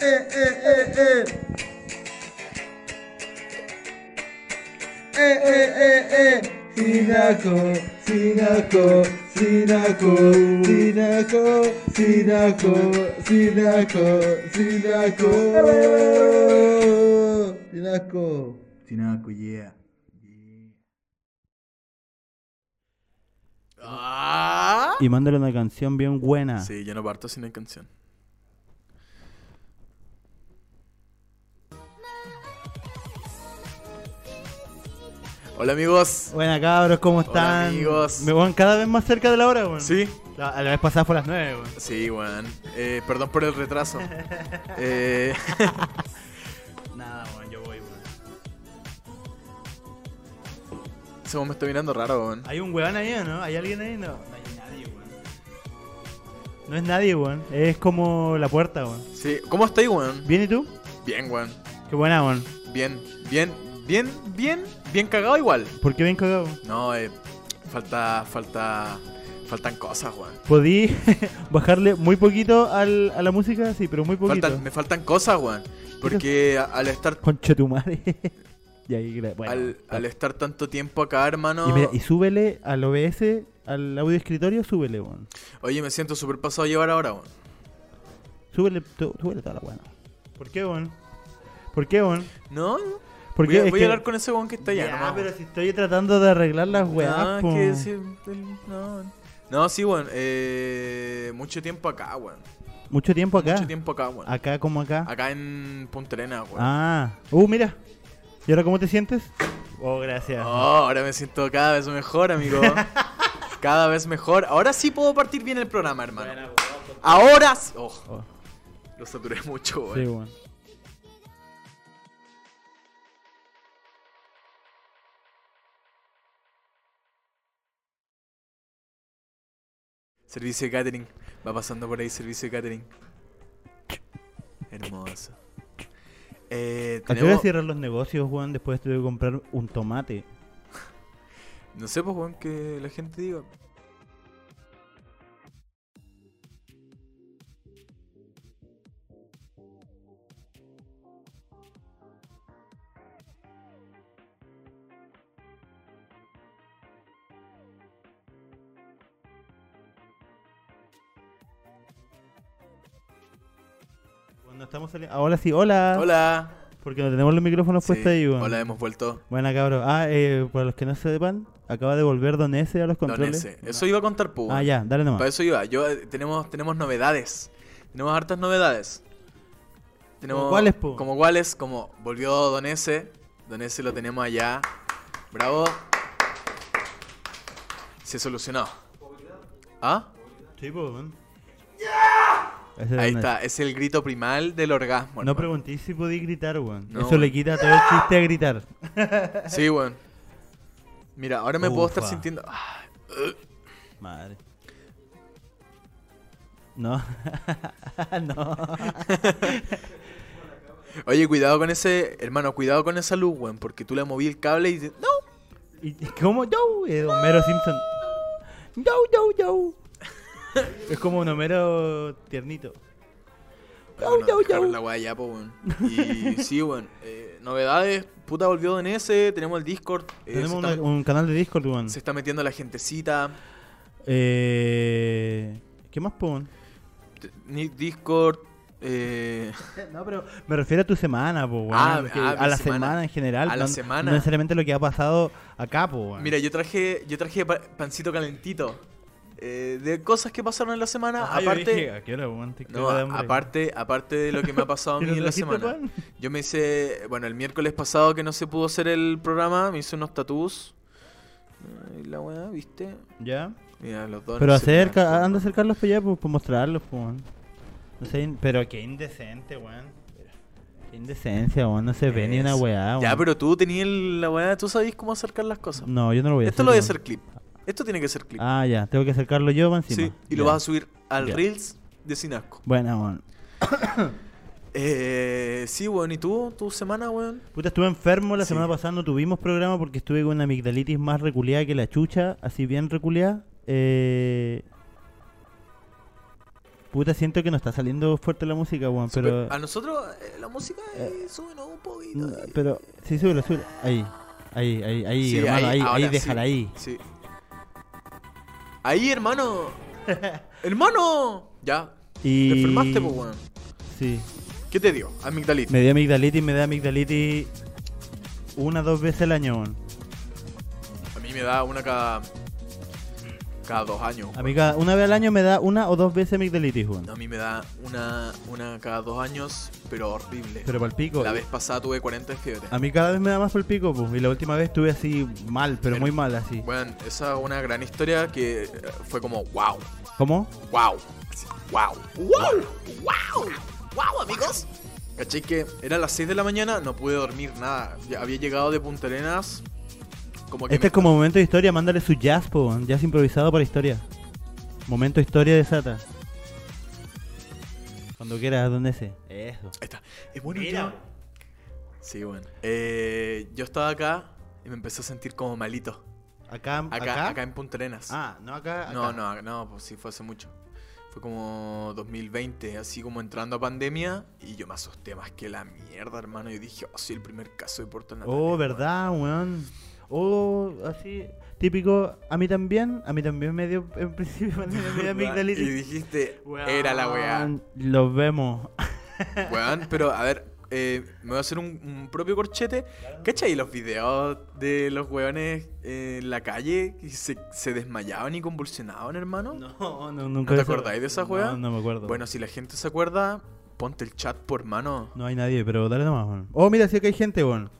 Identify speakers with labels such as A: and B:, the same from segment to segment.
A: eh, eh, eh. Eh, eh, eh, eh.
B: Sinaco, Sinaco, Sinaco, Sinaco, Sinaco, Sinaco, Sinaco, Sinaco, Sinaco, yeah.
C: Ah.
D: Y mándale una canción bien buena.
C: Sí, yo no parto sin la canción. Hola amigos.
D: Buena cabros, ¿cómo están?
C: amigos.
D: Me van cada vez más cerca de la hora, weón.
C: Sí,
D: La, a la vez pasada fue a las 9, weón.
C: sí, weón. Eh, perdón por el retraso. Eh,
D: Nada, weón, yo voy, weón.
C: ese me está mirando raro, weón.
D: ¿Hay un weón ahí o no? ¿Hay alguien ahí? No. No hay nadie, weón. No es nadie, weón. Es como la puerta, weón.
C: Sí, ¿cómo estáis, weón?
D: ¿Bien y tú?
C: Bien, weón.
D: Qué buena, weón.
C: Bien, bien, bien, bien, bien cagado igual.
D: ¿Por qué bien cagado?
C: No, eh, falta, falta, faltan cosas, weón.
D: Podí bajarle muy poquito al, a la música, sí, pero muy poquito.
C: Faltan- me faltan cosas, weón. Porque a- al estar,
D: Conchetumare. y ahí, gra- bueno.
C: al, al estar tanto tiempo acá, hermano.
D: Y, mira, y súbele al OBS, al audio escritorio, súbele, weón.
C: Oye, me siento súper pasado a llevar ahora, weón.
D: Súbele, to- súbele toda la buena. ¿Por qué, weón? ¿Por qué, weón?
C: No, no.
D: ¿Por
C: voy,
D: qué?
C: a,
D: Es
C: voy a
D: que-
C: hablar con ese weón que está allá,
D: Ya,
C: nomás,
D: pero
C: weón.
D: si estoy tratando de arreglar las
C: No,
D: weas,
C: es
D: po.
C: que ese- el- no. No, sí, weón. Eh, mucho tiempo acá, weón.
D: Mucho tiempo acá.
C: Mucho tiempo acá, weón.
D: Acá como acá.
C: Acá en Punta Arena, weón.
D: Ah. Uh, mira. ¿Y ahora cómo te sientes? Oh, gracias.
C: Oh, ahora me siento cada vez mejor, amigo. cada vez mejor. Ahora sí puedo partir bien el programa, hermano. Ahora sí. Oh,
D: Oh,
C: lo saturé mucho,
D: sí,
C: weón.
D: weón.
C: Servicio de catering. Va pasando por ahí servicio de catering. Hermoso. Eh,
D: ¿A qué hora
C: tenemos...
D: cierran los negocios, weón? Después te voy a comprar un tomate.
C: No sé, pues, weón, que la gente diga.
D: Cuando estamos saliendo. Ah, hola sí, hola.
C: Hola.
D: Porque no tenemos los micrófonos puestos
C: Sí,
D: ahí, weón.
C: Hola, hemos vuelto.
D: Buena, cabros. Ah, eh, para los que no sepan, acaba de volver Don S a los
C: Don
D: controles.
C: S. Eso iba a contar, pues.
D: Ah, ya, dale
C: Para
D: nomás.
C: eso iba. Yo, eh, tenemos, tenemos novedades. Tenemos hartas novedades.
D: ¿Como cuáles, po?
C: Como cuáles, como volvió Don S. Don S lo tenemos allá. Bravo. Se solucionó. ¿Ah?
D: Sí, po, weón. Ese es
C: Ahí
D: Don
C: está. Es el grito primal del orgasmo.
D: no
C: hermano.
D: preguntéis si podéis gritar, weón.
C: No,
D: Eso
C: weón.
D: le quita todo el chiste a gritar.
C: Sí, weón. Mira, ahora me puedo estar
D: Ufa.
C: sintiendo. Ah,
D: Madre. No. no.
C: Oye, cuidado con ese. Hermano, cuidado con esa luz, weón. Porque tú le moví el cable y. ¡No!
D: ¿Y cómo? Yo, es Homero Simpson. Yo, yo, yo. Es como un Homero tiernito. Yo,
C: Bueno,
D: yo,
C: dejaron la
D: yo.
C: weá ya, po, weón. Y sí, weón. eh, novedades. Puta, volvió Don S. Tenemos el Discord. eh,
D: Tenemos
C: se,
D: una-
C: está,
D: un canal de Discord, weón.
C: se está metiendo la gentecita.
D: Eh, ¿Qué más, po, weón?
C: T- ni- Discord. Eh,
D: No, pero me refiero a tu semana, po, weón.
C: Ah,
D: que-
C: ah,
D: a
C: mi
D: la semana.
C: semana.
D: en general.
C: A
D: no,
C: la semana.
D: No necesariamente lo que ha pasado acá, po, weón.
C: mira, yo traje yo traje pa- pancito calentito. eh, de cosas que pasaron en la semana.
D: Ah, yo
C: aparte.
D: dije, ¿a qué hora, weón? Te
C: no,
D: quedo de hambre.
C: aparte, aparte de lo que me ha pasado a
D: ¿Y
C: mí
D: no
C: en la
D: trajiste
C: semana.
D: pan?
C: Yo me hice, bueno, el miércoles pasado que no se pudo hacer el programa, me hice unos tatús. Ay, La weá, ¿viste?
D: Ya.
C: Mira, los dos.
D: Pero
C: no se pegan,
D: acerca,
C: po,
D: anda a
C: weón.
D: acercarlos para allá pues, para mostrarlos, pues, weón. No sé, in- pero qué indecente, weón. Qué indecencia, weón. No se ve ni una
C: Eso.
D: weá, weón.
C: Ya, pero tú tenías el- la weá, tú sabías cómo acercar las cosas.
D: No, yo no lo voy a
C: Esto
D: hacer.
C: lo voy a
D: weón.
C: hacer clip. Esto tiene que ser clip.
D: Ah, ya. Tengo que acercarlo yo, weón.
C: sí, y lo vas a subir al
D: Ya.
C: Reels de Sinasco.
D: Bueno, weón.
C: Eh, sí, weón, ¿y tú? ¿Tu semana, weón?
D: Puta, estuve enfermo la
C: Sí.
D: semana pasada, no tuvimos programa porque estuve con una amigdalitis más reculeada que la chucha, así bien reculeada. Eh... Puta, siento que no está saliendo fuerte la música, weón, pero...
C: Super- A nosotros eh, la música eh, súbenos un poquito.
D: n- mm, Pero... Sí, súbelo, súbelo. Ahí. Ahí, ahí, ahí,
C: Sí,
D: hermano, ahí, ahí,
C: ahora
D: déjala
C: sí,
D: ahí.
C: Sí. Ahí, hermano. hermano. Ya.
D: Y...
C: Te enfermaste, pues, weón.
D: Sí.
C: ¿Qué te dio? Amigdalitis.
D: Me dio amigdalitis, me da amigdalitis una dos veces al año, weón.
C: A mí me da una cada. cada dos años.
D: A mí cada- una vez al año me da una o dos veces amigdalitis, weón.
C: A mí me da una, una cada dos años, pero horrible.
D: Pero para el pico. eh.
C: La vez pasada tuve 40 de fiebre.
D: A mí cada vez me da más por el pico, pues. Y la última vez estuve así mal, pero
C: Pero-
D: muy mal, así.
C: Bueno, esa es una gran historia que eh, fue como wow,
D: ¿Cómo?
C: wow, así, wow, wow, wow, wow, amigos. Caché que era las 6 de la mañana, no pude dormir nada. Ya había llegado de Punta Arenas. Como que
D: Este
C: me-
D: es como momento de historia, mándale su jazz, po, weón. jazz improvisado para historia. Momento de historia de Sata. Cuando quieras, donde sea. Eso.
C: Ahí está. Es bueno
E: Mira,
C: ya. Sí, bueno. Eh, yo estaba acá y me empecé a sentir como malito.
D: Acá, acá.
C: Acá, acá, en Punta Arenas.
D: Ah, no acá. acá.
C: No, no, no, pues sí, fue hace mucho. Fue como 2020, así como entrando a pandemia. Y yo me asusté más que la mierda, hermano. Yo dije, oh, soy el primer caso de Puerto Natal.
D: Oh, verdad, weón. Oh, así. Típico, a mí también, a mí también me dio en principio me dio
C: Y
D: amigdalitis.
C: dijiste, era la weá.
D: Weón, Los vemos.
C: Weón, pero a ver, eh, me voy a hacer un, un propio corchete. ¿Cachai? Los videos de los weones eh, en la calle que se, se desmayaban y convulsionaban, hermano.
D: No, no,
C: ¿No
D: nunca.
C: te
D: eso-
C: acordáis de esa weá?
D: No, no me acuerdo.
C: Bueno, si la gente se acuerda, ponte el chat por mano.
D: No hay nadie, pero dale nomás, weón. Oh, mira, sí que hay gente, weón.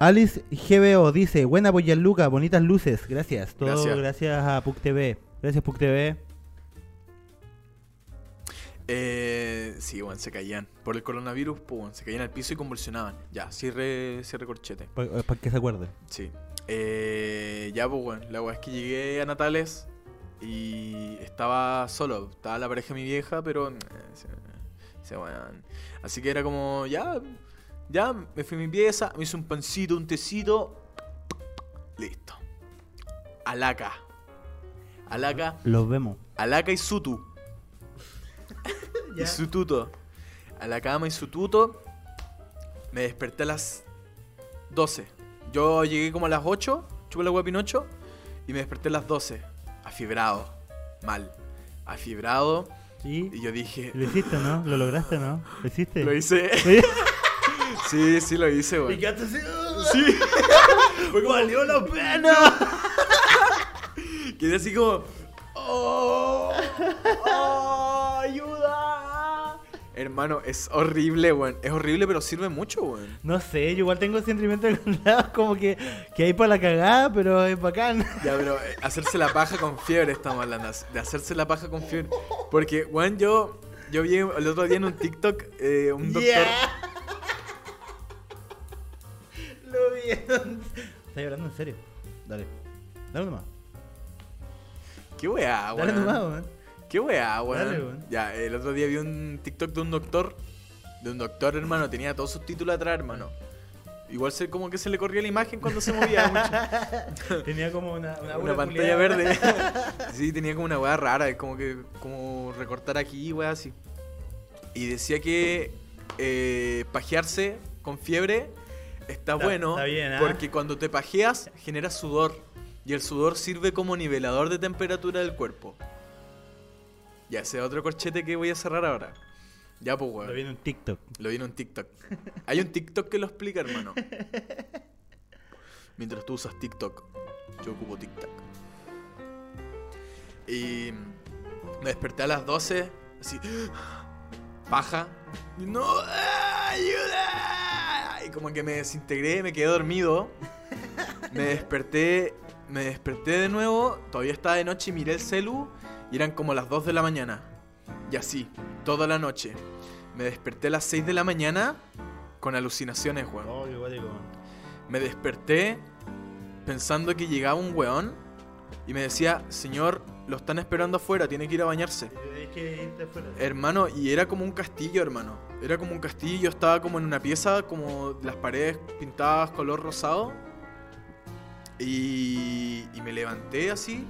D: Alice GBO dice, buena pues Luca, bonitas luces, gracias. Todo
C: Gracias.
D: gracias, a Puc TV. Gracias Puc TV.
C: Eh, sí, bueno, se caían. Por el coronavirus, pues, bueno, se caían al piso y convulsionaban. Ya, cierre, cierre corchete.
D: Para eh, que se acuerde.
C: Sí. Eh, ya, pues, bueno, la weá es que llegué a Natales y estaba solo. Estaba la pareja de mi vieja, pero. eh, se, se weón. Así que era como, ya, ya, me fui a mi pieza, me hice un pancito, un tecito. Listo. Alaca. Alaca.
D: Los vemos.
C: Alaka y Sutu. y su tuto. A la cama y su tuto. Me desperté a las 12. Yo llegué como a las 8, chupé la hueá Pinocho, y me desperté a las 12. Afibrado. Mal. Afibrado. Y
D: ¿Y?
C: yo dije.
D: Lo hiciste, ¿no? Lo lograste, ¿no? Lo hiciste.
C: Lo hice.
D: ¿Sí?
C: Sí, sí, lo hice,
E: Y
C: güey.
E: quedaste así.
C: Sí.
E: Fue como, ¡Valió la pena!
C: Quedé así como. ¡Oh! ¡Oh! ¡Ayuda! Hermano, es horrible, weón. Es horrible, pero sirve mucho, weón.
D: No sé, yo igual tengo sentimientos encontrados como que, que hay para la cagada, pero es bacán.
C: Ya, pero eh, hacerse la paja con fiebre estamos hablando. De hacerse la paja con fiebre. Porque, weón, yo, yo vi el otro día en un TikTok eh, un doctor.
D: Lo vieron. ¿Estás hablando en serio? Dale. Dale nomás.
C: ¿Qué weá,
D: Dale
C: weón?
D: nomás, weón.
C: ¿Qué weá, weón?
D: Dale, weón.
C: Ya, el otro día vi un TikTok de un doctor. De un doctor, hermano. Tenía todos sus títulos atrás, hermano. Igual se, como que se le corría la imagen cuando se movía mucho.
D: Tenía como una, una,
C: una
D: bola
C: pantalla
D: culiada.
C: verde. sí, tenía como una weá rara, es como que como recortar aquí, weá así. Y decía que eh, pajearse con fiebre está, bueno
D: está bien, ¿ah?
C: porque cuando te pajeas genera sudor y el sudor sirve como nivelador de temperatura del cuerpo. Ya, ese es otro corchete que voy a cerrar ahora. Ya, pues, weón.
D: Lo vi en un TikTok.
C: Lo vi en un TikTok. Hay un TikTok que lo explica, hermano. Mientras tú usas TikTok, yo ocupo TikTok. Y me desperté a las 12, así. Paja. Y no, ¡ah! ayuda. Y como que me desintegré, me quedé dormido. Me desperté, me desperté de nuevo. Todavía estaba de noche y miré el celu. Y eran como las 2 de la mañana. Y así, toda la noche. Me desperté a las 6 de la mañana con alucinaciones, weón.
D: Oh, qué guático.
C: Me desperté pensando que llegaba un weón y me decía, señor, lo están esperando afuera, tiene que ir a bañarse.
D: Tenéis que irte afuera.
C: Hermano, y era como un castillo, hermano. Era como un castillo, yo estaba como en una pieza, como las paredes pintadas color rosado. Y, y me levanté así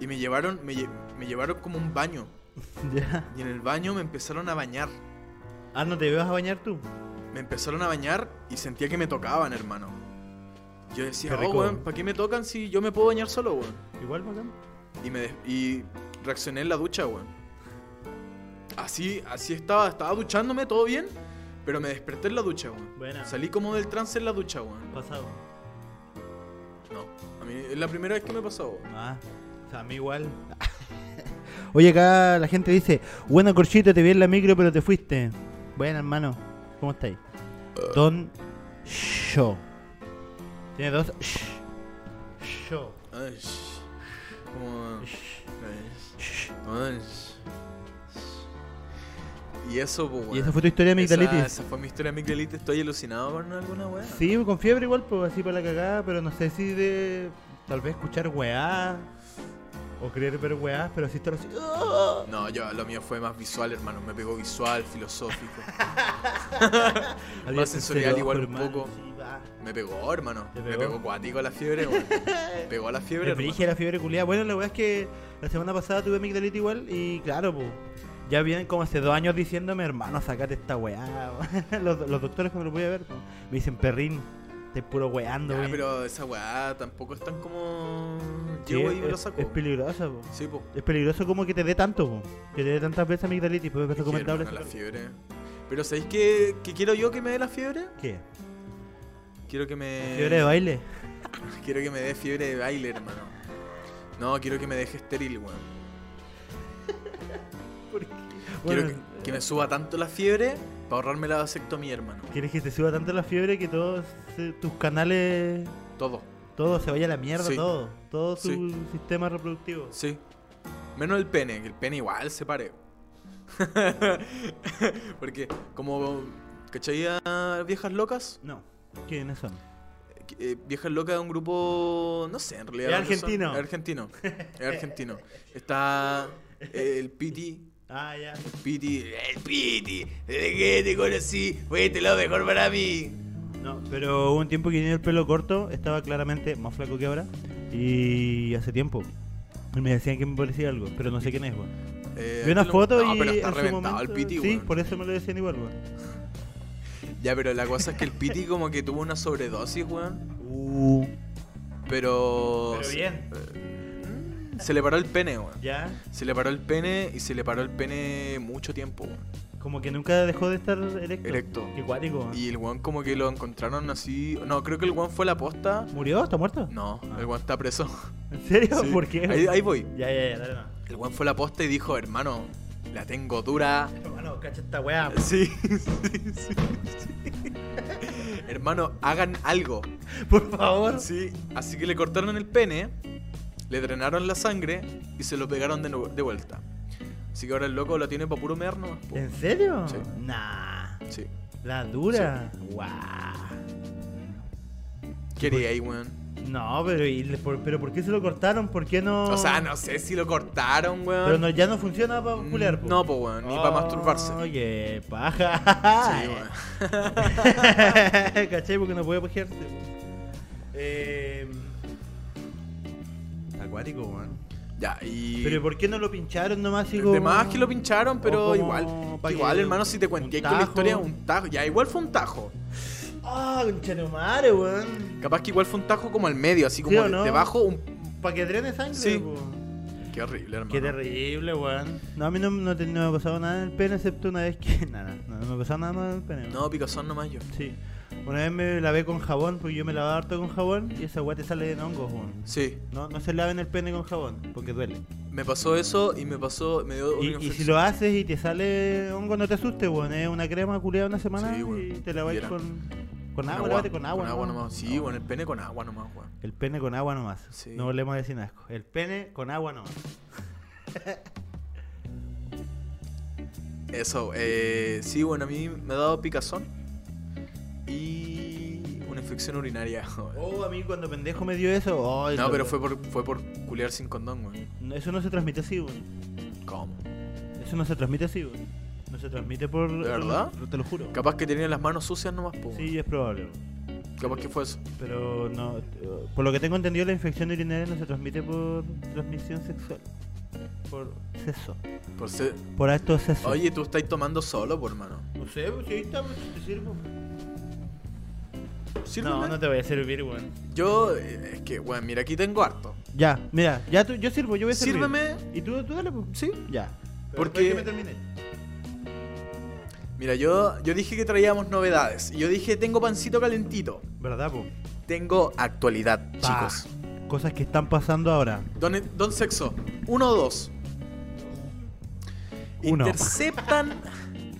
C: y me llevaron, me, lle- me llevaron como un baño.
D: Ya.
C: Y en el baño me empezaron a bañar.
D: Ah, ¿no te ibas a bañar tú?
C: Me empezaron a bañar y sentía que me tocaban, hermano. Yo decía,
D: Qué
C: oh,
D: rico,
C: weón,
D: weón.
C: ¿para qué me tocan si yo me puedo bañar solo, weón?
D: Igual, bacán.
C: Y, me des- y reaccioné en la ducha, weón. Así, así estaba, estaba duchándome, todo bien, pero me desperté en la ducha, weón.
D: Buena.
C: Salí como del trance en la ducha, weón.
D: Pasado.
C: No, a mí es la primera vez que me pasó, weón.
D: Ah, o sea, a mí igual. Oye, acá la gente dice, bueno, Corchito, te vi en la micro, pero te fuiste. Bueno, hermano, ¿cómo estáis? Don Show. Tiene dos... Sh. Show.
C: Ay, sh- como-
D: Sh.
C: ay, sh-
D: Sh.
C: ay, sh- Y eso, pues, weón.
D: ¿Y esa fue tu historia de
C: Esa,
D: amigdalitis?
C: esa fue mi historia de amigdalitis. Estoy alucinado con alguna weá.
D: Sí, con fiebre igual, pues así para la cagada, pero no sé si de... Tal vez escuchar weá, o creer ver weá, pero así estar así... ¡ah!
C: No, yo lo mío fue más visual, hermano. Me pegó visual, filosófico.
D: Adiós,
C: sensorial
D: ese
C: igual un
D: hermano,
C: poco.
D: sí, va.
C: Me pegó, hermano.
D: ¿Te
C: Me
D: pegó?
C: pegó cuático la fiebre, weón. Pegó la fiebre,
D: Me
C: hermano.
D: brige la fiebre culiada. Bueno, la verdad es que la semana pasada tuve amigdalitis igual y claro, pues. Ya vienen como hace dos años diciéndome, hermano, sacate esta weá. po". los, los doctores cuando lo voy a ver, po, me dicen, perrín, te puro weando,
C: Ya,
D: wey".
C: pero esa weá tampoco es tan como.
D: Sí,
C: Yo,
D: es,
C: y me lo
D: es-
C: saco.
D: es peligrosa, po.
C: Sí, pues.
D: Es peligroso como que te dé tanto, po. Que te dé tantas veces amigdalitis, pues es recomendable.
C: la
D: sacar-
C: fiebre. Pero ¿sabéis qué, qué quiero yo que me dé la fiebre?
D: ¿Qué?
C: Quiero que me.
D: ¿Fiebre de baile?
C: Quiero que me dé fiebre de baile, hermano. No, quiero que me deje estéril, weón. Quiero
D: Bueno,
C: que, que me suba tanto la fiebre para ahorrarme la vasectomía, hermano.
D: ¿Quieres que te suba tanto la fiebre que todos eh, tus canales,
C: Todo.
D: todo se vaya a la mierda,
C: Sí.
D: todo? Todo tu
C: Sí.
D: sistema reproductivo.
C: Sí. Menos el pene, que el pene igual se pare. Porque, como. ¿Cachai a Viejas Locas?
D: No. ¿Quiénes son?
C: Eh, Viejas Locas es un grupo. No sé, en realidad.
D: Es
C: lo que son.
D: argentino.
C: Es argentino. Es argentino. Está. eh, El Piti.
D: Ah, ya.
C: Piti. El Piti. Desde que te conocí, fuiste lo mejor para mí.
D: No, pero hubo un tiempo que tenía el pelo corto, estaba claramente más flaco que ahora. Y hace tiempo. Y me decían que me parecía algo, pero no sé quién es, weón.
C: Eh,
D: Vi una
C: este lo-
D: foto
C: no,
D: y.
C: pero está
D: en su
C: reventado el
D: momento-
C: Piti,
D: Sí,
C: weón.
D: por eso me lo decían igual, weón.
C: Ya, pero la cosa es que el Piti como que tuvo una sobredosis, weón.
D: Uh,
C: Pero.
D: Pero
C: se-
D: bien.
C: eh, Se le paró el pene, weón.
D: ya.
C: Se le paró el pene y se le paró el pene mucho tiempo, weón.
D: Como que nunca dejó de estar erecto.
C: Erecto.
D: Qué cuático, weón.
C: Y el weón como que lo encontraron así. No, creo que el weón fue a la posta.
D: ¿Murió? ¿Está muerto?
C: No,
D: Ah.
C: el weón está preso.
D: ¿En serio?
C: Sí.
D: ¿Por qué?
C: Ahí, ahí voy.
D: Ya, ya, ya, dale, no.
C: El weón fue a la posta y dijo, hermano, la tengo dura.
D: Hermano, cacha esta weá.
C: Sí, sí, sí, sí. Hermano, hagan algo.
D: Por favor.
C: Sí, así que le cortaron el pene, le drenaron la sangre y se lo pegaron de, nu- de vuelta. Así que ahora el loco lo tiene para puro mear nomás, po.
D: ¿En serio?
C: Sí.
D: Nah.
C: Sí.
D: La dura. Guau.
C: ¿Qué haría ahí, weón?
D: No, pero, ¿y le- por, pero ¿por qué se lo cortaron? ¿Por qué no...?
C: O sea, no sé si lo cortaron,
D: Pero
C: weón.
D: no- ya no funciona para
C: Mm,
D: culear, po. Oh,
C: No, pues weón, ni para masturbarse.
D: Oye, paja.
C: Sí, weón.
D: ¿Cachai? Porque no puede pajearse. po. Eh... Acuático, weón.
C: Ya, y.
D: Pero ¿y ¿por qué no lo pincharon nomás? así
C: de
D: como-
C: más que lo pincharon,
D: o
C: pero
D: como
C: igual.
D: pa' que-
C: Igual, hermano, si te
D: un
C: cuenté que la historia
D: tajo.
C: un tajo. Ya, igual fue un tajo.
D: Ah, conchetumare, weón.
C: Capaz que igual fue un tajo como al medio, así como
D: o
C: de-
D: no?
C: debajo. Un...
D: Para que drene sangre,
C: Sí.
D: po.
C: Qué horrible, hermano.
D: Qué terrible, weón. No, a mí no, no te- no me ha pasado nada en el pene, excepto una vez que. Nada, no, no me ha pasado nada más en el pene. weón.
C: No, picazón nomás yo.
D: Sí. Una vez me lavé con jabón, porque yo me lavaba harto con jabón y esa weá te sale en hongos, weón.
C: Sí,
D: No, no se laven el pene con jabón, porque duele.
C: me pasó eso y me pasó. Me dio. una
D: Y, y si
C: infección.
D: lo haces y te sale hongo, no te asustes, weón. Es una crema culeada una semana
C: Sí, weón.
D: y te laváis
C: Y era.
D: con, con agua,
C: Con
D: lávate con agua.
C: Con agua
D: ¿no?
C: nomás. Sí, bueno, el pene con agua nomás, weón.
D: El pene con agua nomás.
C: Sí.
D: No volvemos a decir asco. El pene con agua nomás.
C: Eso, eh, sí, bueno, a mí me ha dado picazón y una infección urinaria. weón.
D: Oh, a mí cuando pendejo me dio eso. oh,
C: no,
D: lo-
C: pero fue por, fue por culiar sin condón, weón.
D: No, Eso no se transmite así, weón.
C: ¿Cómo?
D: Eso no se transmite así, weón. No se transmite por.
C: ¿De verdad?
D: Te lo juro.
C: Capaz que tenía las manos sucias nomás, po.
D: Sí, es probable. weón.
C: Capaz que fue eso.
D: Pero no, eh, por lo que tengo entendido, la infección urinaria no se transmite por transmisión sexual. Por exceso.
C: Por ser-
D: Por acto de exceso.
C: Oye, tú estás tomando solo, por hermano.
E: No sé, pues ahí está, pues te sirvo.
C: Sírveme.
D: te voy a servir, weón.
C: Yo, eh, es que, bueno, mira, aquí tengo harto.
D: Ya, mira, ya tú, yo sirvo, yo voy a servir.
C: Sírveme.
D: Y tú, tú dale, pues.
C: Sí.
D: Ya.
E: Pero
C: Porque-
E: después que me termine.
C: Mira, yo, yo dije que traíamos novedades. Y yo dije, tengo pancito calentito.
D: ¿Verdad, pues?
C: Tengo actualidad,
D: Pa.
C: chicos.
D: Cosas que están pasando ahora.
C: Don, don Sexo, uno o dos.
D: Uno.
C: Interceptan,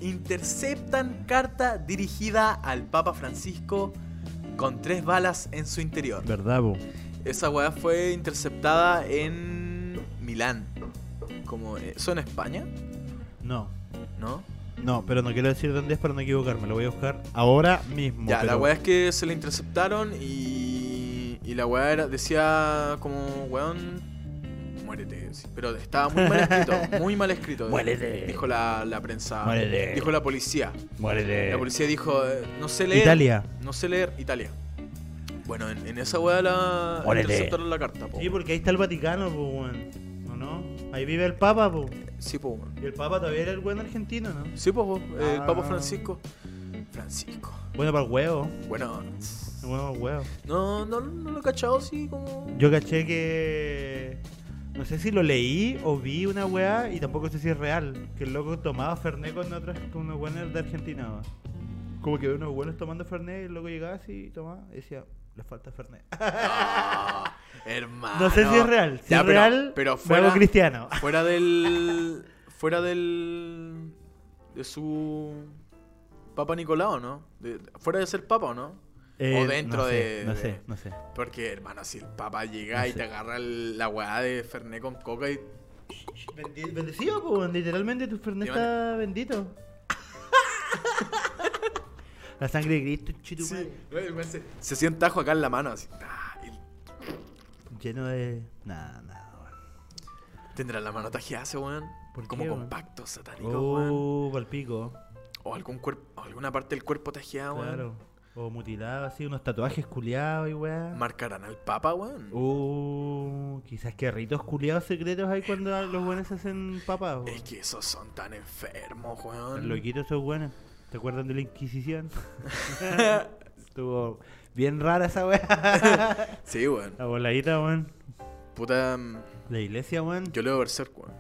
C: interceptan carta dirigida al Papa Francisco con tres balas en su interior.
D: ¿Verdad, po?
C: Esa weá fue interceptada en Milán. Como, eh, ¿Eso en España?
D: No.
C: ¿No?
D: No, pero no quiero decir dónde es para no equivocarme. Lo voy a buscar ahora mismo.
C: Ya, la
D: pero-
C: weá es que se la interceptaron y, y la weá era- decía como, weón, muérete. sí, Pero estaba muy mal escrito, muy mal escrito.
D: Muérete.
C: Dijo la, la prensa.
D: Muérete.
C: Dijo la policía.
D: Muérete.
C: La policía dijo, eh, no sé leer.
D: Italia.
C: No sé leer Italia. Bueno, en, en esa weá la
D: Muérete.
C: interceptaron la carta. Po.
D: Sí, porque ahí está el Vaticano, po, weón. ¿No, no? Ahí vive el Papa, po.
C: Sí, po, weón.
D: Y el Papa todavía era el buen argentino, ¿no?
C: Sí, po, eh, el Papa
D: Ah.
C: Francisco. Francisco.
D: Bueno para el huevo.
C: Bueno,
D: Bueno para el huevo.
C: no, no, no lo he cachado así como.
D: Yo caché que. No sé si lo leí o vi una weá y tampoco sé si es real. Que el loco tomaba Fernet con, otros, con unos buenos de Argentina. va. Como que unos buenos tomando Fernet y el loco llegaba así y tomaba y decía, le falta Fernet.
C: Hermano.
D: no sé si es real. Si
C: Ya,
D: es
C: pero-
D: real,
C: pero
D: fuego
C: fuera,
D: cristiano.
C: fuera del. Fuera del. De su. Papa Nicolau, ¿no? De- fuera de ser papa, ¿o no?
D: Eh,
C: o dentro
D: no sé,
C: de.
D: No
C: de-
D: sé, no sé.
C: Porque, hermano, si el papa llega
D: No
C: y
D: sé.
C: te agarra el- la weá de Fernet con coca y.
D: Bendi- Bendecido, pues, literalmente tu Fernet
C: Dímane.
D: está bendito. La sangre de Cristo, chito,
C: Sí,
D: madre.
C: güey, güey, se, se sienta ajo acá en la mano, así. ah, y
D: Lleno de. Nada, nada, weón.
C: tendrá la mano tajeada ese weón.
D: ¿Por
C: Como
D: qué,
C: con
D: weón?
C: pacto satánico, weón.
D: Oh, palpico.
C: O algún cuerpo, o alguna parte del cuerpo tajeada, weón.
D: Claro. O mutilado, así, unos tatuajes culiados y weá.
C: Marcarán al papa, weón.
D: Uh, quizás que ritos culiados secretos hay cuando a- los buenos se hacen papas. weón.
C: Es que esos son tan enfermos, weón.
D: Loquitos esos buenos. ¿Te acuerdan de la Inquisición? Estuvo bien rara esa weá.
C: Sí, weón.
D: La voladita, weón.
C: Puta, mm,
D: La iglesia, weón.
C: yo leo Berserk, weón.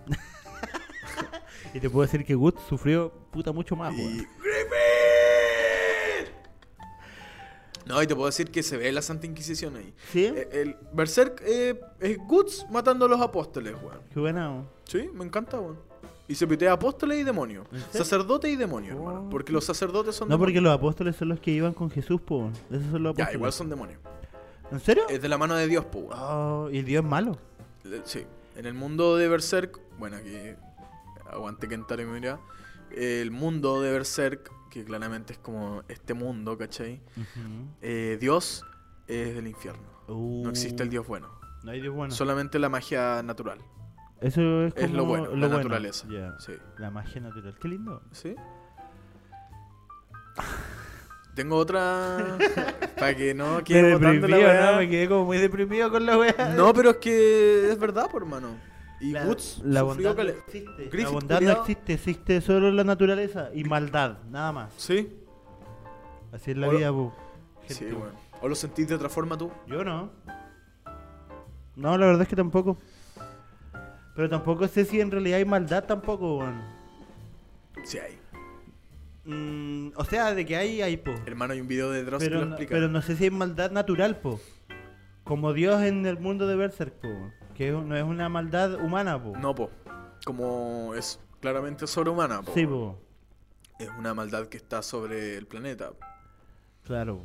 D: Y te puedo decir que Gut sufrió puta mucho más,
C: Y-
D: Ah, weón.
C: ¡Griffin! No, y te puedo decir que se ve la Santa Inquisición ahí.
D: ¿Sí?
C: Eh, El Berserk eh, es Guts matando a los apóstoles, weón.
D: Qué buena, weón.
C: Sí, me encanta, weón. Y se pitea apóstoles y demonio. Sacerdote y demonio, hermano. Porque los sacerdotes son
D: Oh. No, porque
C: demonios.
D: los apóstoles son los que iban con Jesús, po, weón. Esos son los
C: Ya,
D: apóstoles.
C: igual son Eh, demonios.
D: ¿En serio?
C: Es de la mano de Dios, pues, weón.
D: Oh, y el Dios es malo.
C: Le- Sí, en el mundo de Berserk, bueno, aquí aguante Kentaro mira, el mundo de Berserk, que claramente es como este mundo, ¿cachai? Eh, Dios es del infierno. No existe el Dios bueno,
D: Uh. No hay Dios bueno.
C: solamente la magia natural.
D: Eso es,
C: Es lo
D: como
C: bueno, la naturaleza.
D: Ya.
C: Sí,
D: La magia natural. Qué lindo.
C: sí. Tengo otra para que no quede botando la weá.
D: Me quedé como muy deprimido con la wea.
C: No, pero es que es verdad, por hermano. Y
D: La-
C: Woods
D: la
C: sufrió
D: bondad no
C: cale-
D: existe. La
C: Griffith,
D: bondad no
C: culiao.
D: existe, existe solo la naturaleza y maldad, nada más.
C: Sí,
D: Así es la
C: Hola.
D: vida, bu.
C: sí,
D: Gente.
C: bueno. ¿O lo sentís de otra forma tú?
D: Yo no. No, la verdad es que tampoco. Pero tampoco sé si en realidad hay maldad tampoco, weón.
C: Sí hay.
D: Mm, o sea, de que hay, hay, po.
C: Hermano, hay un video de Dross que
D: Pero
C: lo
D: no,
C: explica.
D: pero no sé si hay maldad natural, po. Como Dios en el mundo de Berserk, po. Que es- no es una maldad humana, po.
C: No, po. Como es claramente sobrehumana, po.
D: Sí, po.
C: Es una maldad que está sobre el planeta.
D: Claro.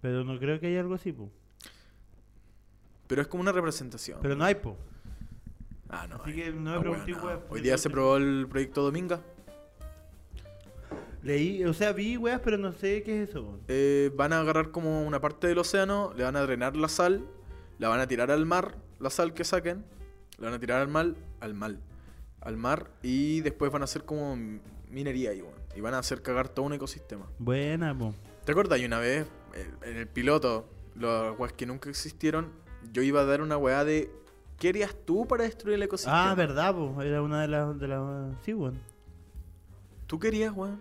D: Pero no creo que haya algo así, po.
C: Pero es como una representación.
D: Pero no hay, po.
C: Ah, no.
D: Así
C: hay.
D: que no me
C: Ah,
D: pregunté,
C: weón,
D: weón,
C: no. Hoy
D: porque
C: día
D: yo
C: se
D: te-
C: probó el proyecto Dominga.
D: Leí, o sea, vi weas, pero no sé qué es eso, po.
C: Eh, van a agarrar como una parte del océano, le van a drenar la sal, la van a tirar al mar, la sal que saquen, la van a tirar al mal, al mal, al mar, y después van a hacer como minería ahí, weón. Y van a hacer cagar todo un ecosistema.
D: Buena, po.
C: ¿Te acuerdas? Y una vez, eh, en el piloto, los weas que nunca existieron, yo iba a dar una weá de ¿Qué harías tú para destruir el ecosistema?
D: Ah, verdad, po. Era una de las. De las sí, weón.
C: ¿Tú querías, weón?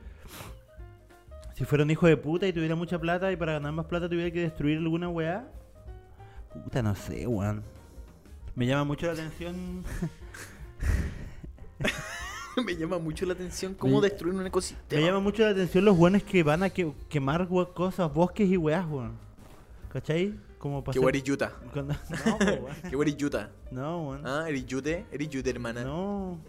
D: Si fuera un hijo de puta y tuviera mucha plata y para ganar más plata tuviera que destruir alguna weá. Puta, no sé, weón. Me llama mucho la atención.
C: Me llama mucho la atención cómo
D: Me-
C: destruir un ecosistema.
D: Me llama mucho la atención los weones que van a que- quemar we- cosas, bosques y weás, weón. ¿Cachai? Como
C: Que
D: pasar.
C: weón eres yuta.
D: Cuando- No, po, weón.
C: Que weón eres yuta.
D: No, weón.
C: Ah, eres yute. Eres yute, hermana.
D: No,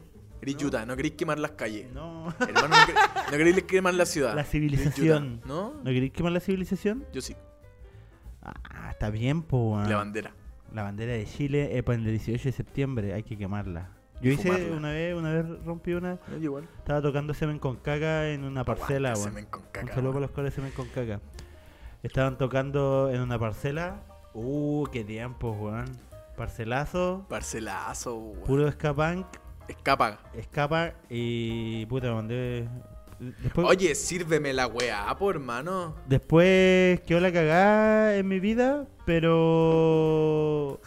C: eres yuta. No queréis quemar las calles.
D: no.
C: Hermano, no, quer- no queréis quemar la ciudad.
D: La
C: Eres
D: civilización.
C: yuta, ¿No?
D: ¿No queréis quemar la civilización?
C: Yo sí.
D: Ah, está bien, po,
C: Y
D: weón.
C: La bandera.
D: La bandera de Chile eh, para el 18 de septiembre, hay que quemarla. Yo hice
C: Fumarla.
D: una vez, una vez rompí una,
C: igual.
D: estaba tocando semen con caca en una parcela,
C: Aguanta,
D: weón.
C: semen con caca,
D: Un saludo
C: weón.
D: para los colores semen con caca. Estaban tocando en una parcela. Uh, qué tiempos, weón. Parcelazo,
C: Parcelazo, weón.
D: puro escapunk,
C: Escapa.
D: escapa y puta me mandé. Después,
C: Oye, sírveme la weá, por hermano.
D: Después quedó la cagada en mi vida, pero.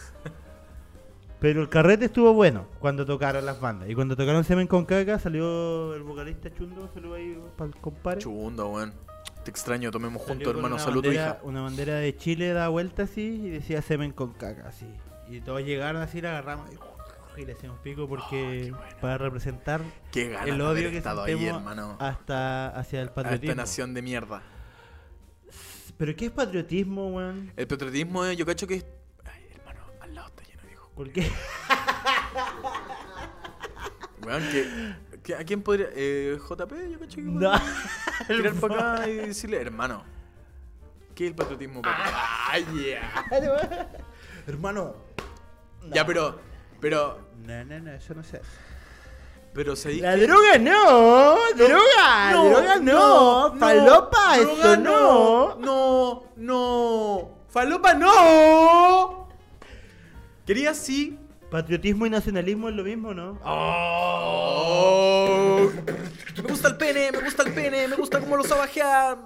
D: Pero el carrete estuvo bueno cuando tocaron las bandas. Y cuando tocaron Semen con Caca salió el vocalista Chundo, saludo ahí para el compadre.
C: Chundo, weón. Te extraño, tomemos
D: Salió
C: juntos,
D: con
C: hermano.
D: una
C: Salud, tu
D: bandera-
C: hija.
D: Una bandera de Chile da vuelta así y decía Semen con Caca así. Y todos llegaron así, la agarramos y, y le hacíamos pico
C: Ah,
D: porque para representar
C: Qué ganas
D: el
C: de haber
D: odio que
C: estado
D: sentimos
C: ahí, hermano. A
D: hasta hacia el
C: esta
D: patriotismo.
C: nación de mierda.
D: Pero ¿qué es patriotismo, weón?
C: El patriotismo, eh, yo cacho que. es- Ay, hermano, al lado está lleno, viejo.
D: ¿Por qué?
C: Weón, que. que- ¿A quién podría.? Eh, ¿JP? Yo cacho que.
D: No.
C: podría Tirar para acá y decirle, hermano. ¿Qué es el patriotismo? papi?
D: Ah,
C: ¡Ay, yeah.
D: Hermano.
C: Ya, pero. Pero.
D: No, no, no, eso no sé.
C: Pero se
D: La droga no, droga, droga no, falopa,
C: droga
D: eso no.
C: No, no. Falopa no. Quería sí.
D: Patriotismo y nacionalismo es lo mismo, ¿no?
C: Oh. Me gusta el pene, me gusta el pene, me gusta cómo lo sabajea.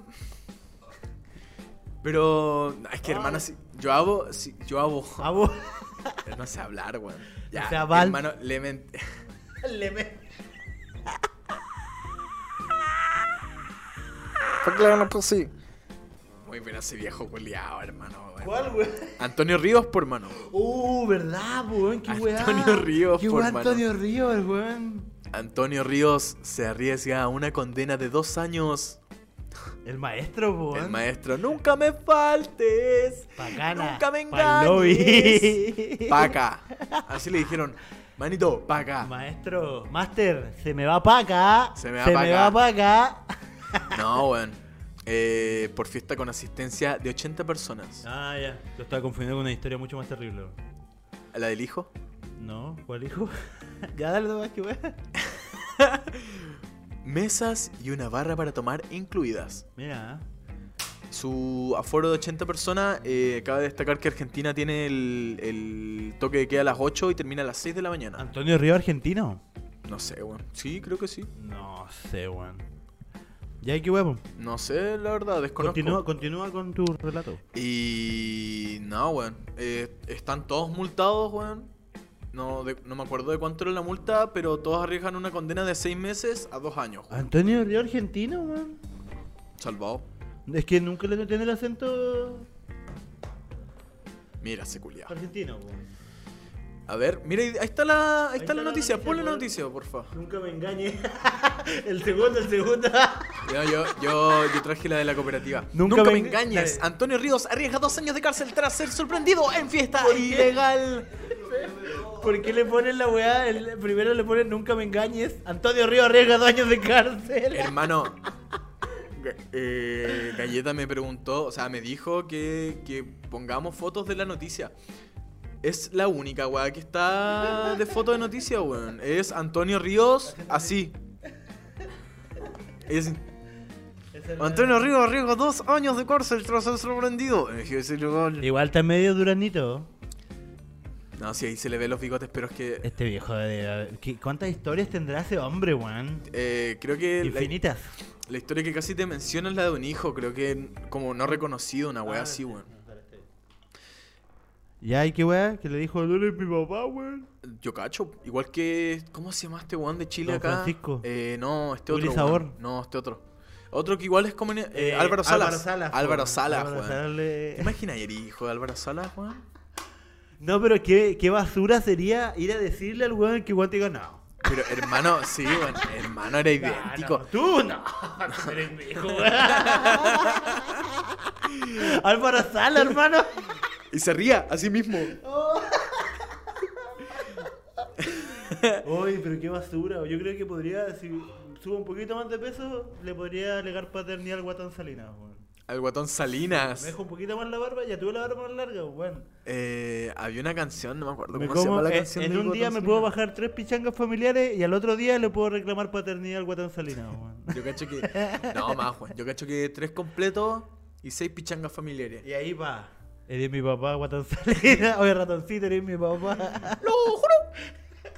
C: Pero ay, es que hermana, si- yo hago, si- yo hago,
D: A vos.
C: no sé hablar, weón. Ya,
D: O sea, Val-
C: hermano, le ment- Muy bien ese viejo culiao, hermano. weón.
D: ¿Cuál, weón?
C: Antonio Ríos, por mano.
D: Uh, verdad, weón, qué weá.
C: Antonio Ríos,
D: qué
C: por
D: weá,
C: mano.
D: Antonio Ríos, el weón.
C: Antonio Ríos se arriesga a una condena de dos años.
D: El maestro, weón.
C: El maestro, nunca me faltes.
D: Pacana.
C: Nunca me
D: pa'l lobby.
C: engañes. Paca. Así le dijeron, manito, paca.
D: Maestro, master, se me va paca.
C: Se me va
D: se
C: pa'
D: me
C: acá.
D: va paca.
C: No, weón. Eh, por fiesta con asistencia de 80 personas.
D: Ah, ya. Lo estaba confundiendo con una historia mucho más terrible. weón.
C: ¿La del hijo?
D: No, ¿cuál hijo? ya dale nomás que weá.
C: Mesas y una barra para tomar incluidas.
D: Mira, ¿eh?
C: Su aforo de 80 personas, eh, cabe destacar que Argentina tiene el, el toque de queda a las 8 y termina a las 6 de la mañana.
D: Antonio Río argentino.
C: No sé, weón. Sí, creo que sí.
D: No sé, weón. Ya qué huevo.
C: No sé, la verdad, desconozco.
D: Continúa, continúa con tu relato.
C: Y no, weón. Eh, están todos multados, weón. No, de- no me acuerdo de cuánto era la multa, pero todos arriesgan una condena de 6 meses a 2 años. weón.
D: Antonio Río argentino, weón.
C: Salvado.
D: Es que nunca le tiene el acento
C: Mira, se culia.
D: argentino, weón.
C: A ver, mira, ahí está la, ahí está la noticia. pues. Ponle la noticia, porfa.
D: Nunca me engañe. el segundo, el segundo.
C: No, yo, yo, yo traje la de la cooperativa. Nunca,
D: Nunca
C: me
D: me-
C: engañes.
D: Dale.
C: Antonio Ríos arriesga dos años de cárcel tras ser sorprendido en fiesta ilegal.
D: ¿Por qué le ponen la weá? El- primero le ponen nunca me engañes. Antonio Río arriesga dos años de cárcel.
C: Hermano, ga- eh, Galleta me preguntó, o sea, me dijo que, que pongamos fotos de la noticia. Es la única, weá, que está de foto de noticia, weón. Es Antonio Ríos, así. Es-
D: Esa es la-
C: Antonio Ríos arriesga dos años de cárcel tras ser sorprendido. Eh, en ese lugar.
D: Igual está medio duranito.
C: No, sí, ahí se le ve los bigotes, pero es que.
D: Este viejo de... ¿qué- ¿Cuántas historias tendrá ese hombre, weón?
C: eh, creo que la,
D: Infinitas.
C: la historia que casi te menciono es la de un hijo, creo que como no reconocido, una weá así, weón.
D: Ya, ¿y qué weá? Que le dijo, no eres mi papá, weón.
C: Yo cacho, igual que. ¿Cómo se llama este weón de Chile
D: Don
C: acá?
D: Francisco.
C: Eh, no, este
D: Willy
C: otro.
D: Sabor.
C: weón. No, este otro. Otro que igual es como. eh,
D: Eh,
C: Álvaro Salas. Álvaro Salas,
D: Salas, weón.
C: weón.
D: Álvaro Salas le-
C: ¿Te imaginas el hijo de Álvaro Salas, weón?
D: No, pero qué, qué basura sería ir a decirle al weón que weón te diga, no.
C: Pero hermano, sí, weón. Hermano era idéntico.
D: No, tú no. Tú eres mi hijo, weón. Álvaro Sala, hermano.
C: Y se ría a sí mismo.
D: Uy, pero qué basura. Yo creo que podría, si subo un poquito más de peso, le podría alegar paternidad al guatón Salinas, weón.
C: Al guatón
D: Me
C: Salinas.
D: dejo un poquito más la barba, ya tuve la barba más larga, weón.
C: Eh, había una canción, no me acuerdo
D: Me
C: cómo se llama
D: como-
C: la
D: eh,
C: canción.
D: en
C: del
D: un día
C: guatón
D: me
C: Salinas.
D: puedo bajar tres pichangas familiares y al otro día le puedo reclamar paternidad al guatón Salinas, weón.
C: Yo cacho que. No, más, weón. Yo cacho que tres completos y seis pichangas familiares.
D: Y ahí va. Eres mi papá, guatón Salinas. Oye, ratoncito, eres mi papá. ¡Lo juro!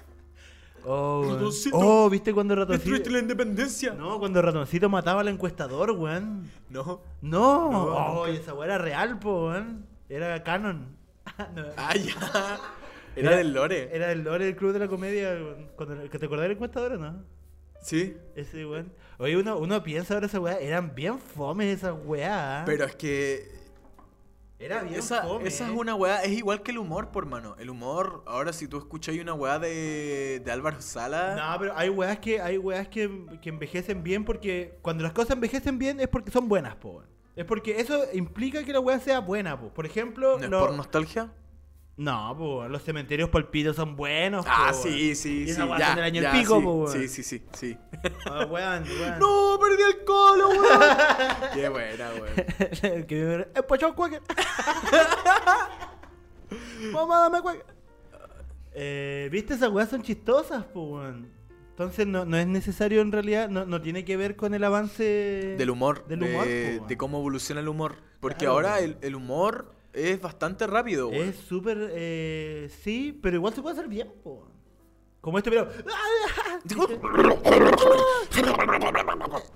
D: Oh, weón.
C: Ratoncito.
D: oh, ¿viste cuando ratoncito?
C: ¿Destruiste la independencia?
D: No, cuando ratoncito mataba al encuestador, weón.
C: No.
D: No. Oh,
C: No.
D: Oye, esa weá era real, po, weón. Era canon. No.
C: Ah, ya. Era, del Lore.
D: Era el lore del club de la comedia. weón. Cuando- ¿Que te acordás del encuestador o no?
C: Sí.
D: Ese weón. Oye, uno, uno piensa ahora esa weá. Eran bien fomes esas weá. ¿ah?
C: Pero es que.
D: era bien
C: Esa,
D: fome. ¿eh?
C: esa es una weá. Es igual que el humor, por mano. El humor, ahora si tú escuchas una weá de, de Álvaro Sala.
D: No, pero hay weas que, hay weas que, que envejecen bien porque cuando las cosas envejecen bien es porque son buenas, po. weón. Es porque eso implica que la wea sea buena, po. Por ejemplo,
C: ¿No es
D: lo-
C: por nostalgia?
D: no, po, weón, los cementerios polpitos son buenos, po,
C: Ah,
D: weón.
C: sí, sí,
D: Y
C: sí.
D: esa weá
C: Ya,
D: son del año
C: ya,
D: el pico,
C: sí,
D: po, weón.
C: sí, sí, sí, sí.
D: Ah, weón, weón.
C: ¡No! ¡Perdí el colo, weón! Qué buena, weón.
D: El que vive- ¡Eh, pochón, cueque! ¡Mamá, dame cueque! Eh, ¿Viste? Esas weas son chistosas, po, weón. Entonces no, no es necesario en realidad, no, no tiene que ver con el avance...
C: Del humor.
D: Del humor, po,
C: de,
D: weón.
C: de cómo evoluciona el humor. Porque
D: Claro,
C: ahora
D: weón.
C: el, el humor es bastante rápido, weón.
D: Es súper... eh, sí, pero igual se puede hacer bien, po. weón. Como este pero...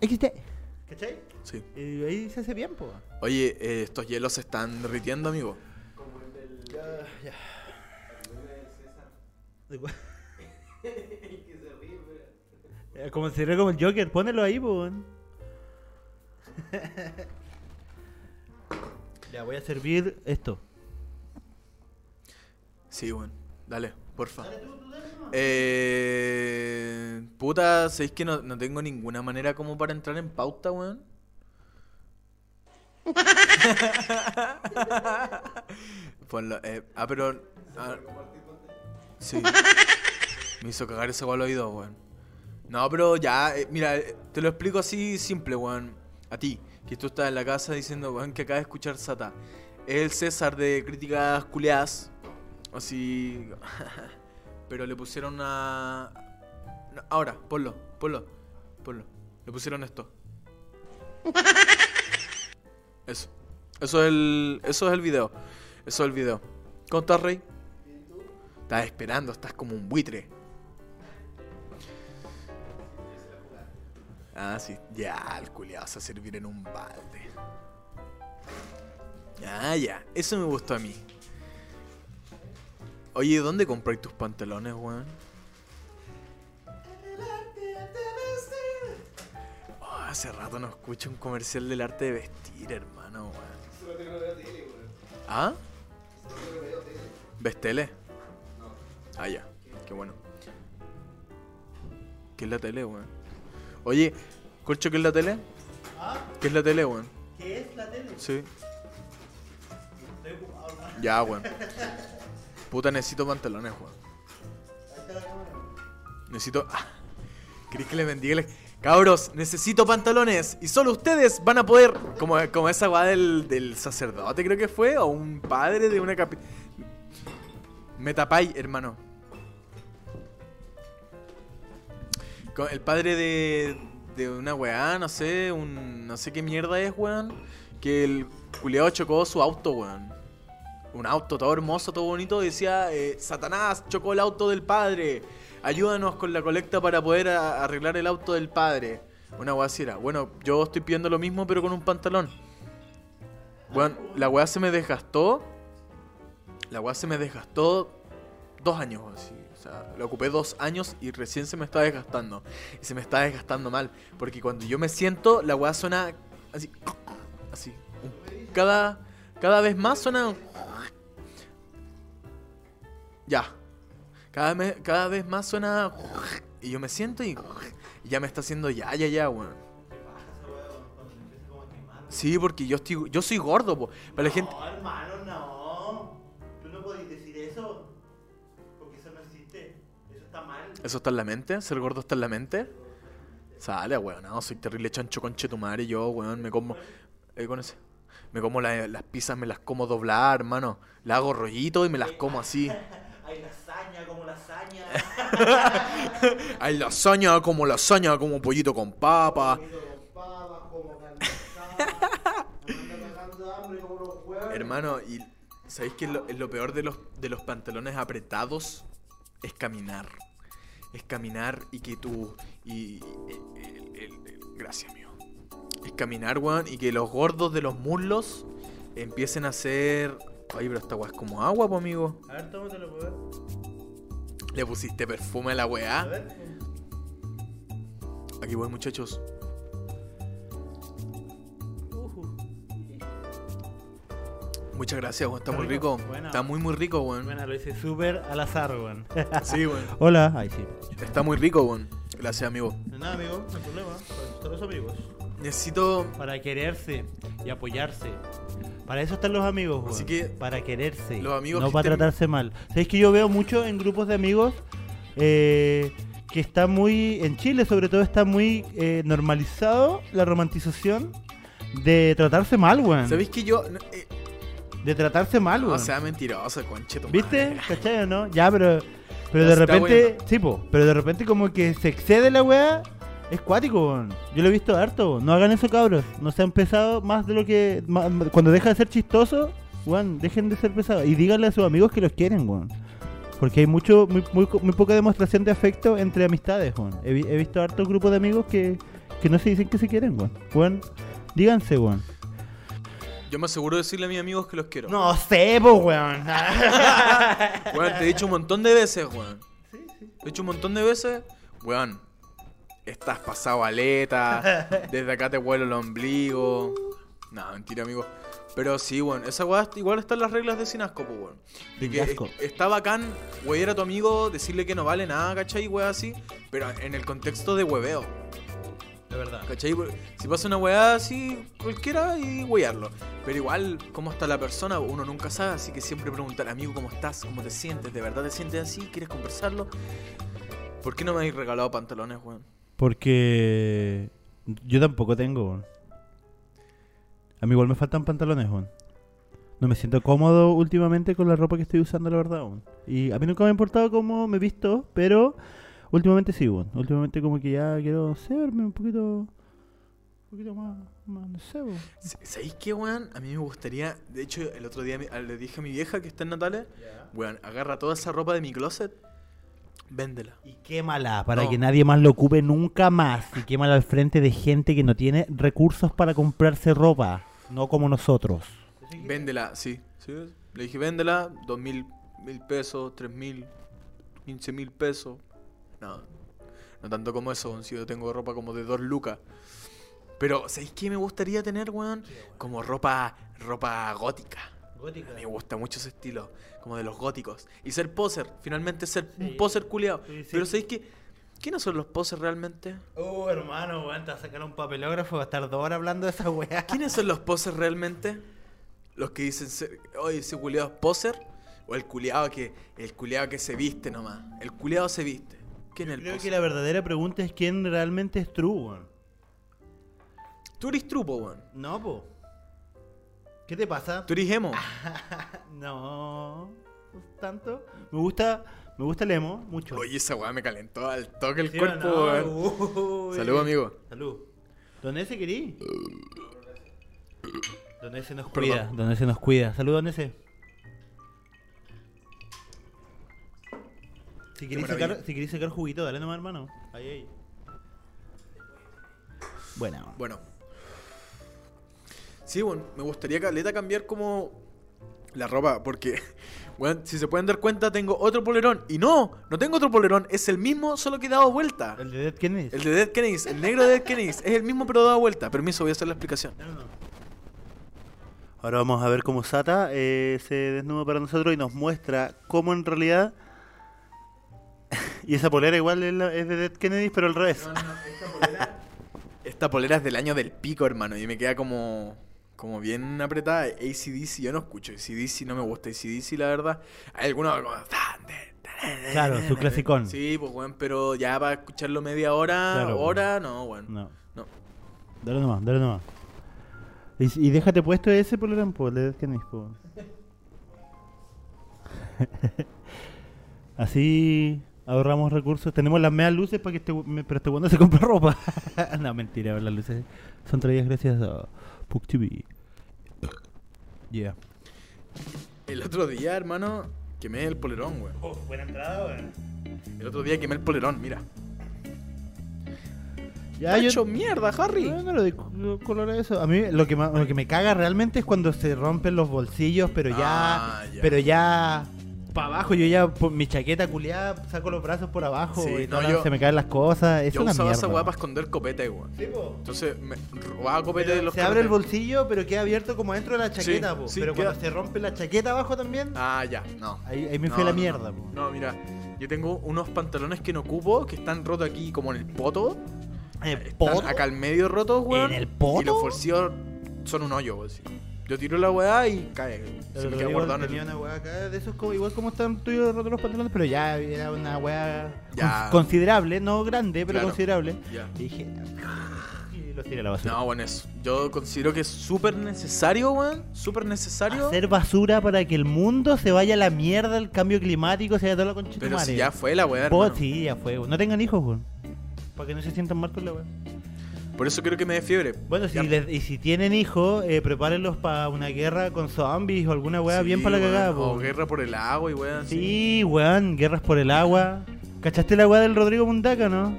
D: ¿Existe? ¿Cachai?
C: Sí.
D: Y ahí se hace bien, po. weón.
C: Oye, eh, estos hielos se están derritiendo, amigo.
D: De cua- Eh, Como se ríe como el Joker, ponelo ahí, po. weón. ya voy a servir esto.
C: Sí, weón. Dale, porfa. Eh, puta, ¿sabéis que no, no tengo ninguna manera como para entrar en pauta, weón? Ponlo, eh, ah, pero... ah, sí. Me hizo cagar ese al oído, weón. No, pero ya, eh, mira, eh, te lo explico así simple, weón. A ti, que tú estás en la casa diciendo, weón, que acabas de escuchar Sata. Es el César de Críticas Culeadas. Así... Pero le pusieron una... no, ahora, ponlo, ponlo, ponlo. Le pusieron esto. Eso. Eso es el, eso es el video. Eso es el video. ¿Cómo estás, Rey? Estás esperando, estás como un buitre. Ah, sí. Ya, el culiado se va a servir en un balde. Ah, ya. Eso me gustó a mí. Oye, ¿dónde compráis tus pantalones, weón? Oh, hace rato no escucho un comercial del arte de vestir, hermano, weón. ¿Ah? ¿Ves tele? Ah, ya. Qué bueno. ¿Qué es la tele, weón? Oye, Corcho, ¿qué es la tele? ¿Qué es la tele, weón?
D: ¿Qué es la tele?
C: Sí. Ya, weón. Puta, necesito pantalones, weón. Necesito. Ah, ¿Querés que le bendiga? la- Cabros, necesito pantalones. Y solo ustedes van a poder. Como, como esa weá del, del sacerdote, creo que fue. O un padre de una capi. Me tapáis, hermano. Co- El padre de, de una weá, no sé, un. No sé qué mierda es, weón. Que el culiado chocó su auto, weón. Un auto todo hermoso, todo bonito. Decía: eh, Satanás chocó el auto del padre. Ayúdanos con la colecta para poder a- arreglar el auto del padre. Una weá así era. Bueno, yo estoy pidiendo lo mismo, pero con un pantalón. Weón, la weá se me desgastó. La weá se me desgastó dos años, así. O sea, la ocupé dos años y recién se me está desgastando. Y se me está desgastando mal. Porque cuando yo me siento, la weá suena así. Así. Un- Cada, cada vez más suena. un- Ya. Cada, me- cada vez más suena. Y yo me siento y. y ya me está haciendo ya, ya, ya, weón. Sí, porque yo estoy, yo soy gordo, po. Pero la gente.
E: No, hermano, no. Tú no podés decir eso. Porque eso no existe. Eso está mal.
C: ¿Eso está en la mente? ¿Ser gordo está en la mente? Sale, weón. No, soy terrible chancho conche tu madre. Yo, weón, me como. eh, con ese- Me como la- las pizzas, me las como doblar, hermano. Le hago rollito y me las como así.
E: Hay lasaña como lasaña.
C: Hay lasaña como lasaña, como pollito con papa.
A: Con papas, como carne asada. Me anda cagando de hambre como los huevos.
C: Hermano, y ¿sabéis que lo, lo peor de los, de los pantalones apretados es caminar? Es caminar y que tú. Y. el- el- el- gracias, mío. Es caminar, weón, y que los gordos de los muslos empiecen a ser. Ay, pero esta weá es como agua, po, amigo.
E: A ver, tómatelo, por ver.
C: Le pusiste perfume a la
E: A
C: weá.
E: ver.
C: Aquí voy, muchachos. Muchas gracias, weón. Está muy
D: rico.
C: rico.
D: Buena.
C: Está muy, muy rico, weón.
D: Bueno, lo hice súper al azar, weón.
C: Sí, weón.
D: Hola. Ay, sí.
C: Está muy rico, weón. Gracias, amigo.
E: Nada, amigo, no hay problema. Son los amigos.
C: Necesito.
D: Para quererse y apoyarse. Para eso están los amigos, weón.
C: Así que,
D: Para quererse.
C: los amigos
D: no
C: que
D: para
C: estén-
D: tratarse mal. ¿Sabéis que yo veo mucho en grupos de amigos eh, que está muy. En Chile, sobre todo, está muy eh, normalizado la romantización de tratarse mal, weón.
C: ¿Sabéis que yo.? no, eh,
D: De tratarse mal,
C: No
D: weón.
C: sea mentiroso, conche tu
D: ¿Viste?
C: madre.
D: ¿Cachai o no? Ya, pero. Pero
C: No,
D: de
C: sí está
D: repente.
C: bueno.
D: Sí, po, Pero de repente, como que se excede la weá. Es cuático, weón. Yo lo he visto harto, weón. No hagan eso, cabros. No sean pesados más de lo que. ma- ma- cuando deja de ser chistoso, weón, dejen de ser pesados. Y díganle a sus amigos que los quieren, weón. Porque hay mucho, muy, muy, muy poca demostración de afecto entre amistades, weón. He, vi- he visto harto grupos de amigos que, que no se dicen que se quieren, weón. Weón, díganse, weón.
C: Yo me aseguro de decirle a mis amigos que los quiero.
D: No sé, po, weón.
C: Weón, te he dicho un montón de veces, weón. Te he dicho un montón de veces, weón. Estás pasado aleta. Desde acá te vuelo el ombligo. No, mentira, amigo. Pero sí, weón. Esa weá igual están las reglas de Sinasco, pues, weón. De que
D: Sinasco.
C: es- está bacán, wey, era tu amigo, decirle que no vale nada, ¿cachai? Weá así. Pero en el contexto de hueveo.
E: De verdad.
C: ¿Cachai? Por- Si pasa una weá así, cualquiera y wearlo. Pero igual, cómo está la persona, uno nunca sabe, así que siempre preguntar, amigo, ¿cómo estás? ¿Cómo te sientes? ¿De verdad te sientes así? ¿Quieres conversarlo? ¿Por qué no me habéis regalado pantalones, weón?
D: Porque yo tampoco tengo, weón. A mí igual me faltan pantalones, weón. No me siento cómodo últimamente con la ropa que estoy usando, la verdad, weón. Y a mí nunca me ha importado cómo me he visto, pero últimamente sí, weón. Últimamente como que ya quiero, no sé, verme un poquito... Un poquito más, más no sé, weón.
C: S- ¿Sabéis qué, weón? A mí me gustaría, de hecho, el otro día me- le dije a mi vieja que está en Natales, weón, agarra toda esa ropa de mi closet, véndela.
D: Y quémala, para
C: No.
D: que nadie más lo ocupe nunca más. Y quémala al frente de gente que no tiene recursos para comprarse ropa. No como nosotros.
C: Véndela, sí. ¿Sí? Le dije, véndela, dos mil, mil pesos, tres mil, quince mil pesos. No, no tanto como eso, si yo tengo ropa como de dos lucas. Pero, ¿sabéis qué me gustaría tener, weón? Como ropa, ropa gótica.
E: Gótica.
C: Me gusta mucho ese estilo, como de los góticos. Y ser poser, finalmente ser un poser culiado.
E: Sí, sí.
C: Pero, ¿sabéis qué? ¿Quiénes son los posers realmente?
D: Uh,
E: Oh, hermano, weón, te vas a sacar un papel.
D: Pelógrafo va a estar dos horas hablando de esa weá.
C: ¿Quiénes son los posers realmente? Los que dicen ser, oye, ese culiado es poser. O el culiado que. El culiado que se viste nomás. El culiado se viste. ¿Quién es el
D: Creo
C: poser?
D: que la verdadera pregunta es quién realmente es true, weón.
C: Tú eres trupo, weón.
D: No, po. ¿Qué te pasa?
C: Tú eres emo.
E: Ah.
D: No. ¿Tanto? Me gusta, me gusta el emo mucho.
C: Oye, esa weá me calentó al toque el
E: ¿Sí o
C: cuerpo,
E: no?
C: weón.
E: Uy.
C: Salud, amigo.
E: Salud.
D: ¿Dónde se querí? ¿Dónde se nos
C: Perdón.
D: cuida? ¿Dónde se nos cuida? Salud, ¿dónde se? Si querís,
C: maravilla.
D: sacar, si querís sacar juguito, dale nomás, hermano. Ahí, ahí. Bueno.
C: Bueno. Sí, bueno, me gustaría caleta cambiar como La ropa, porque, weón, si se pueden dar cuenta, tengo otro polerón. Y no, no tengo otro polerón, es el mismo, solo que dado vuelta.
D: ¿El de Dead quién es?
C: El de Dead Kennedys, el negro de Dead Kennedys, es el mismo pero dado vuelta. Permiso, voy a hacer la explicación.
D: Ahora vamos a ver cómo Sata eh, se desnuda para nosotros y nos muestra cómo en realidad. y esa polera igual es, la- es de Dead Kennedy, pero al revés.
A: esta polera.
C: Esta polera es del año del pico, hermano, y me queda como, como bien apretada. ACDC, yo no escucho ACDC, no me gusta ACDC, la verdad. Hay algunos como... "Ah, "Thunder",
D: Claro, su clasicón.
C: Sí, pues, weón, pero ya para escucharlo media hora,
D: Claro,
C: hora, no, weón.
D: No.
C: No.
D: Dale nomás, dale nomás. Y, y déjate puesto ese polerón, po, el de Dead Kennedy, po. Así ahorramos recursos. Tenemos las medias luces para que este, we- me- pero este cuando se compra ropa. no, mentira, las luces son traídas gracias a Puck TV. Yeah.
C: El otro día, hermano, quemé el polerón, weón.
E: Oh, buena entrada, weón.
C: El otro día quemé el polerón, mira.
D: Ya,
C: ¡Te
D: yo-
C: ha hecho mierda, Harry!
D: No, no lo de co- color a eso. A mí lo que, ma- lo que me caga realmente es cuando se rompen los bolsillos, pero ya.
C: Ah, ya.
D: Pero ya. Para abajo, yo ya por mi chaqueta culiada saco los brazos por abajo
C: Sí,
D: y
C: no,
D: todas
C: yo-
D: se me caen las cosas. Es
C: Yo
D: una
C: usaba
D: mierda.
C: esa weá para esconder copete, weón.
E: Sí, po.
C: Entonces me robaba copete de
D: Pero
C: los
D: se abre el
C: copetes.
D: bolsillo, pero queda abierto como dentro de la chaqueta,
C: Sí,
D: po.
C: sí,
D: pero
C: queda-
D: cuando se rompe la chaqueta abajo también,
C: Ah, ya, no.
D: ahí, ahí me
C: No,
D: fui a la
C: no,
D: mierda,
C: no.
D: po.
C: No, mira, yo tengo unos pantalones que no cupo, que están rotos aquí como en el poto.
D: Eh,
C: Están
D: poto.
C: acá al medio rotos, weón.
D: ¿En el
C: Y
D: poto?
C: los bolsillos son un hoyo, weón. sí. Yo tiro la weá y cae. Se
D: El
C: me
D: otro
C: queda
D: día
C: guardado en
D: tenía
C: el...
D: una weá acá, de esos como, igual como están tuyos rotos los pantalones, pero ya era una weá
C: Ya.
D: cons- considerable, no grande, pero
C: Claro.
D: considerable.
C: Ya.
D: Y dije, "Ah, y lo tiré a la basura.
C: No, bueno, eso. Yo considero que es súper necesario, weón. Súper necesario.
D: Hacer basura para que el mundo se vaya a la mierda, el cambio climático, se vaya toda la conchita
C: Pero
D: madre.
C: si ya fue la weá,
D: Po-
C: hermano.
D: sí, ya fue. No tengan hijos, weón. Para que no se sientan mal con la weá.
C: Por eso creo que me dé fiebre.
D: Bueno, si
C: Ya.
D: les- y si tienen hijos, eh, prepárenlos para una guerra con zombies o alguna weá
C: Sí,
D: bien para la
C: weón.
D: cagada,
C: O
D: po.
C: guerra por el agua y weón. sí.
D: Sí, weón, guerras por el agua. ¿Cachaste la weá del Rodrigo Mundaca, no?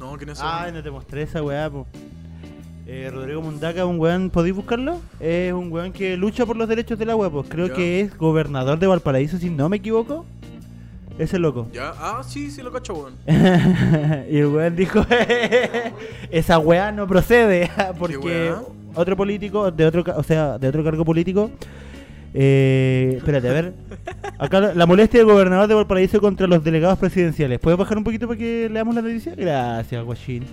C: No, que no sé.
D: Ay, no te mostré esa weá, po. Eh, Rodrigo Mundaca, un weón, ¿podéis buscarlo? Es un weón que lucha por los derechos del agua, pues creo
C: Ya.
D: que es gobernador de Valparaíso, si no me equivoco. Ese loco.
C: Ya, ah, sí, sí lo cacho, weón.
D: y el weón dijo, esa weá no procede, porque
C: weá?
D: otro político, de otro, ca- o sea, de otro cargo político, eh, espérate, a ver, acá la- la molestia del gobernador de Valparaíso contra los delegados presidenciales. ¿Puedes bajar un poquito para que leamos la noticia? Gracias, guachín.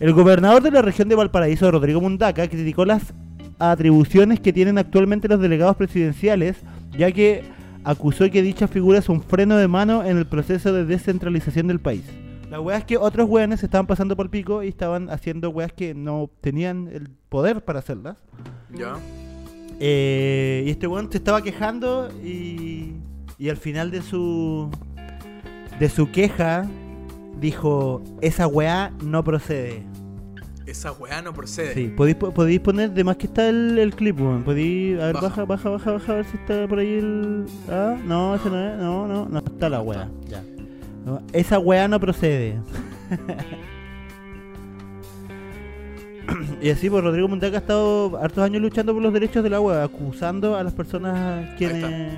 D: El gobernador de la región de Valparaíso, Rodrigo Mundaca, criticó las atribuciones que tienen actualmente los delegados presidenciales, ya que acusó que dicha figura es un freno de mano en el proceso de descentralización del país. La weá es que otros weones estaban pasando por pico y estaban haciendo weas que no tenían el poder para hacerlas.
C: Ya.
D: Eh, y este weón se estaba quejando y, y al final de su de su queja dijo, esa weá no procede.
C: Esa weá no procede.
D: Sí, podéis, po- podéis poner, de más que está el, el clip, weón. Podéis, a ver,
C: Baja.
D: baja. baja, baja, baja, a ver si está por ahí el... Ah, no, ese no es, no, no, no está la
C: No
D: weá.
C: está. Ya.
D: No, esa weá no procede. y así, pues Rodrigo Mundaca ha estado hartos años luchando por los derechos del agua, acusando a las personas quienes.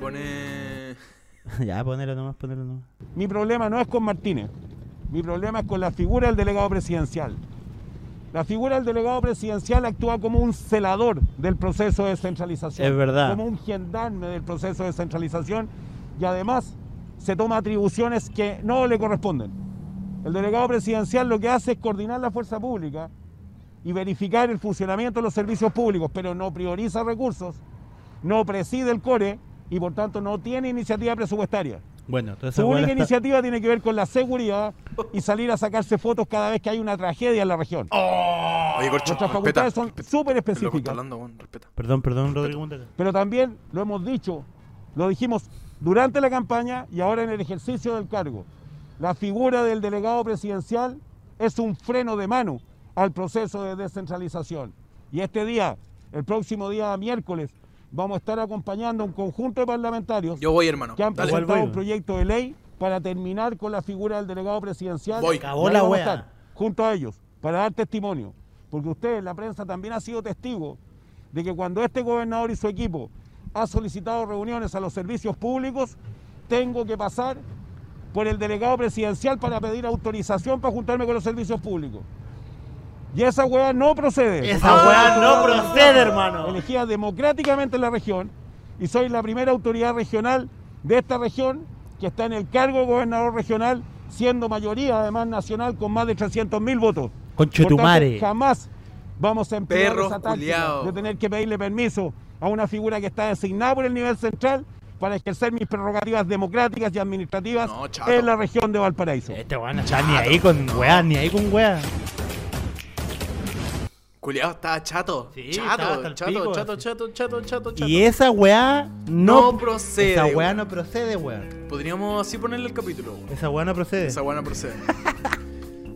C: Pone.
D: ya, ponelo nomás, ponelo nomás.
F: Mi problema no es con Martínez, mi problema es con la figura del delegado presidencial. La figura del delegado presidencial actúa como un celador del proceso de descentralización.
D: Es verdad.
F: Como un gendarme del proceso de descentralización y además se toma atribuciones que no le corresponden. El delegado presidencial lo que hace es coordinar la fuerza pública y verificar el funcionamiento de los servicios públicos, pero no prioriza recursos, no preside el CORE y por tanto no tiene iniciativa presupuestaria.
D: Bueno, entonces
F: Su
D: esa weá
F: única
D: la está-
F: iniciativa tiene que ver con la seguridad y salir a sacarse fotos cada vez que hay una tragedia en la región.
C: Oye, Corcho,
F: Nuestras
C: respeta.
F: facultades son súper
C: El loco está
F: específicas.
C: hablando, weón, respeta.
D: Perdón, perdón, Rodrigo Mundaca.
F: Pero también lo hemos dicho, lo dijimos durante la campaña y ahora en el ejercicio del cargo. La figura del delegado presidencial es un freno de mano al proceso de descentralización. Y este día, el próximo día miércoles, vamos a estar acompañando a un conjunto de parlamentarios
C: Yo voy, hermano.
F: que han
C: Dale.
D: Igual voy,
F: presentado un
D: weón.
F: proyecto de ley para terminar con la figura del delegado presidencial.
C: Voy.
F: Y
D: Acabó
F: ahí
D: la
F: vamos a
D: wea.
F: estar Junto a ellos, para dar testimonio. Porque usted, la prensa, también ha sido testigo de que cuando este gobernador y su equipo ha solicitado reuniones a los servicios públicos, tengo que pasar por el delegado presidencial para pedir autorización para juntarme con los servicios públicos. Y esa hueá no procede.
D: Ah.
E: Esa weá no procede, hermano.
F: Elegida democráticamente en la región y soy la primera autoridad regional de esta región que está en el cargo de gobernador regional, siendo mayoría además nacional con más de 300 mil votos.
D: Conchetumare.
F: Por tanto, Jamás vamos a emplear
C: Perros
F: esa táctica
C: culiao.
F: de tener que pedirle permiso a una figura que está designada por el nivel central para ejercer mis prerrogativas democráticas y administrativas
C: No, chato.
F: en la región de Valparaíso.
D: Este weón no está ni ahí con weá, ni ahí con weá.
C: Culeado estaba chato.
D: Sí, estaba hasta
C: chato,
D: el
C: chato,
D: pico,
C: chato,
D: así.
C: chato, chato, chato, chato.
D: Y esa weá no,
C: No procede,
D: Esa weá
C: weón.
D: no procede, weón.
C: Podríamos así ponerle el capítulo, weón.
D: Esa weá no procede.
C: Esa buena procede.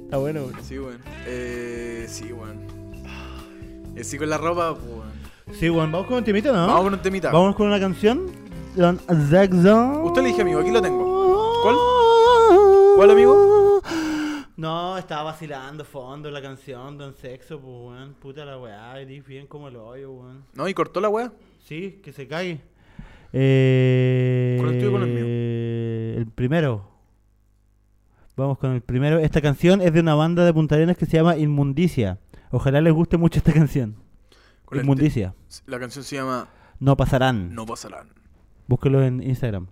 D: Está bueno, weón.
C: Sí, weón. Eh, sí, weón. Y así con la ropa, weón.
D: Sí, weón, vamos con un temita, ¿no?
C: Vamos con un temita.
D: Vamos con una canción. Don Zaxxon.
C: Usted elige, amigo, aquí lo tengo. ¿Cuál? ¿Cuál, amigo?
D: Oh. No, estaba vacilando fondo la canción, Don Sexo, pues, weón. Puta la weá, eres bien como el hoyo, weón.
C: No, y cortó la weá.
D: Sí, que se cague. Eh,
C: ¿Cuál es el tuyo y cuál es el
D: El primero. Vamos con el primero. Esta canción es de una banda de Punta Arenas que se llama Inmundicia. Ojalá les guste mucho esta canción.
C: Con el
D: Inmundicia.
C: te- La canción se llama
D: No pasarán.
C: No pasarán.
D: Búsquelo en Instagram.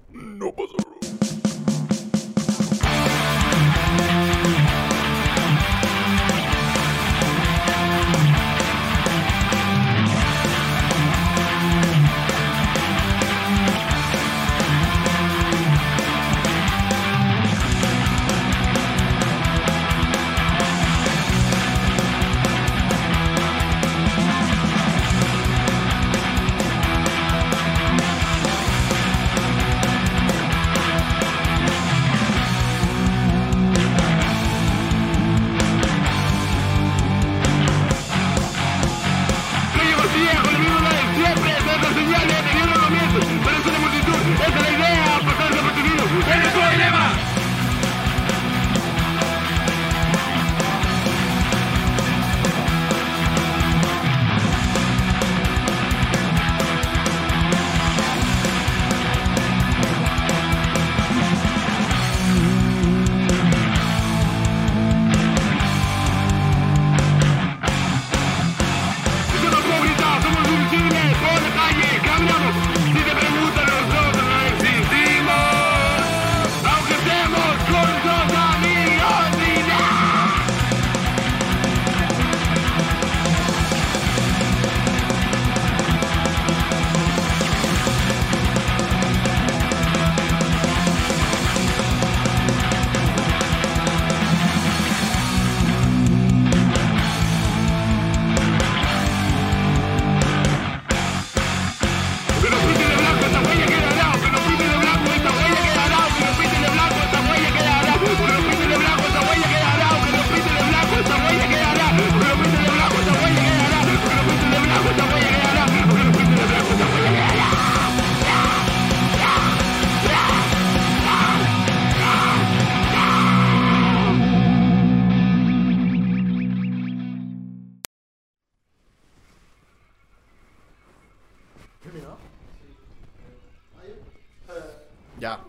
C: Ya.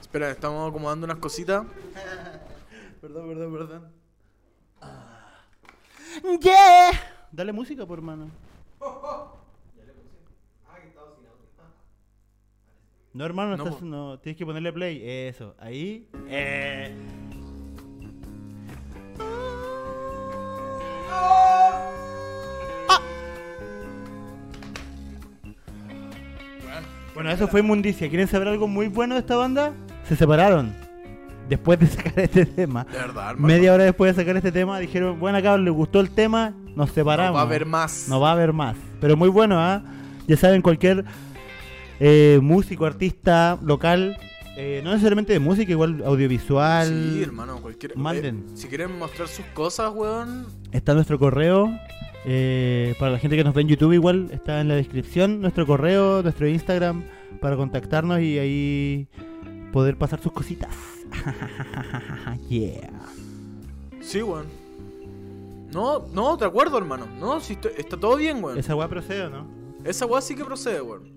C: Espera, estamos acomodando unas cositas. perdón, perdón, perdón.
D: Yeah. Dale música, por hermano. No, hermano,
C: No,
D: estás-
C: po.
D: no, tienes que ponerle play. Eso, ahí. Eh. Ah. Bueno, eso fue Inmundicia. ¿Quieren saber algo muy bueno de esta banda? Se separaron. Después de sacar este tema.
C: De verdad, hermano.
D: Media hora después de sacar este tema, dijeron, bueno, cabrón, les gustó el tema, nos separamos.
C: No va a haber más.
D: No va a haber más. Pero muy bueno, ¿ah? Ya saben, cualquier eh, músico, artista local, eh, no necesariamente de música, igual audiovisual.
C: Sí, hermano, cualquier.
D: Manden.
C: Eh, si quieren mostrar sus cosas, weón.
D: Está nuestro correo. eh, para la gente que nos ve en YouTube, igual está en la descripción nuestro correo, nuestro Instagram, para contactarnos y ahí poder pasar sus cositas. yeah.
C: Sí, weón. No, no, te acuerdo, hermano. No, si estoy- está todo bien, weón.
D: Esa weá procede, ¿o ¿no?
C: Esa weá sí que procede, weón.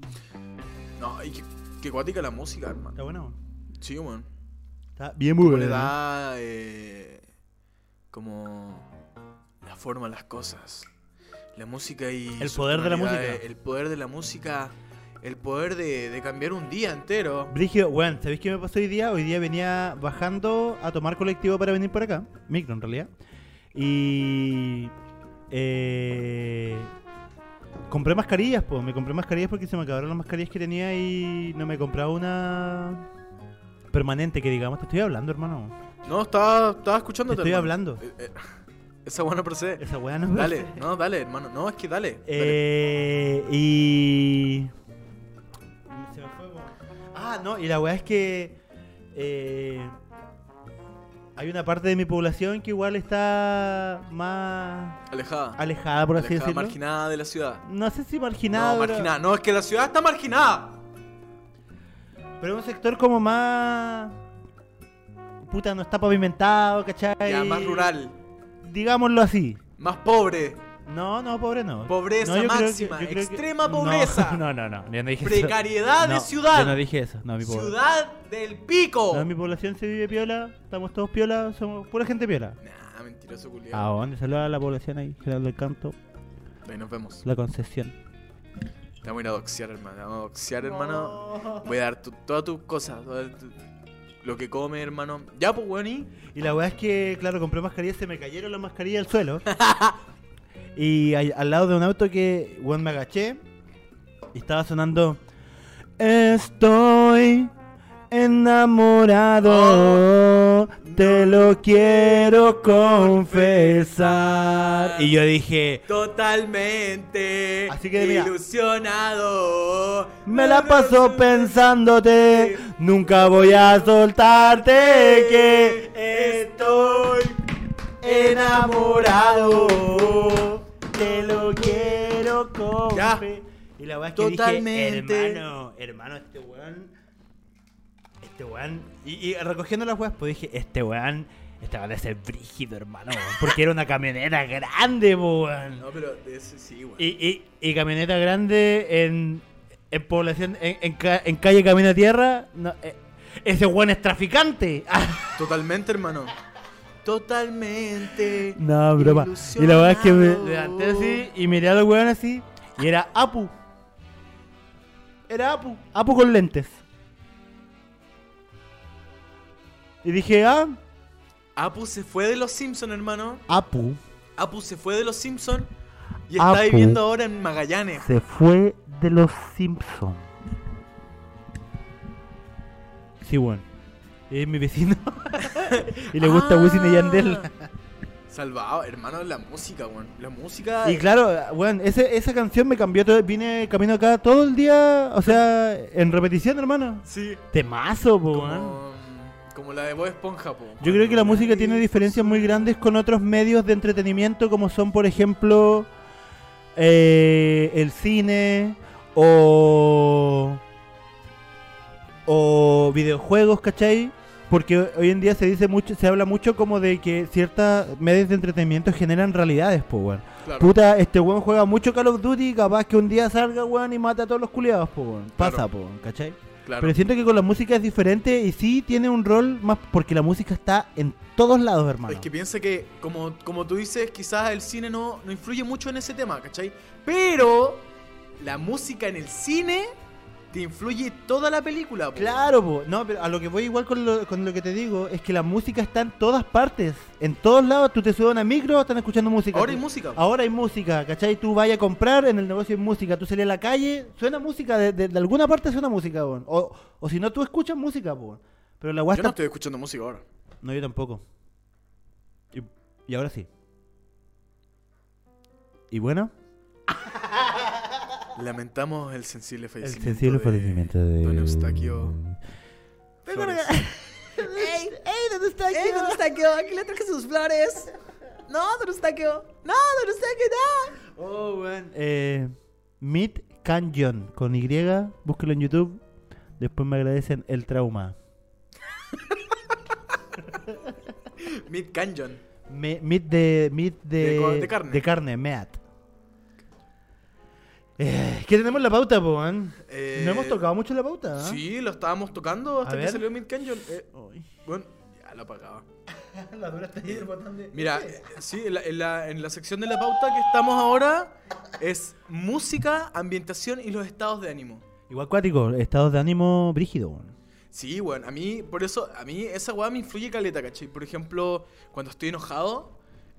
C: No, y que, que cuática la música, hermano.
D: Está bueno.
C: Sí, weón.
D: Está bien
C: Como
D: muy
C: le
D: bueno.
C: da. eh, como. La forma a las cosas. La música y.
D: El
C: sus
D: poder de la
C: tonalidades,
D: música.
C: El poder de la música. El poder de, de cambiar un día entero.
D: Brigio, weón, ¿sabéis qué me pasó hoy día? Hoy día venía bajando a tomar colectivo para venir por acá, micro en realidad. Y. eh, compré mascarillas, pues. Me compré mascarillas porque se me acabaron las mascarillas que tenía y no me compraba una permanente, que digamos, te estoy hablando, hermano.
C: No, estaba, estaba escuchándote.
D: Te estoy
C: hermano.
D: hablando.
C: Eh, eh, esa buena procede.
D: Esa weá no me
C: Dale, no, dale, hermano. No, es que dale. dale.
D: Eh, y... y se me fue, weón. Ah, no, y la weá es que... eh, hay una parte de mi población que igual está más
C: Alejada.
D: alejada, por así
C: Alejada,
D: decirlo.
C: marginada de la ciudad.
D: No sé si marginada,
C: no,
D: pero-
C: marginada. No, es que la ciudad está marginada.
D: pero, es un sector como más... Puta, no está pavimentado, ¿cachai?
C: Ya, más rural.
D: Digámoslo así.
C: Más pobre.
D: No, no, pobre no.
C: Pobreza
D: No, yo creo que-
C: máxima,
D: yo creo que-
C: extrema
D: No,
C: pobreza.
D: No, no, no, yo no dije eso.
C: Precariedad de
D: No,
C: ciudad.
D: Yo no dije eso. No, mi pobre.
C: Ciudad del pico.
D: No, mi población se vive piola, estamos todos piola, somos pura gente piola.
C: Nah, mentiroso
D: ¿A
C: culiado.
D: dónde? Saluda a la población ahí, Gerardo del Canto,
C: Ahí nos vemos.
D: Ah, la Concesión.
C: Te vamos a ir a doxear, hermano. Te vamos a doxear, hermano. Voy a dar tu- todas tus cosas. todas tu- lo que come, hermano. Ya, pues, weón. y-
D: Y la weá es que, claro, compré mascarillas, se me cayeron las mascarillas al suelo. y al, al lado de un auto que, weón, me agaché y estaba sonando... Estoy enamorado, te lo quiero confesar. Y yo dije...
C: Totalmente.
D: Así que mira.
C: ilusionado.
D: Me la paso pensándote, nunca voy a soltarte que estoy enamorado, te lo quiero
C: Ya.
D: confesar. Y la weá es que
C: Totalmente.
D: dije, hermano, hermano, este weón, este weón, y, y recogiendo las weas, pues dije, este weón, esta weón debe ser brígido, hermano, weón, porque era una camioneta grande, po, weón.
C: No, pero de ese sí, weón.
D: Y, y, y camioneta grande en, en población, en, en, ca- en calle Camino a Tierra. no, eh, ese weón es traficante.
C: Totalmente, hermano. Totalmente.
D: no, broma. Y la verdad es que me levanté así y miré al weón así. Y era Apu. Era Apu. Apu con lentes. Y dije, ah,
C: Apu se fue de los Simpson, hermano.
D: Apu
C: Apu se fue de los Simpson y
D: Apu.
C: está viviendo ahora en Magallanes.
D: se fue de los Simpsons. Sí, bueno. Es mi vecino. y le gusta
C: Ah.
D: Wisin y Yandel.
C: Salvado, hermano, la música, weón. La música.
D: Y claro, bueno, ese- esa canción me cambió todo. Vine camino acá todo el día, o sea, en repetición, hermano.
C: Sí.
D: Temazo, po, weón.
C: Como, como la de Bob Esponja, po.
D: Oh, Yo creo que la música tiene diferencias muy grandes con otros medios de entretenimiento, como son, por ejemplo, eh, el cine o, o videojuegos, ¿cachai? Porque hoy en día se dice mucho, se habla mucho como de que ciertas medios de entretenimiento generan realidades, pues, weón.
C: Claro.
D: Puta, este weón juega mucho Call of Duty, capaz que un día salga, weón, y mata a todos los culiados, pues, weón. Pasa,
C: Claro.
D: po, weón, ¿cachai?
C: Claro.
D: Pero siento que con la música es diferente y sí tiene un rol más porque la música está en todos lados, hermano.
C: Es que piensa que, como, como tú dices, quizás el cine no, no influye mucho en ese tema, ¿cachai? Pero la música en el cine te influye toda la película, po.
D: Claro, po. no, pero a lo que voy igual con lo, con lo que te digo es que la música está en todas partes, en todos lados. Tú te subes a una micro, están escuchando música.
C: Ahora hay
D: Tú-
C: música. po.
D: Ahora hay música, ¿cachai? Tú vayas a comprar, en el negocio hay música, tú salís a la calle, suena música, de, de- de alguna parte suena música, weón. O, o si no, tú escuchas música, weón. Pero la weá
C: Yo
D: está
C: no estoy escuchando música ahora.
D: No, yo tampoco. Y, y ahora sí. Y bueno,
C: Lamentamos el sensible
D: el
C: fallecimiento.
D: sensible
C: Este de
D: fallecimiento de.
C: Don Eustaquio. Flores.
G: ¡Ey! ¡Ey, don Eustaquio! ¡Ey, don Eustaquio! Aquí le traje sus flores. No, don Eustaquio. No, don Eustaquio, no.
D: Oh, weón. Eh, Meet Canyon con Y. Búsquelo en YouTube. Después me agradecen el trauma.
C: Mid Canyon.
D: Me- meat de. Meat de,
C: De co- de carne.
D: De carne, meat. Eh, que tenemos la pauta, po, man.
C: Eh,
D: No hemos tocado mucho la pauta. ¿ah?
C: Sí, lo estábamos tocando hasta
D: A
C: que
D: ver.
C: salió Mid Canyon. Eh,
D: Ay.
C: bueno, ya lo apagaba.
G: La dura está ahí el botón de.
C: Mira, eh, sí, en la, en la- en la sección de la pauta que estamos ahora es música, ambientación y los estados de ánimo.
D: Igual cuático, estados de ánimo brígido, weón.
C: Sí, bueno, a mí, por eso, a mí esa weá me influye caleta, ¿cachai? Por ejemplo, cuando estoy enojado,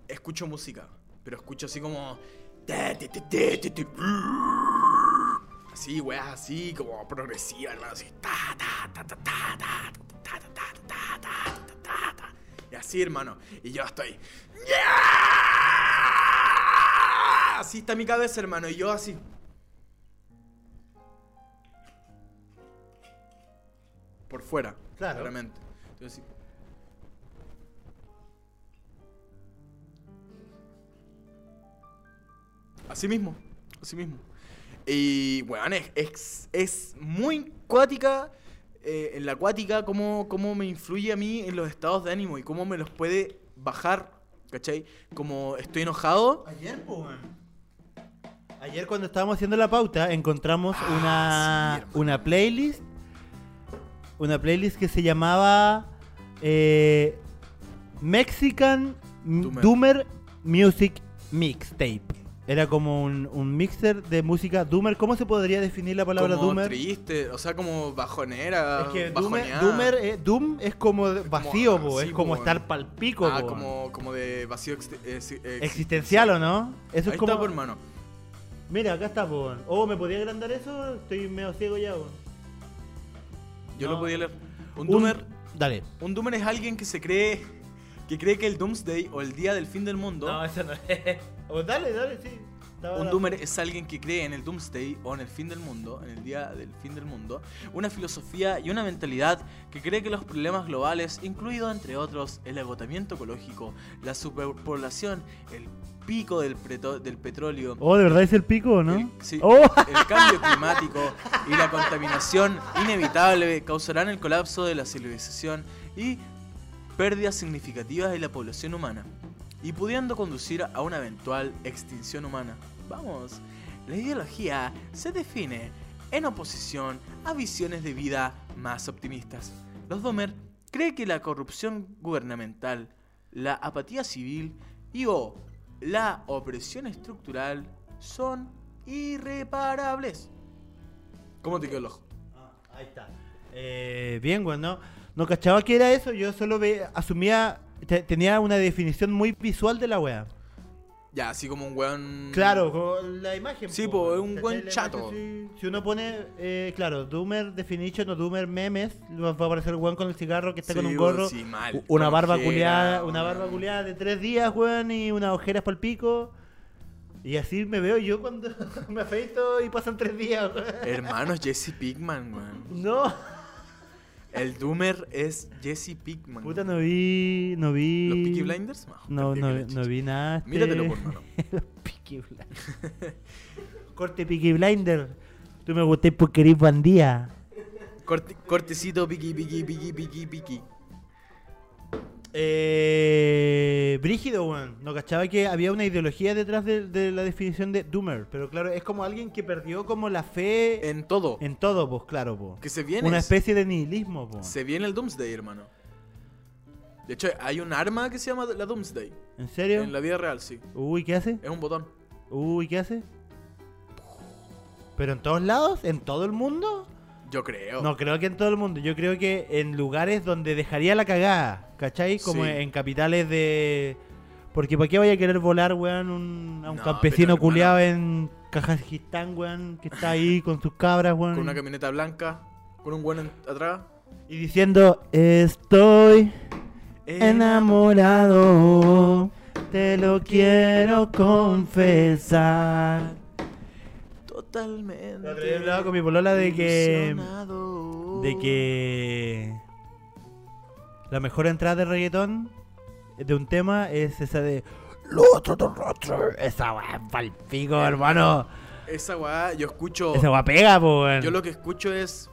C: escucho música, pero escucho así como... te, te, te, te, te, te, Así, weá, así, como progresiva, hermano, así... ta, ta, ta, ta, ta, ta, ta, ta, ta, ta, ta, ta, ta, ta, ta. Y así, hermano, y yo estoy... Así está mi cabeza, hermano, y yo así... por fuera.
G: Claro.
C: Claramente. Entonces, sí. Así mismo, así mismo. Y, weón, es, es, es muy cuática, eh, en la acuática, cómo, cómo me influye a mí en los estados de ánimo y cómo me los puede bajar, ¿cachai? Como estoy enojado,
G: Ayer, po, weón.
D: Ayer cuando estábamos haciendo la pauta encontramos
C: Ah,
D: una, una playlist. Una playlist que se llamaba eh, Mexican M-
C: Doomer.
D: Doomer Music Mixtape. Era como un, un mixer de música Doomer. ¿Cómo se podría definir la palabra
C: como
D: Doomer?
C: triste, o sea, como bajonera,
D: Es que Doomer,
C: bajoneada.
D: Doomer, eh, Doom es como de- vacío,
C: como-
D: po,
C: sí,
D: es como
C: po,
D: estar palpico.
C: Ah,
D: po.
C: como, como de vacío exte- eh, sí, eh,
D: Existencial, ¿o no? Eso
C: Ahí
D: es como...
C: está, por hermano.
D: Mira, acá está, po. Oh, ¿me podía agrandar eso? Estoy medio ciego ya, po.
C: Yo
D: No.
C: lo podía leer. Un
D: Un-
C: doomer,
D: Dale.
C: un doomer es alguien que se cree que cree que el doomsday o el día del fin del mundo.
G: No, eso no es.
D: O Oh, dale, dale, sí. Estaba
C: un
D: la-
C: doomer es alguien que cree en el doomsday o en el fin del mundo, en el día del fin del mundo, una filosofía y una mentalidad que cree que los problemas globales, incluido entre otros el agotamiento ecológico, la superpoblación, el pico del, preto- del petróleo,
D: Oh, ¿de verdad es el pico o no?
C: El, sí,
D: Oh,
C: el cambio climático y la contaminación inevitable causarán el colapso de la civilización y pérdidas significativas de la población humana, y pudiendo conducir a una eventual extinción humana. Vamos, la ideología se define en oposición a visiones de vida más optimistas. Los Dahmer cree que la corrupción gubernamental, la apatía civil y o la opresión estructural son irreparables. ¿Cómo te quedó el ojo?
D: Ah, ahí está. Eh, bien, weón, ¿no? No cachaba que era eso, yo solo ve- asumía, te- tenía una definición muy visual de la wea.
C: Ya, así como un weón...
D: Claro, como la imagen.
C: Sí, po, es un
D: ¿cachai?
C: buen
D: La imagen,
C: chato.
D: sí. Si uno pone, eh, claro, Doomer Definition o Doomer Memes, va a aparecer el weón con el cigarro que está
C: Sí,
D: con un
C: weón,
D: gorro.
C: sí, mal,
D: u- una
C: con
D: barba
C: ojera,
D: culeada, una
C: weón.
D: barba culeada de tres días, weón, y unas ojeras para el pico. Y así me veo yo cuando me afeito y pasan tres días, weón.
C: Hermanos, Jesse Pickman, weón.
D: No,
C: El Doomer es Jesse Pickman.
D: puta, no vi, no vi.
C: ¿Los Peaky Blinders?
D: No,
C: te
D: no,
C: pica la
D: no
C: chicha.
D: vi nada. este-
C: Míratelo, por mano.
D: Los Peaky Blinders. Corte Peaky Blinder. Tú me gusté porque eres bandía.
C: Corte- cortecito, piqui, piqui, piqui, piqui, piqui.
D: Eh, Brígido, weón. No cachaba que había una ideología detrás de, de la definición de Doomer. Pero claro, es como alguien que perdió como la fe en,
C: En todo.
D: todo, pues claro, pues.
C: Que se viene.
D: Una especie de nihilismo, pues.
C: Se viene el Doomsday, hermano. De hecho, hay un arma que se llama la Doomsday.
D: ¿En serio?
C: En la vida real, sí.
D: Uy, ¿qué hace?
C: Es un botón.
D: Uy, ¿qué hace? ¿Pero en todos lados? ¿En todo el mundo?
C: Yo creo.
D: No creo que en todo el mundo. Yo creo que en lugares donde dejaría la cagada, ¿cachai? Como
C: Sí.
D: en capitales de. Porque ¿para qué vaya a querer volar, weón, un- a un
C: No,
D: campesino
C: pero,
D: culeado en Kazajistán, weón, que está ahí con sus cabras,
C: Con una
D: weón?
C: camioneta blanca. Con un buen atrás.
D: Y diciendo, estoy enamorado, te lo quiero confesar.
C: Totalmente.
D: La otra vez hablaba con mi polola de que-
C: ilusionado.
D: de que la mejor entrada de reggaetón de un tema es esa de lo otro tu rostro esa weá es pa'l pico hermano
C: Esa weá, yo escucho.
D: esa weá pega po weón.
C: Yo lo que escucho es.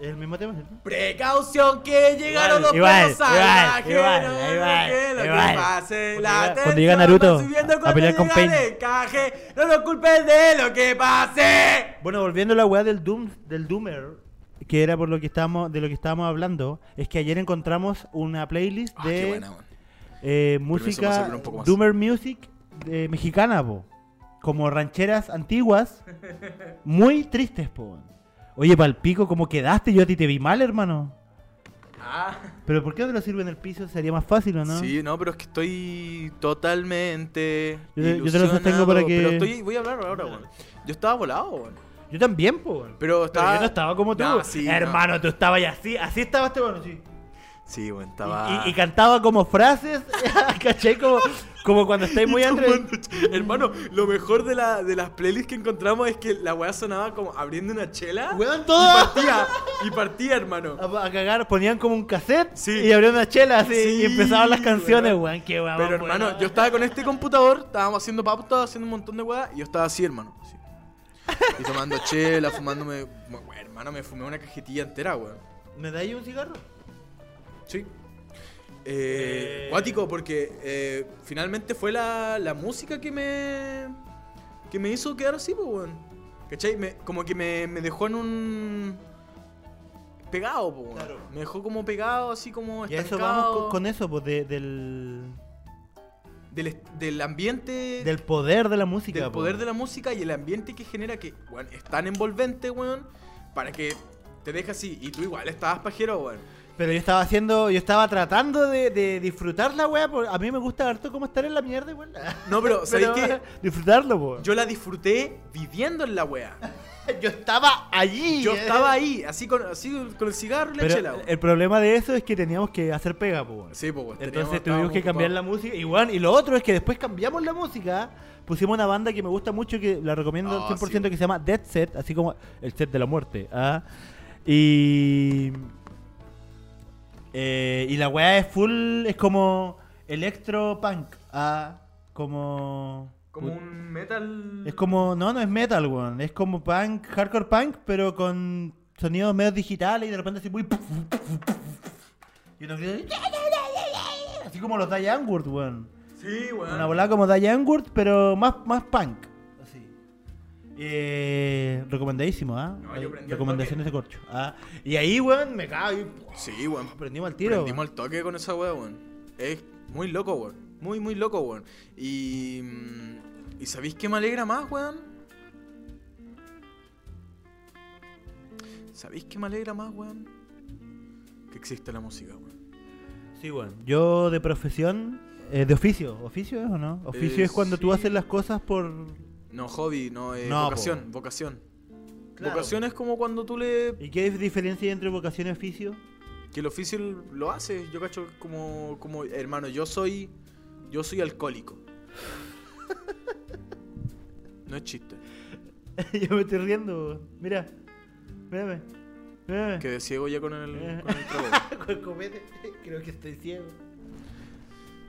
D: Es el mismo tema, ¿cierto?
C: Precaución que llegaron los
D: igual,
C: perros Ah, salvajes.
D: igual,
C: no
D: igual,
C: dejen lo que
D: igual.
C: pase. La
D: Cuando
C: tensión
D: llega Naruto
C: va subiendo
D: a- a
C: cuando
D: pelear con
C: llega el
D: Pain.
C: encaje. No nos culpes de lo que pase.
D: Bueno, volviendo a la weá del Doom, del Doomer, que era por lo que estábamos, de lo que estábamos hablando, es que ayer encontramos una playlist
C: Ah,
D: de
C: qué buena, man.
D: eh,
C: para
D: música
C: servirlo un poco más.
D: Doomer Music eh, mexicana, po. Como rancheras antiguas, muy tristes, po. Oye, palpico, ¿cómo quedaste? Yo a ti te vi mal, hermano.
C: Ah.
D: Pero ¿por qué no te lo sirven en el piso? Sería más fácil, ¿o no?
C: Sí, no, pero es que estoy totalmente.
D: Yo te- yo te lo
C: ilusionado,
D: sostengo para que-
C: Pero estoy, voy a hablar ahora, weón. Yo estaba volado, weón.
D: Yo también, po.
C: Pero estaba.
D: yo no estaba como tú.
C: No, sí, no.
D: hermano, tú estabas ya así, así estabas, este bueno, sí.
C: Sí, weón,
D: Y-
C: estaba.
D: Y, y cantaba como frases, ¿cachai? Como, como cuando estáis muy
C: Tomando
D: entre...
C: ch- Hermano, lo mejor de, la, de las playlists que encontramos es que la weá sonaba como abriendo una chela.
D: Weón, Ah,
C: Y
D: todo a,
C: partía, y partía, hermano.
D: a cagar, ponían como un cassette
C: Sí.
D: y abrían una chela así
C: Sí,
D: y empezaban las canciones,
C: weón.
D: weón, qué weón.
C: Pero hermano, yo estaba con este computador, estábamos haciendo pautas, haciendo un montón de weá, y yo estaba así, hermano. así. Y tomando chela, fumándome. Bueno, weón, hermano, me fumé una cajetilla entera, weón.
D: ¿Me dais un cigarro?
C: Sí. Eh, Cuático, porque eh, finalmente fue la, la música que me. que me hizo quedar así, pues, weón. ¿Cachai? Me- como que me, me dejó en un. pegado, pues, weón. Me dejó como pegado, así como
D: Y a eso
C: estancado.
D: vamos con, con eso, pues, de- del,
C: Del, est- del ambiente.
D: del poder de la música. pues.
C: del
D: po.
C: poder de la música y el ambiente que genera que, weón, es tan envolvente, weón, para que te deja así. Y tú igual estabas pajero, weón.
D: Pero yo estaba haciendo, yo estaba tratando de, de disfrutar la weá, porque a mí me gusta harto como estar en la mierda, weón.
C: No, pero, ¿sabéis qué?
D: Disfrutarlo, po.
C: Yo la disfruté viviendo en la wea.
D: yo estaba allí.
C: Yo estaba ahí, así con, así con el cigarro y la
D: Pero
C: chela. weón.
D: el problema de eso es que teníamos que hacer pega, po. weón.
C: Sí, pues, weón, teníamos-
D: Entonces tuvimos
C: estábamos
D: que cambiar la
C: ocupados.
D: música. Y, weón, y lo otro es que después cambiamos la música. Pusimos una banda que me gusta mucho, que la recomiendo al
C: Ah,
D: 100%,
C: sí, weón.
D: que se llama Dead Set, así como el set de la muerte. ah. Y. eh, y la weá es full, es como electro punk. ah, Como.
C: Como un metal.
D: Es como, no, no es metal, weón. Es como punk, hardcore punk, pero con sonidos medios digitales y de repente así muy. Y uno grita, Así como los Diane Wood, weón.
C: Sí, weón.
D: Una volada como Diane Wood, pero más, más punk. Así. Eh, recomendadísimo, ¿ah?
C: No, yo prendí al
D: Recomendaciones de corcho. ¿ah? Y ahí, weón, me cago. y
C: Sí, weón.
D: Prendimos al tiro.
C: Prendimos al toque con esa wea, weón. Es muy loco, weón. Muy, muy loco, weón. Y. mm, ¿Y sabéis qué me alegra más, weón? ¿Sabéis qué me alegra más, weón? Que existe la música, weón.
D: Sí, bueno. Yo de profesión, eh, de oficio. ¿Oficio es o no? Oficio
C: Eh,
D: es cuando tú
C: sí.
D: haces las cosas por.
C: No hobby, no, eh,
D: No, po.
C: vocación, vocación.
D: Claro,
C: vocación es como cuando tú le
D: ¿Y qué diferencia hay entre vocación y oficio?
C: Que el oficio lo hace, yo cacho como, como hermano, yo soy yo soy alcohólico. No es chiste.
D: Yo me estoy riendo, weón. mira. Mírame. Mírame.
C: Quedé ciego ya con el, con el trago.
D: Con copete. Creo que estoy ciego.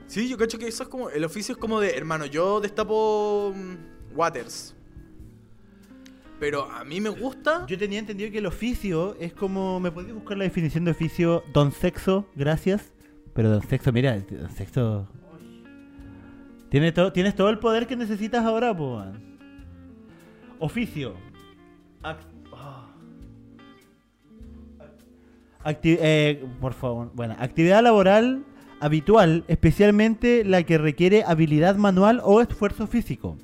C: Sí, yo cacho que eso es como el oficio es como de, hermano, yo destapo mm, waters. Pero a mí me gusta
D: Yo tenía entendido que el oficio es como. ¿Me podías buscar la definición de oficio? Don Sexo, gracias. Pero Don Sexo, mira, Don Sexo. Tiene to- tienes todo el poder que necesitas ahora, po. man. Oficio. Ac- ah. Acti- eh, por favor. Bueno, actividad laboral habitual, especialmente la que requiere habilidad manual o esfuerzo físico.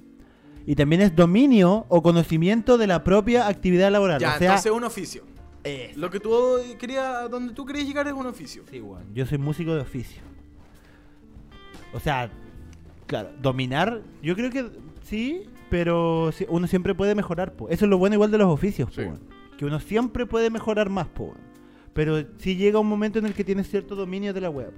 D: Y también es dominio o conocimiento de la propia actividad laboral.
C: ya,
D: o sea,
C: entonces un oficio. Lo que tú querías donde tú querías llegar es un oficio.
D: Sí, weón. Yo soy músico de oficio. O sea, claro, dominar, yo creo que sí, pero si- uno siempre puede mejorar, po. Eso es lo bueno igual de los oficios, po,
C: Sí.
D: weón. Que uno siempre puede mejorar más, po. weón. Pero sí llega un momento en el que tienes cierto dominio de la web.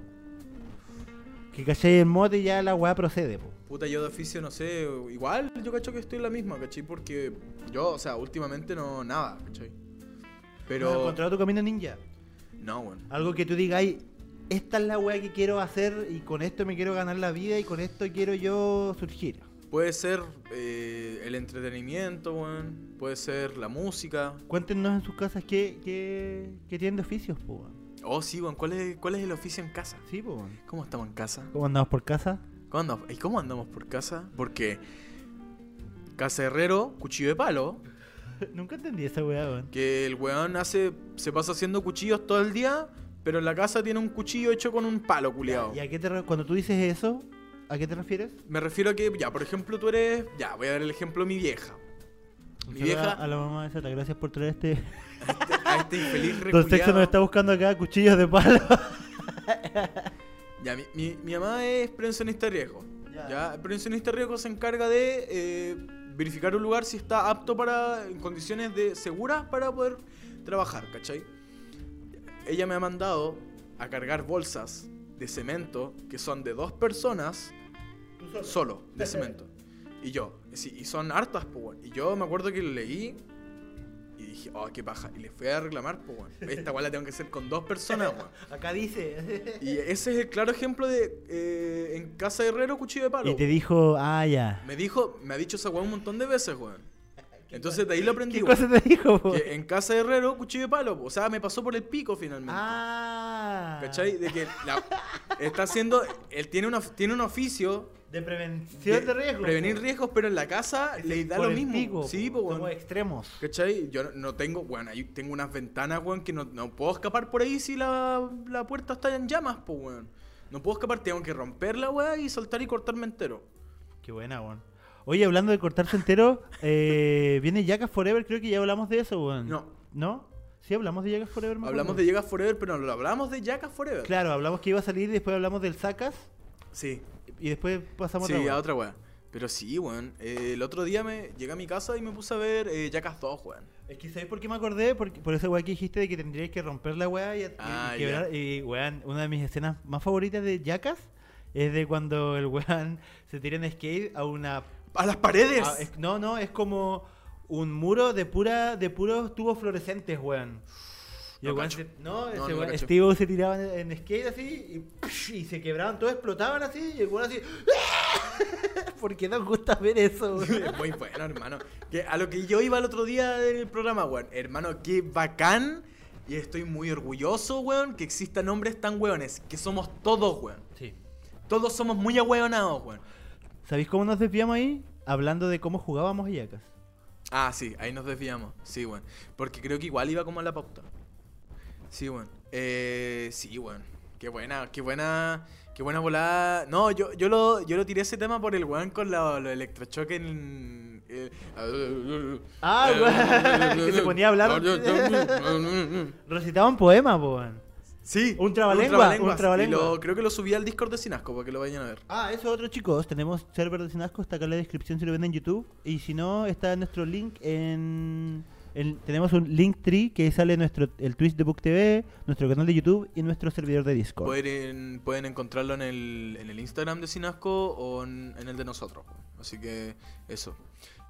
D: Que cachai el mote y ya la weá procede, po.
C: Puta, yo de oficio no sé, igual yo cacho que estoy en la misma, ¿cachai? Porque yo, o sea, últimamente no nada, ¿cachai?
D: ¿No has
C: Pero.
D: encontrado tu camino ninja.
C: No, bueno.
D: Algo que tú digas, "Ay, esta es la weá que quiero hacer y con esto me quiero ganar la vida y con esto quiero yo surgir.
C: Puede ser eh, el entretenimiento, weón. Puede ser la música.
D: Cuéntenos en sus casas qué, qué, qué tienen de oficios, po. weón.
C: Oh, sí, weón. ¿Cuál es, ¿Cuál es el oficio en casa?
D: Sí, po. weón.
C: ¿Cómo estamos en casa?
D: ¿Cómo andamos por casa?
C: ¿Cómo andamos? ¿Y cómo andamos por casa? Porque Casa Herrero, cuchillo de palo,
D: Nunca entendí esa weá, weón.
C: que el weón hace, se pasa haciendo cuchillos todo el día, pero en la casa tiene un cuchillo hecho con un palo culiado.
D: ¿Y a qué te re- cuando tú dices eso, a qué te refieres?
C: Me refiero a que, ya, por ejemplo, tú eres, ya, voy a dar el ejemplo de mi vieja.
D: Un
C: Mi
D: saludo A
C: vieja,
D: la mamá de Santa, gracias por traer este.
C: a este infeliz
D: Don Sexo nos
C: reculiado.
D: está buscando acá cuchillos de palo.
C: Ya, mi, mi, mi mamá es prevencionista de riesgo.
E: Ya.
C: Ya, el prevencionista de riesgo se encarga de eh, verificar un lugar si está apto para, en condiciones de seguras para poder trabajar, ¿cachai? Ella me ha mandado a cargar bolsas de cemento que son de dos personas
E: Tú solo.
C: solo, de cemento. Y yo, sí, y son hartas, po, weón. Y yo me acuerdo que lo leí y dije, oh, qué paja. Y le fui a reclamar, po, weón. Esta weá la tengo que hacer con dos personas, weón.
D: Acá dice.
C: Y ese es el claro ejemplo de eh, en casa de Herrero, cuchillo de palo.
D: Y te dijo, ah, ya.
C: Me dijo, me ha dicho esa weá un montón de veces, weón. Entonces de ahí lo aprendí,
D: ¿Qué
C: weón.
D: cosa te dijo, po?
C: Que en casa de Herrero, cuchillo de palo. O sea, me pasó por el pico finalmente.
D: Ah.
C: ¿Cachai? De que la- está haciendo. Él tiene, una, tiene un oficio.
D: De prevención de, riesgo.
C: Prevenir
D: po.
C: riesgos, pero en la casa le da
D: Por
C: lo
D: el
C: mismo.
D: pico,
C: sí,
D: po.
C: pues,
D: Somos extremos.
C: ¿Cachai? Yo no- no tengo, bueno, ahí tengo unas ventanas, weón, que no, no puedo escapar por ahí si la, la puerta está en llamas, pues, weón. No puedo escapar, tengo que romperla, weón, y saltar y cortarme entero.
D: Qué buena, weón. Oye, hablando de cortarse entero, eh, viene Jacka Forever, creo que ya hablamos de eso, weón.
C: No. ¿No?
D: Sí, hablamos de Jackass Forever. me
C: Hablamos de
D: acuerdo.
C: Llegas Forever, pero no lo hablamos de Jackass Forever.
D: Claro, hablamos que iba a salir, después hablamos del Sacas
C: Sí,
D: y después pasamos
C: sí,
D: otra
C: a
D: weá.
C: otra weón. Pero sí, weón. eh, el otro día me llegué a mi casa y me puse a ver eh, Jackass 2, weón.
D: Es que ¿sabéis por qué me acordé? Por, por esa weá que dijiste de que tendríais que romper la weá y, y
C: Ah,
D: quebrar. Y weón, una de mis escenas más favoritas de Jackass es de cuando el weón se tira en skate a una
C: ¡A las paredes!
D: Ah, es- no, no, es como un muro de pura de puros tubos fluorescentes, weón. Y el
C: No
D: weón
C: cacho.
D: se- no, ese
C: no
D: weón-
C: cacho.
D: este weón se tiraban en skate así y, y se quebraban, todos explotaban así y el weón así. ¿Por qué nos gusta ver eso, weón?
C: Es Muy bueno, hermano. Que a lo que yo iba el otro día del programa, weón. Hermano, qué bacán. Y estoy muy orgulloso, weón, que existan hombres tan weones. Que somos todos, weón.
D: Sí.
C: Todos somos muy ahueonados, weón.
D: ¿Sabéis cómo nos desviamos ahí? Hablando de cómo jugábamos a Jackass.
C: Ah, sí, ahí nos desviamos. Sí, weón. Porque creo que igual iba como a la pauta. Sí, weón. Eh, sí, weón. Qué buena, qué buena, qué buena volada. No, yo, yo, lo, yo lo tiré ese tema por el weón con la- los electrochoques en... eh,
D: Ah, weón, que se ponía a hablar. Recitaban poemas, po, weón.
C: Sí.
D: Un trabalengua, un trabalengua.
C: Y lo- creo que lo subí al Discord de Sinasco para que lo vayan a ver.
D: Ah, eso otro chicos, tenemos server de Sinasco, está acá en la descripción si lo ven en YouTube. Y si no, está nuestro link en... en- tenemos un link tree que sale nuestro el Twitch de Book TV, nuestro canal de YouTube y nuestro servidor de Discord.
C: Pues, Pueden, pueden encontrarlo en el, en el Instagram de Sinasco o en, en el de nosotros. po. Así que eso.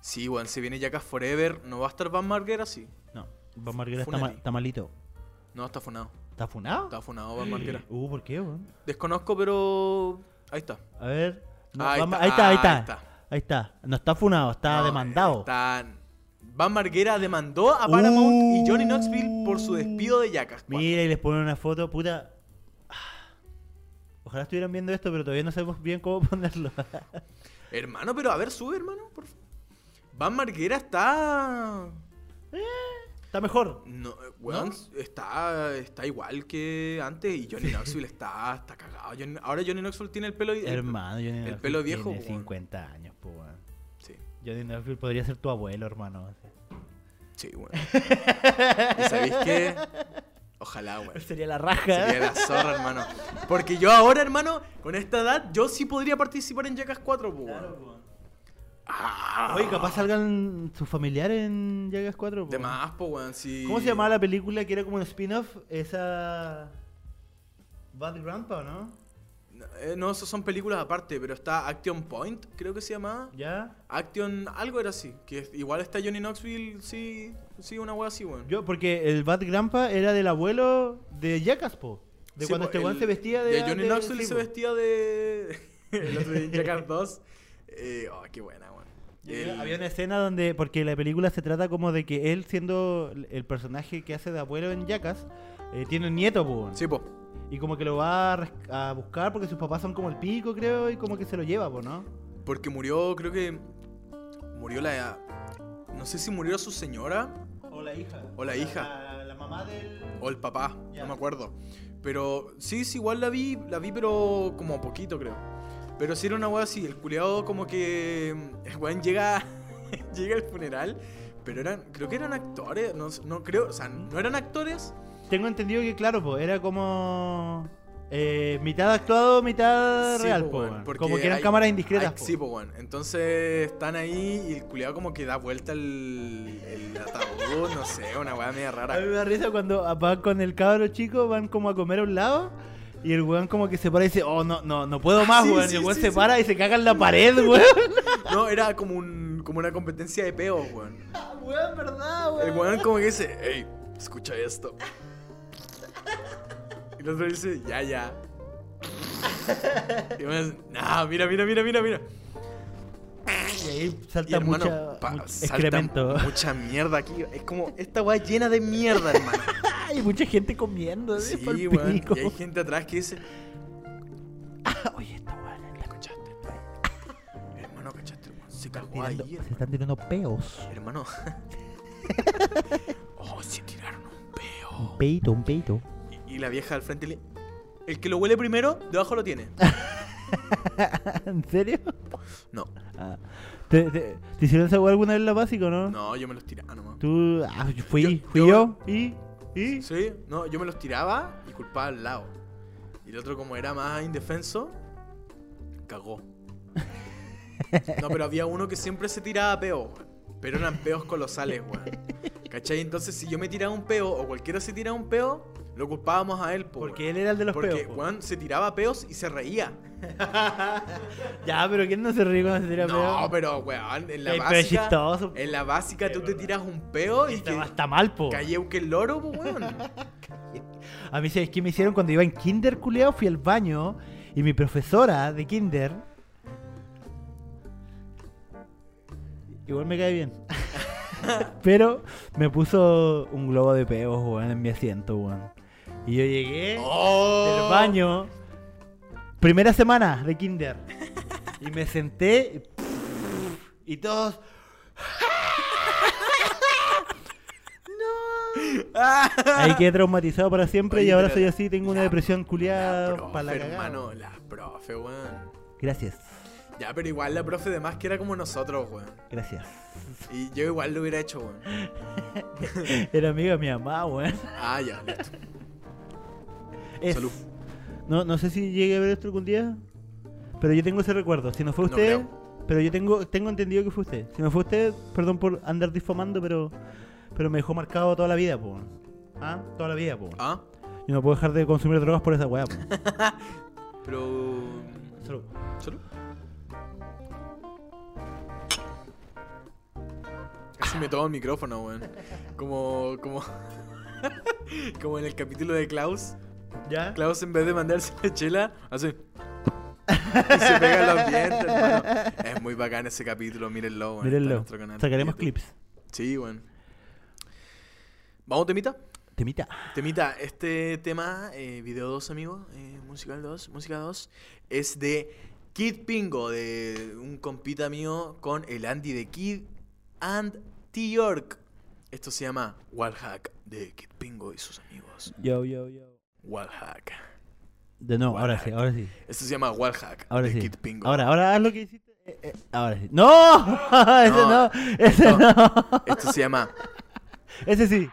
C: Sí, weón, si viene Jackass Forever, no va a estar Van Marguera, sí.
D: No, Van Marguera está,
C: Funati.
D: ma- está malito.
C: No, está funado.
D: ¿Está funado?
C: Está funado Van Marguera.
D: Uh, ¿por qué, weón?
C: Desconozco, pero ahí está.
D: A ver... no,
C: Ahí
D: Van-
C: está,
D: ahí, está, ahí, está,
C: ahí
D: ahí
C: está.
D: está. No está funado, está
C: No, eh,
D: demandado.
C: está- Van Marguera demandó a Paramount y Johnny Knoxville por su despido de Jackass. cuatro.
D: Mira, y les ponen una foto, puta... Ah. Ojalá estuvieran viendo esto, pero todavía no sabemos bien cómo ponerlo.
C: Hermano, pero a ver, sube, hermano, por favor. Van Marguera está.
D: está mejor.
C: No, eh, weón, está, está igual que antes. Y Johnny Knoxville está, está cagado. Johnny- ahora Johnny Knoxville tiene el pelo. el-
D: Hermano, Johnny
C: el
D: Knoxville
C: pelo viejo,
D: tiene
C: po, weón.
D: 50 años, po, weón.
C: Sí,
D: Johnny Knoxville podría ser tu abuelo, hermano.
C: sí, weón. ¿Y sabéis qué? Ojalá, weón.
D: Sería la raja.
C: Sería la zorra, hermano. Porque yo ahora, hermano, con esta edad, yo sí podría participar en Jackass 4, po, weón. Ah,
D: Oye, capaz salgan sus familiares en Jackass 4. po,
C: De
D: weón.
C: más, po, weón. sí.
D: ¿Cómo se llamaba la película que era como un spin-off? Esa... Bad Grandpa, ¿no?
C: No, eh, No, eso son películas aparte, pero está Action Point, creo que se llamaba.
D: ¿Ya?
C: Action, algo era así. Que es- igual está Johnny Knoxville, sí, sí, una wea así, weón.
D: Yo, porque el Bad Grandpa era del abuelo de Jackass, po. De
C: Sí,
D: cuando
C: po,
D: este weón
C: el-
D: se vestía de...
C: de Johnny
D: de-
C: Knoxville
D: sí,
C: se
D: po.
C: vestía de. el otro día en Jackass 2. Eh, oh, qué buena, weón. El-
D: Había una escena donde, porque la película se trata como de que él siendo el personaje que hace de abuelo en Jackass, eh, tiene un nieto, po, weón.
C: Sí, po.
D: Y como que lo va a, res- a buscar porque sus papás son como el pico, creo, y como que se lo lleva, po, ¿no?
C: Porque murió, creo que. Murió la. No sé si murió su señora
D: O la hija.
C: O la hija.
D: La, mamá del...
C: o el papá,
D: Ya.
C: no me acuerdo. Pero sí, sí, igual la vi, la vi, pero como poquito, creo. Pero sí era una weá así, el culiado como que. El weón llega. llega al funeral, pero eran. Creo que eran actores, no, s- no creo, o sea, no eran actores.
D: Tengo entendido que, claro, pues era como. eh, mitad actuado, mitad
C: Sí,
D: real,
C: po,
D: po,
C: weón,
D: weón.
C: porque
D: Como que eran
C: hay-
D: cámaras
C: hay-
D: indiscretas. po.
C: Sí, po, weón. Entonces están ahí y el culiado como que da vuelta el, el ataúd, no sé, una weá media rara.
D: A mí me da risa cuando van con el cabro chico, van como a comer a un lado. Y el weón como que se para y dice, oh, no, no, no puedo
C: Ah,
D: más,
C: sí,
D: weón.
C: sí,
D: y el weón
C: sí,
D: se
C: sí.
D: para y se caga en la pared, weón.
C: No, era como, un, como una competencia de peo, weón.
D: weón, verdad,
C: El weón como que dice, hey, escucha esto. Y el otro dice, ya, ya. Y el weón dice, no, mira, mira, mira, mira, mira.
D: Y ahí
C: Y
D: salta
C: hermano,
D: mucha,
C: pa-
D: mucho
C: salta
D: excremento.
C: mucha mierda aquí. Es como, esta weá es llena de mierda, hermano.
D: Ay, mucha gente comiendo, eh,
C: Sí,
D: pa'l
C: weón.
D: pico. Ah,
C: Y hay gente atrás que dice,
D: Oye, esta weón la
C: ¿cachaste? Hermano, ¿cachaste? weón? Se cagó
D: tirando-
C: ahí,
D: se están tirando peos.
C: hermano. Oh, se tiraron un peo.
D: Un peito, un peito.
C: Y, y la vieja al frente le. El que lo huele primero, debajo lo tiene.
D: ¿En serio?
C: No,
D: ¿Te, te, te hicieron esa weá alguna vez en la básica o no?
C: no, yo me los tiraba nomás.
D: Tú. Ah, yo fui,
C: Yo-
D: fui yo,
C: yo-
D: y. ¿Y?
C: Sí, no, yo me los tiraba y culpaba al lado. Y el otro, como era más indefenso, cagó. No, pero había uno que siempre se tiraba peo, weón. Pero eran peos colosales, weón. ¿Cachai? Entonces, si yo me tiraba un peo o cualquiera se tiraba un peo, lo culpábamos a él, po,
D: Porque
C: weón.
D: él era el de los
C: Porque,
D: peos. po.
C: weón, se tiraba peos y se reía.
D: Ya, pero ¿quién no se ríe cuando se tira
C: No,
D: peo?
C: pero, weón, en la
D: Ey, pero es
C: básica.
D: chistoso.
C: En la básica tú te tiras un peo y
D: Está,
C: que
D: está mal, po.
C: cayeu que el loro, pues, weón.
D: A mí, ¿sabes qué me hicieron cuando iba en kinder, culeado? Fui al baño y mi profesora de kinder... Igual me cae bien. Pero me puso un globo de peos, weón, en mi asiento, weón. Y yo llegué
C: Oh.
D: del baño, primera semana de kinder. Y me senté y, y todos... Ahí quedé traumatizado para siempre
C: Oye,
D: y ahora
C: pero
D: soy así, tengo una
C: la-
D: depresión
C: La
D: culiada
C: profe,
D: para la cagada.
C: hermano, la profe, weón.
D: Gracias,
C: Ya, pero igual la profe de más que era como nosotros, weón.
D: gracias.
C: Y yo igual lo hubiera hecho, weón.
D: Era amiga de mi mamá, weón.
C: Ah, ya, listo.
D: Es-
C: Salud.
D: No, no sé si llegué a ver esto algún día, pero yo tengo ese recuerdo. Si no fue usted, pero yo tengo, tengo entendido que fue usted. Si no fue usted, perdón por andar difamando, pero, pero me dejó marcado toda la vida, po. Ah, toda la vida, po.
C: Ah,
D: Yo no puedo dejar de consumir drogas por esa weá, po.
C: pero.
D: Salud.
C: ¿Solo? Casi me toma el micrófono, weón. Como. como. como en el capítulo de Klaus.
D: ¿Ya?
C: Klaus en vez de mandarse la chela, hace. Y se pega en los dientes, hermano. Es muy bacán ese capítulo, mírenlo, weón. está en
D: Mírenlo.
C: nuestro canal de
D: Sacaremos
C: YouTube.
D: clips.
C: Sí, weón. Vamos, temita.
D: Temita.
C: Temita, este tema, eh, video 2, amigo, eh, musical 2, música 2, es de Kid Pingo, de un compita mío con el Andy de Kid and T-York. Esto se llama Wallhack de Kid Pingo y sus amigos.
D: Yo, yo, yo.
C: Wallhack.
D: De no, ahora sí, ahora sí.
C: Esto se llama Wallhack
D: Ahora
C: de
D: sí.
C: Kid Pingo.
D: Ahora, ahora haz lo que hiciste. Eh, eh, ahora sí. ¡No! ese no,
C: No.
D: ese no.
C: Esto se llama
D: Ese sí.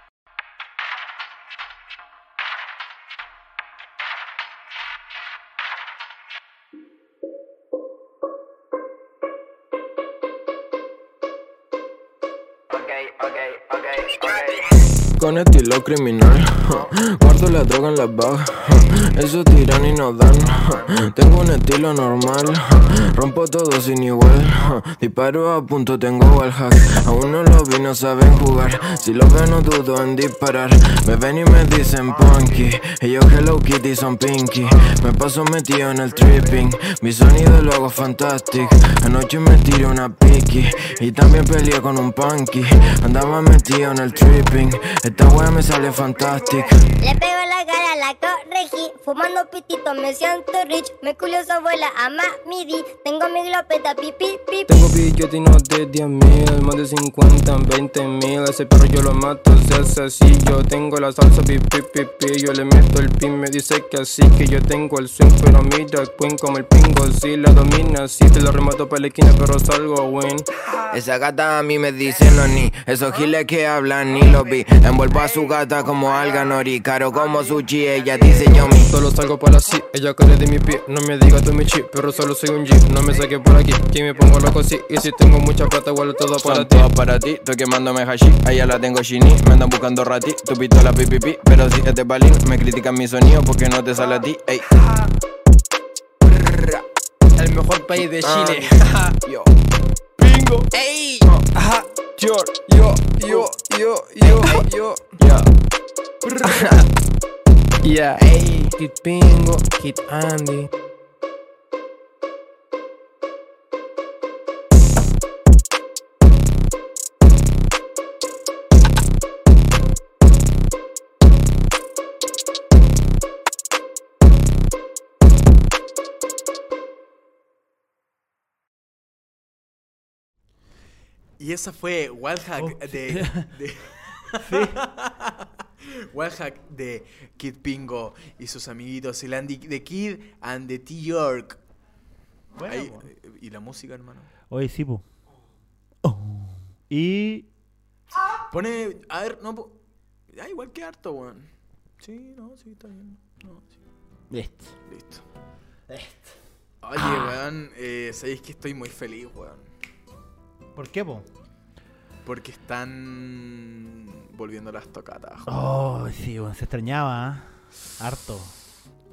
H: Ok, ok, Con estilo criminal, ja. guardo la droga en la baja. ja. Esos tiran y no dan. ja. Tengo un estilo normal, ja. rompo todo sin igual. ja. Disparo a punto, tengo wallhack. Aún no lo vi, no saben jugar. Si lo ven, no dudo en disparar. Me ven y me dicen punky. Ellos Hello Kitty son pinky. Me paso metido en el tripping. Mi sonido lo hago fantastic. Anoche me tiré una piqui. Y también peleé con un punky. Andaba metido en el tripping. Esta wea me sale fantastic.
I: Le pego la cara a la corregí, fumando pitito me siento rich, me culo su abuela a midi, tengo mi glopeta pipi pipi.
H: Tengo billetinos de 10 mil, más de 50, 20 mil. Ese perro yo lo mato, se hace así. Yo tengo la salsa, pi, pi, pi, pi. Yo le meto el pin, me dice que así. Que yo tengo el swing, pero mira, queen como el pingo. Si la domina, si te lo remato para la esquina, pero salgo win. Esa gata a mí me dice noni. Esos giles que hablan ni lo vi. Envuelvo a su gata como alga nori. Caro como sushi, ella dice yomi. Solo salgo para así, ella corre de mi pie. No me diga tú mi chip, pero solo soy un jeep. No me saques por aquí, que me pongo loco así. Y si tengo mucha plata, guardo todo para ti. Todo para ti, estoy quemándome hashi. Allá la tengo shini, me andan buscando rati. Tu pistola pipipi, pero si este balín me critican mi sonido porque no te sale a ti. Ey. El mejor país de Chile. yo. Bingo. Ey. Ajá. Yo, yo, yo, yo, yo, yo. Ya. Ya. Ey. Kid Bingo, Kid Andy.
C: Y esa fue Wildhack de. de Wildhack de Kid Pingo y sus amiguitos, el Andy the Kid and the T-York. Ahí- eh, y la música, hermano.
D: Oye, sí, po. Oh. Y.
C: Pone. A ver, no. po- Ah, igual que harto, weón. Sí, no, sí, está bien. No, sí. Listo. Oye, weón, eh, sabéis que estoy muy feliz, weón.
D: ¿Por qué, po?
C: Porque están volviendo las tocatas. jo-
D: Oh, sí, bueno, se extrañaba. ¿eh? Harto.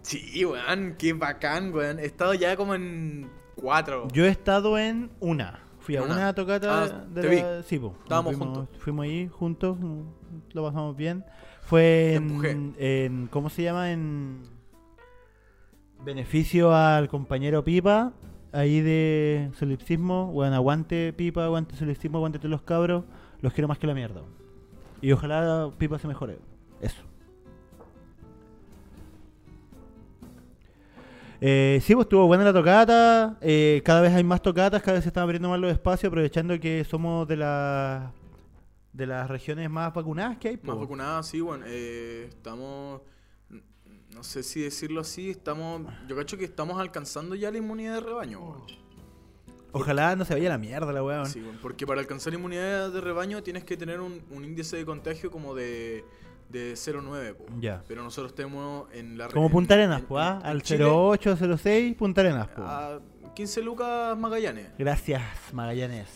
C: Sí, weón, qué bacán, weón. He estado ya como en cuatro.
D: Yo he estado en una. Fui a
C: Una.
D: una, tocata
C: Ah,
D: de
C: te
D: la... Sí, po.
C: Estábamos
D: Fuimos-
C: juntos.
D: Fuimos allí juntos, mm, lo pasamos bien. Fue
C: Te
D: en,
C: empujé.
D: en- ¿Cómo se llama? En beneficio al compañero Pipa, ahí de solipsismo. Bueno, aguante Pipa, aguante solipsismo, aguante todos los cabros. Los quiero más que la mierda. Y ojalá Pipa se mejore. Eso. Eh, sí, pues estuvo buena la tocata. eh, cada vez hay más tocatas, cada vez se están abriendo más los espacios, aprovechando que somos de las de las regiones más vacunadas que hay. pues.
C: Más
D: po.
C: vacunadas, sí, weón. Eh, estamos. n- No sé si decirlo así, estamos. Yo cacho que estamos alcanzando ya la inmunidad de rebaño, weón.
D: Ojalá no se vaya a la mierda la weón.
C: Sí, weón, porque para alcanzar inmunidad de rebaño tienes que tener un, un índice de contagio como de, de 0,9. po.
D: Ya.
C: Pero nosotros tenemos en la re-
D: Como
C: en-
D: Punta Arenas,
C: en-
D: pues, ¿ah?
C: en- en
D: al
C: Chile, Ah.
D: 08, 06, Punta Arenas, pues.
C: a 15 lucas Magallanes.
D: Gracias, Magallanes.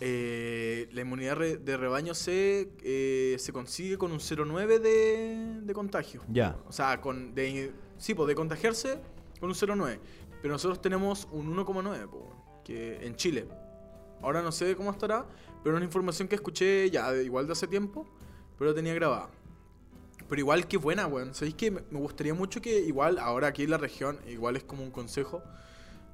C: Eh, la inmunidad re- de rebaño se, eh, se consigue con un 0,9 de, de contagio.
D: Ya.
C: O sea, con de, sí, po, de contagiarse con un 0,9. Pero nosotros tenemos un 1,9 po, weón, que en Chile. Ahora no sé cómo estará, pero es una información que escuché ya de- igual de hace tiempo, pero tenía grabada. Pero igual que buena, weón. Sabéis que me me gustaría mucho que igual ahora aquí en la región, igual es como un consejo,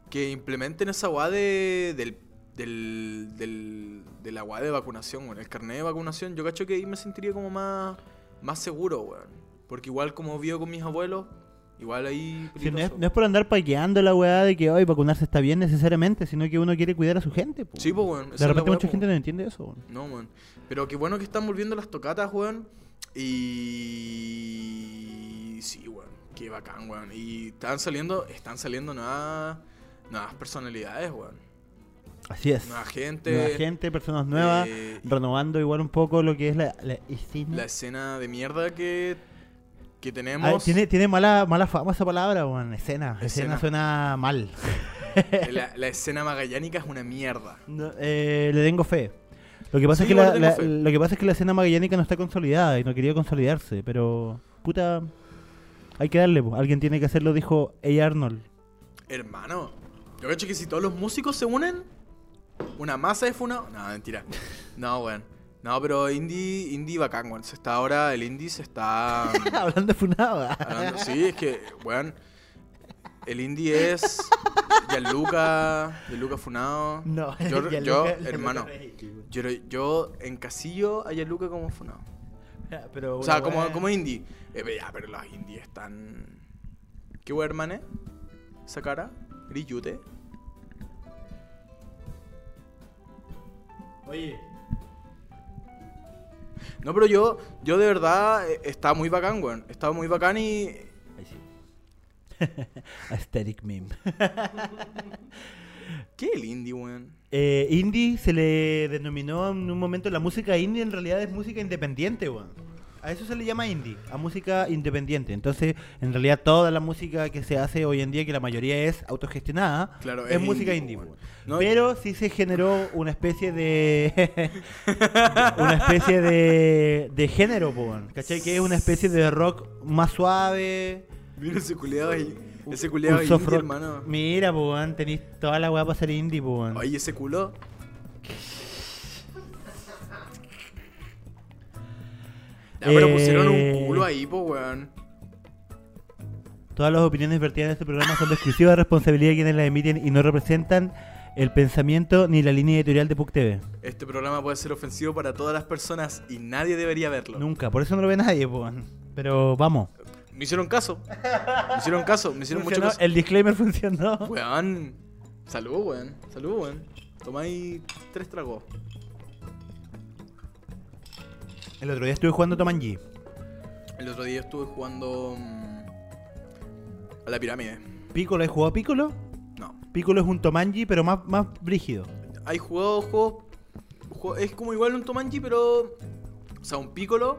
C: que implementen esa weá de, del, del, del, de la weá de vacunación, weón. El carnet de vacunación, yo cacho que ahí me sentiría como más, más seguro, weón. Porque igual como vivo con mis abuelos, igual ahí...
D: Sí, no, es,
C: peligroso.
D: no es por andar paqueando la weá de que hoy vacunarse está bien necesariamente, sino que uno quiere cuidar a su gente. po.
C: Sí, pues, weón. esa es
D: De
C: la
D: repente
C: weá,
D: mucha
C: po,
D: gente
C: weón.
D: no entiende eso. weón.
C: No, weón. Pero qué bueno que están volviendo las tocatas, weón. Y. Sí, weón. Qué bacán, weón. Y están saliendo, están saliendo nuevas, nuevas personalidades, weón.
D: Así es.
C: Nueva gente.
D: Nueva gente, personas nuevas,
C: eh,
D: renovando igual un poco lo que es la, la escena.
C: La escena de mierda que, que
D: Ah,
C: tenemos.
D: tiene tiene mala, mala fama esa palabra, weón. Escena.
C: Escena.
D: Escena, suena mal.
C: eh, La, la escena magallánica es una mierda.
D: No, eh, le tengo fe. Lo que
C: Sí,
D: pasa es que la,
C: igual le
D: la-
C: tengo fe.
D: lo que pasa es que la escena magallánica no está consolidada y no quería consolidarse, pero puta hay que darle, po. alguien tiene que hacerlo, dijo A. Arnold.
C: Hermano, yo creo que si todos los músicos se unen, una masa de funa. No, mentira. No, weón. No, pero indie, indie bacán, weón. Se está ahora, el indie se está. mm,
D: Hablando de ah. Funaba.
C: hablando- Sí, es que, weón. El indie es. Gianluca, Gianluca Funado.
D: No,
C: yo,
D: Gianluca-
C: yo,
D: Gianluca
C: hermano, yo, yo encasillo a Gianluca como Funado.
D: Pero
C: O sea,
D: una
C: como,
D: weá-
C: como indie. Eh, pero ya, pero los indies están. ¿Qué weón, hermano? Esa cara, grillute.
E: Oye,
C: No, pero yo, yo de verdad eh, estaba muy bacán, weón. Estaba muy bacán y.
D: aesthetic meme.
C: ¿Qué es el indie, weón?
D: Eh, indie se le denominó en un momento la música indie en realidad es música independiente, weón. A eso se le llama indie, a música independiente. Entonces, en realidad toda la música que se hace hoy en día, que la mayoría es autogestionada,
C: Claro,
D: es,
C: es
D: música
C: indie,
D: indie.
C: weón.
D: weón.
C: No,
D: Pero sí se generó una especie de una especie de, de género, po, weón. ¿Cachai? Que es una especie de rock más suave.
C: Mira ese culeado ahí. Ese
D: un
C: culeado ahí,
D: soft rock.
C: hermano.
D: Mira, po, weón, tenéis toda la weá para ser indie, po, weón.
C: Ay, ese culo. Ya, pero pusieron un
D: Eh.
C: culo ahí, po, weón.
D: Todas las opiniones vertidas en este programa son de exclusiva responsabilidad de quienes las emiten y no representan el pensamiento ni la línea editorial de PUC TV.
C: Este programa puede ser ofensivo para todas las personas y nadie debería verlo.
D: Nunca, por eso no lo ve nadie, po, weón. Pero vamos.
C: Me hicieron caso. Me hicieron caso. Me hicieron mucho
D: Funcionó,
C: caso.
D: El disclaimer funcionó.
C: Weón. Salud, weón. Salud, weón. Tomáis tres tragos.
D: El otro día estuve jugando Tomanji.
C: El otro día estuve jugando mm, a la pirámide.
D: ¿Piccolo? ¿Has jugado Piccolo?
C: No.
D: Piccolo es un Tomanji, pero más, más brígido.
C: Hay jugado juegos. jue- Es como igual un Tomanji, pero. O sea, un Piccolo,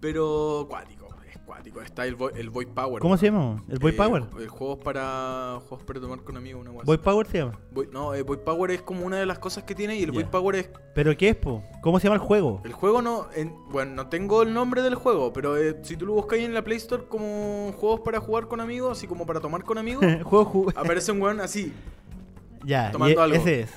C: pero cuático. Es cuático. Está el Boy, el Boy Power.
D: ¿Cómo se llama? ¿El Boy
C: Eh,
D: Power?
C: El juego para. Juegos para tomar con amigos, una hueá
D: Boy
C: así.
D: Power se llama.
C: Boy- No, el Boy Power es como una de las cosas que tiene y el
D: Ya.
C: Boy Power es.
D: ¿Pero qué es, po? ¿Cómo se llama el juego?
C: El juego no. en- bueno, no tengo el nombre del juego, pero eh, si tú lo buscas ahí en la Play Store como juegos para jugar con amigos, así como para tomar con amigos,
D: juego ju-
C: aparece un weón así.
D: Ya,
C: tomando
D: y-
C: algo.
D: ese es.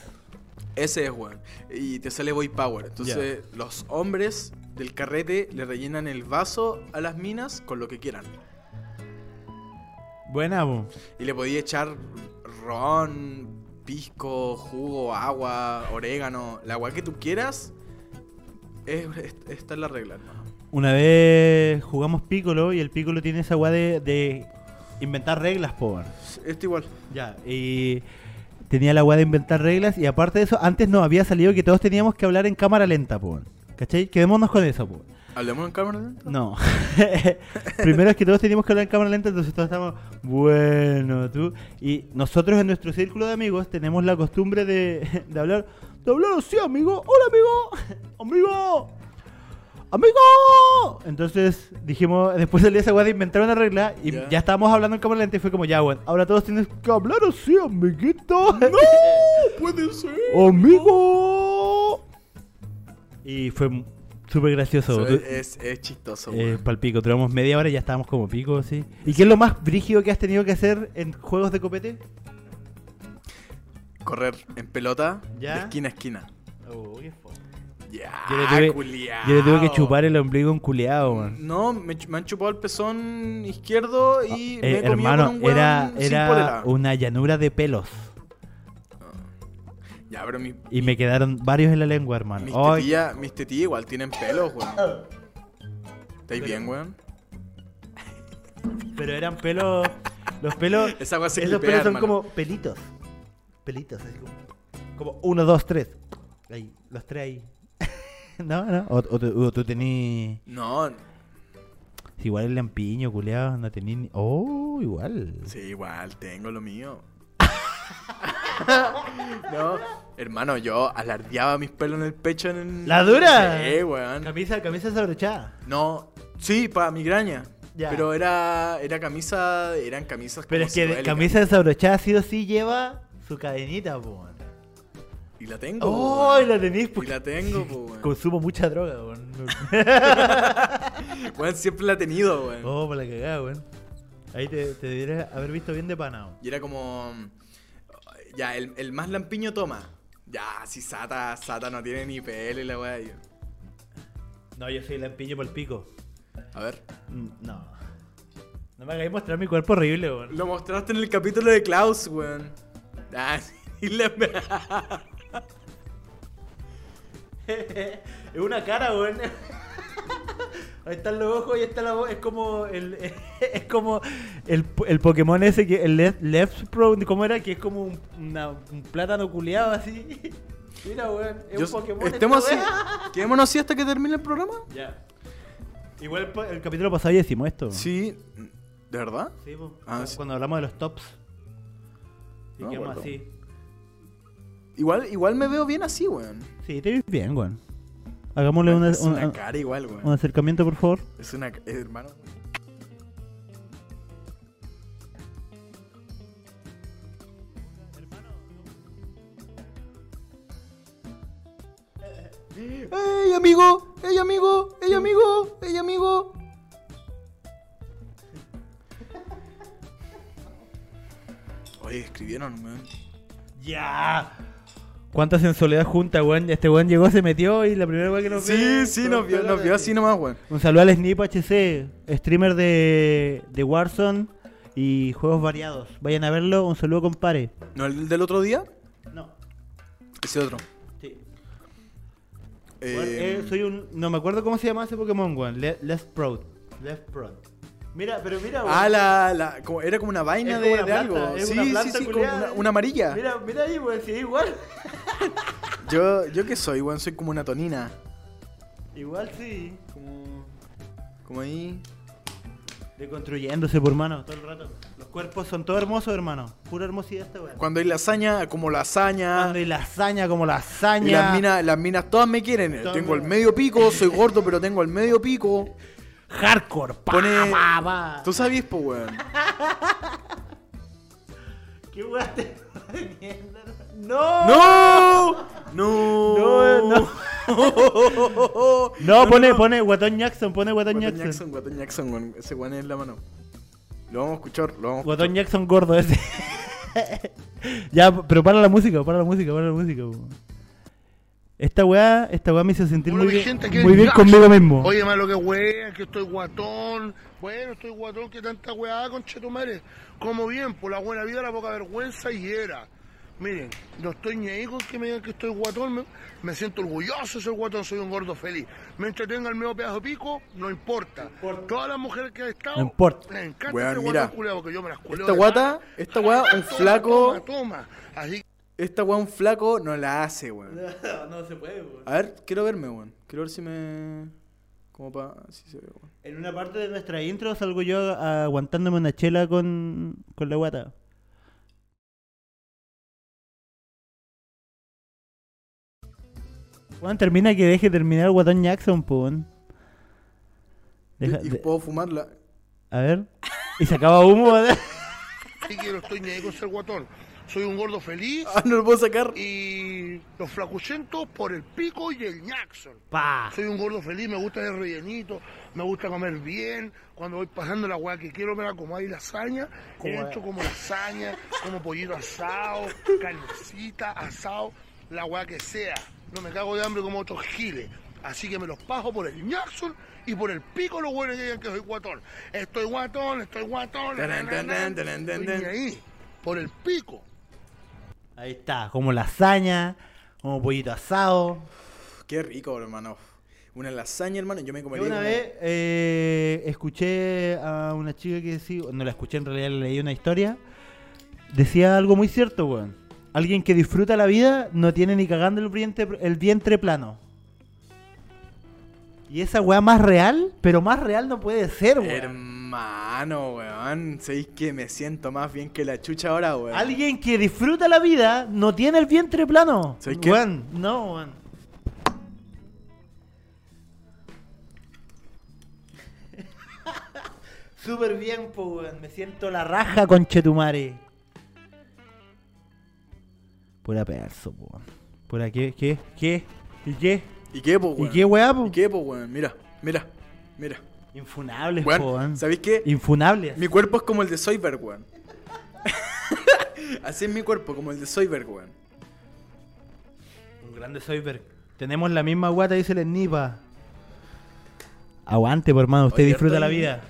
C: Ese es, weón. Y te sale Boy Power. Entonces, los hombres del carrete le rellenan el vaso a las minas con lo que quieran.
D: Buena, po.
C: Y le podía echar ron, pisco, jugo, agua, orégano, la agua que tú quieras. Es, es- esta es la regla, hermano.
D: Una vez jugamos Piccolo y el Piccolo tiene esa weá de, de inventar reglas, po. weón.
C: Esto igual.
D: Ya, y tenía la weá de inventar reglas y aparte de eso, antes nos había salido que todos teníamos que hablar en cámara lenta, po. weón. ¿Cachai? Quedémonos con eso, po.
C: ¿Hablemos en cámara lenta?
D: No. Primero es que todos teníamos que hablar en cámara lenta, entonces todos estábamos, bueno, tú. Y nosotros en nuestro círculo de amigos tenemos la costumbre de, de hablar, de hablar así, amigo. Hola, amigo. Amigo. Amigo. Entonces dijimos, después del día esa weá de inventar una regla y
C: Ya.
D: ya estábamos hablando en cámara lenta y fue como, ya, weón, ahora todos tienes que hablar así, amiguito.
C: ¡Puede ser!
D: Amigo. Y fue m- súper gracioso. Tú-
C: es, es chistoso,
D: eh,
C: weón.
D: palpico, duramos media hora y ya estábamos como pico, sí. ¿Y qué es lo más brígido que has tenido que hacer en juegos de copete?
C: Correr en pelota
D: Ya.
C: de esquina a esquina. Oh, Ya,
D: Yo le tuve-
C: Ah, culiao.
D: Yo le tuve que chupar el ombligo en culeado, man.
C: No, me, ch- me han chupado el pezón izquierdo y me
D: Eh,
C: he comido con
D: hermano,
C: un weón
D: era,
C: sin
D: era
C: polera.
D: una llanura de pelos.
C: Ya, pero mi-
D: Y me quedaron varios en la lengua, hermano.
C: mis,
D: Ay,
C: tetillas, mis tetillas igual tienen pelos, weón. ¿Estáis bien, weón?
D: pero eran pelos. Los pelos.
C: Esa weá se
D: esos
C: clipea,
D: pelos son
C: hermano.
D: como pelitos. Pelitos, así como. Como uno, dos, tres. Ahí, los tres ahí. no, no. O, o tú- o tú tenías.
C: No,
D: Si igual el lampiño, culeado, no tenía ni... Oh, igual.
C: sí, igual, tengo lo mío. no, hermano, yo alardeaba mis pelos en el pecho en el...
D: ¿La dura?
C: Sí, weón.
D: Camisa, camisa desabrochada.
C: No, sí, para migraña.
D: Ya.
C: Pero era, era camisa, eran camisas
D: Pero
C: como
D: es que de-
C: psicodélicas.
D: camisa desabrochada sí o sí lleva su cadenita, po.
C: Y la tengo. po,
D: ¡Oh!
C: weón.
D: La tenéis
C: Y la tengo, po, weón.
D: Consumo mucha droga, weón.
C: Weón, siempre la he tenido, weón.
D: Oh, por la cagada, weón. Ahí te, te deberías haber visto bien de panado.
C: Y era como. Ya, el, el más lampiño toma. Ya, si Sata, Sata no tiene ni PL la weá. Y yo,
D: No, yo soy lampillo por el pico.
C: A ver.
D: Mm, No. No me hagáis mostrar mi cuerpo horrible, weón.
C: Lo mostraste en el capítulo de Klaus, weón. Ah, y la-
D: Es una cara, weón. Ahí están los ojos y está la voz. Es como el. Es como el, el Pokémon ese que. El Lef- Lefpro, ¿cómo era? Que es como un, una- un plátano culeado así. Mira, weón. Es
C: Yo- este
D: un Pokémon. esta
C: estemos así.
D: weá.
C: Quedémonos así hasta que termine el programa.
D: Ya. Igual el, el capítulo pasado ya decimos esto.
C: Sí. ¿De verdad?
D: Sí, po.
C: Ah,
D: Cu-
C: sí.
D: Cuando hablamos de los tops. Y
C: No me
D: quedamos
C: acuerdo.
D: así.
C: Igual, igual me veo bien así, weón.
D: Sí, te ves bien, weón. Hagámosle una-
C: es una
D: una-
C: cara igual,
D: un
C: weón.
D: acercamiento, por favor.
C: Es una. eh, hermano. ¡Ey, amigo! ¡Ey, amigo! ¡Ey, amigo! ¡Ey, amigo! Oye, escribieron, weón.
D: ¡Ya! ¿Cuánta sensualidad junta, weón? Este weón llegó, se metió y la primera weón que nos
C: Sí, sí, nos vio, nos vio así nomás, weón.
D: Un saludo al Snip HC, streamer de, de Warzone y juegos variados. Vayan a verlo, un saludo, compare.
C: ¿No el del otro día?
D: No,
C: Ese otro.
D: sí.
C: Eh,
D: Weón, eh, soy un. No me acuerdo cómo se llamaba ese Pokémon, weón. Le Left Proud. Left Proud. Mira, pero mira, weón.
C: Ah, la, la- como- era como una vaina
D: Es
C: de,
D: como una
C: de
D: planta,
C: algo.
D: es
C: Sí,
D: una
C: sí,
D: planta
C: sí, como
D: culiada.
C: una, una amarilla.
D: Mira, mira ahí, weón, sí, igual.
C: Yo, yo qué soy, weón, soy como una tonina.
D: Igual sí.
C: Como. Como ahí.
D: Deconstruyéndose, por hermano, todo el rato. Los cuerpos son todo hermosos, hermano. Pura hermosidad esta weón.
C: Cuando hay lasaña, como lasaña.
D: Cuando hay lasaña como
C: Y
D: lasaña.
C: las minas, las minas todas me quieren.
D: Todas
C: Tengo el
D: me-
C: medio pico, soy gordo, pero tengo el medio pico.
D: Hardcore, pa,
C: Pone-
D: pa, pa.
C: Tú sabes, po, weón.
D: ¿Qué weón te mierda? ¡No!
C: ¡No! ¡No!
D: No, no. No, pone, pone, Guatón Jackson, pone Guatón,
C: Guatón
D: Jackson.
C: Jackson, Guatón Jackson, weón. Ese weón es la mano. Lo vamos a escuchar, lo vamos a
D: Guatón Jackson gordo ese. ya, pero para la música, para la música, para la música. po. Esta weá, esta weá me hizo sentir muy bien, muy bien conmigo mismo.
A: Oye, malo que wea, que estoy guatón. Bueno, estoy guatón, que tanta weá, conchetumare. Como bien, por la buena vida, la poca vergüenza y era. Miren, no estoy ni ahí con que me digan que estoy guatón. Me, me siento orgulloso de ser guatón, soy un gordo feliz. Mientras tenga el medio pedazo de pico, no importa. Todas las mujeres que han estado,
D: No importa.
A: les encanta
C: Weón,
A: ser
C: mira.
A: guatón culiao, porque yo me las culeo
C: Esta
A: de
C: guata, esta weá, un
A: Toma,
C: flaco.
A: Toma, toma. Así
C: Esta weá, un flaco no la hace, weón.
D: No, no se puede, weón.
C: A ver, quiero verme, weón. Quiero ver si me. Como pa. Si se ve, weón.
D: En una parte de nuestra intro salgo yo aguantándome una chela con, con la guata. Juan, termina que deje terminar Guatón Jackson, po. weón. Deja-
C: y, y
D: de-
C: puedo fumarla.
D: a ver. Y sacaba humo, ¿verdad?
A: Así que no estoy ni ahí con ser guatón. Soy un gordo feliz
C: Ah, no lo puedo sacar.
A: y los flacuchentos por el pico y el Jackson.
D: Pa.
A: Soy un gordo feliz, me gusta el rellenito, me gusta comer bien. Cuando voy pasando la weá que quiero, me la como ahí lasaña. Entro como lasaña, como pollito asado, carnecita, asado, la weá que sea. No me cago de hambre como otros giles. Así que me los paso por el Jackson y por el pico los buenos que digan que soy guatón. Estoy guatón, estoy guatón.
C: Tarán,
A: na, na,
C: tarán,
A: na.
C: tarán,
A: Estoy
C: tarán.
A: ni ahí, por el pico.
D: Ahí está, como lasaña, como pollito asado.
C: Qué rico, hermano. Una lasaña, hermano. Yo me
D: Yo
C: comería.
D: una
C: como-
D: vez eh, escuché a una chica que decía, no la escuché en realidad, leí una historia, decía algo muy cierto, weón. Alguien que disfruta la vida no tiene ni cagando el vientre, el vientre plano. Y esa weá más real, pero más real no puede ser, weón.
C: Hermano, weón. Sabéis que me siento más bien que la chucha ahora, weón.
D: Alguien que disfruta la vida no tiene el vientre plano.
C: ¿Sabes qué?
D: Weón, no, weón. Súper bien, po, weón. Me siento la raja con Chetumare. Pura pedazo, po, weón. Por aquí, ¿qué? ¿Qué? ¿Y qué?
C: ¿Y qué, po,
D: ¿Y
C: weón?
D: qué weá, po?
C: ¿Y qué, po, weón? Mira, mira, mira.
D: Infunables,
C: Weón,
D: po, weón.
C: ¿sabéis qué?
D: Infunables.
C: Mi cuerpo es como el de Soyberg, weón. Así es mi cuerpo, como el de Soyberg, weón.
D: Un grande Soyberg. Tenemos la misma guata, dice el Nipa. Aguante, por hermano, usted
C: Oye,
D: disfruta
C: harto
D: la
C: de-
D: vida.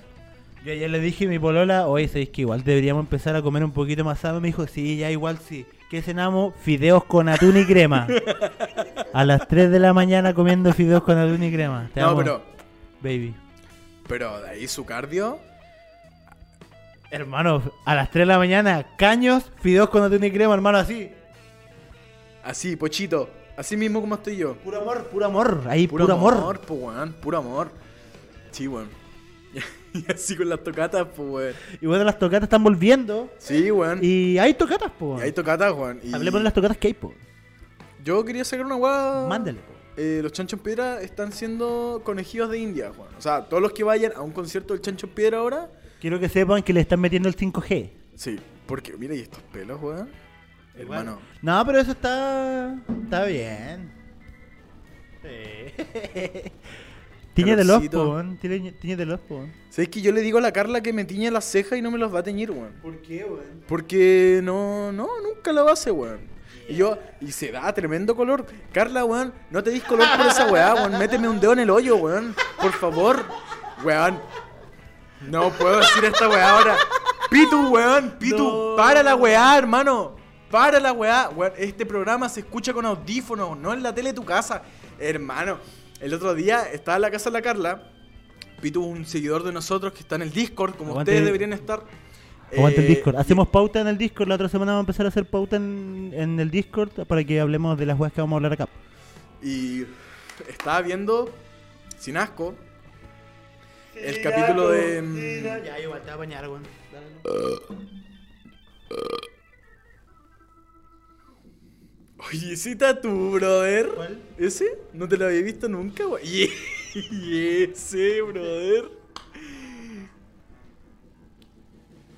D: Yo ayer le dije a mi polola, oye, sabéis que igual deberíamos empezar a comer un poquito más sano. Me dijo, sí, ya igual sí. ¿Qué cenamos? Fideos con atún y crema. a las 3 de la mañana comiendo fideos con atún y crema. Te
C: no,
D: amo,
C: pero,
D: Baby.
C: pero de ahí su cardio.
D: Hermano, a las 3 de la mañana, caños, fideos con atún y crema, hermano, así.
C: Así, pochito. Así mismo como estoy yo.
D: Puro amor, puro amor. Ahí, puro, amor.
C: po, weón. Puro amor. Sí, weón. Y así con las tocatas, po, weón.
D: Y bueno, las tocatas están volviendo.
C: Sí, weón. Y,
D: Y hay tocatas, po.
C: hay tocatas, weón. Y
D: Hablemos de las tocatas que hay, po.
C: Yo quería sacar una weá.
D: Mándale, po.
C: Eh, los chanchos en piedra están siendo conejidos de India, Juan. O sea, todos los que vayan a un concierto del chancho en piedra ahora.
D: Quiero que sepan que le están metiendo el 5G.
C: Sí, porque mira, y estos pelos, weón. Hermano.
D: No, pero eso está. Está bien. Sí. Tiñe de los,
C: Calorcito.
D: po. weón. Tiñe tiñe de los, po. weón.
C: ¿Sabes que yo le digo a la Carla que me tiñe las cejas y no me las va a teñir, weón?
G: ¿Por qué, weón?
C: Porque no, no, nunca la hace, weón. Y yo, y se da tremendo color. Carla, weón, no te dis color por esa weá, weón. Méteme un dedo en el hoyo, weón. Por favor, weón. No puedo decir esta weá ahora. Pitu, weón, Pitu,
D: No.
C: para la weá, hermano. Para la weá, weón. Este programa se escucha con audífonos, no en la tele de tu casa. Hermano, el otro día estaba en la casa de la Carla. Pitu, un seguidor de nosotros que está en el Discord, como
D: Aguante.
C: ustedes deberían estar.
D: Aguanta el
C: Eh,
D: Discord. Hacemos pauta en el Discord. La otra semana vamos a empezar a hacer pauta en, en el Discord para que hablemos de las weas que vamos a hablar acá.
C: Y estaba viendo, sin asco, el capítulo de... mm,
D: Ya, igual te voy a bañar, weón.
C: Oye, ese está mm, tu brother. ¿Ese? ¿No te lo había visto nunca, güey? Y y ese, brother.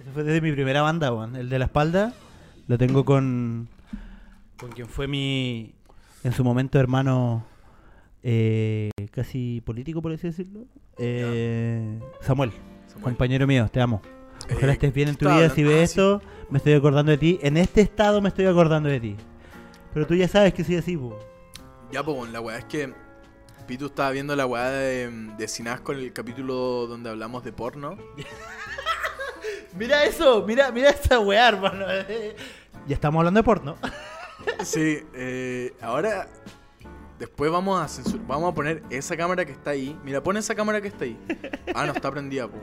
D: Ese fue desde mi primera banda, weón. El de la espalda lo tengo con. con quien fue mi. en su momento hermano. eh, casi político, por así decirlo. Eh, Samuel, compañero mío, te amo. Ojalá
C: Eh,
D: estés bien
C: ¿qué
D: en tu
C: estaba
D: vida. Si
C: hablando?
D: ves
C: Ah,
D: esto, me estoy acordando de ti. En este estado me estoy acordando de ti. Pero tú ya sabes que soy así, po.
C: Ya, pues, bueno, la weá es que Pitu estaba viendo la weá de, mm, de Sin Asco en el capítulo donde hablamos de porno.
D: Mira eso, mira, mira esa weá, hermano. ya estamos hablando de porno.
C: Sí, eh, ahora después vamos a censur- vamos a poner esa cámara que está ahí. Mira, pon esa cámara que está ahí. Ah, no está prendida, po.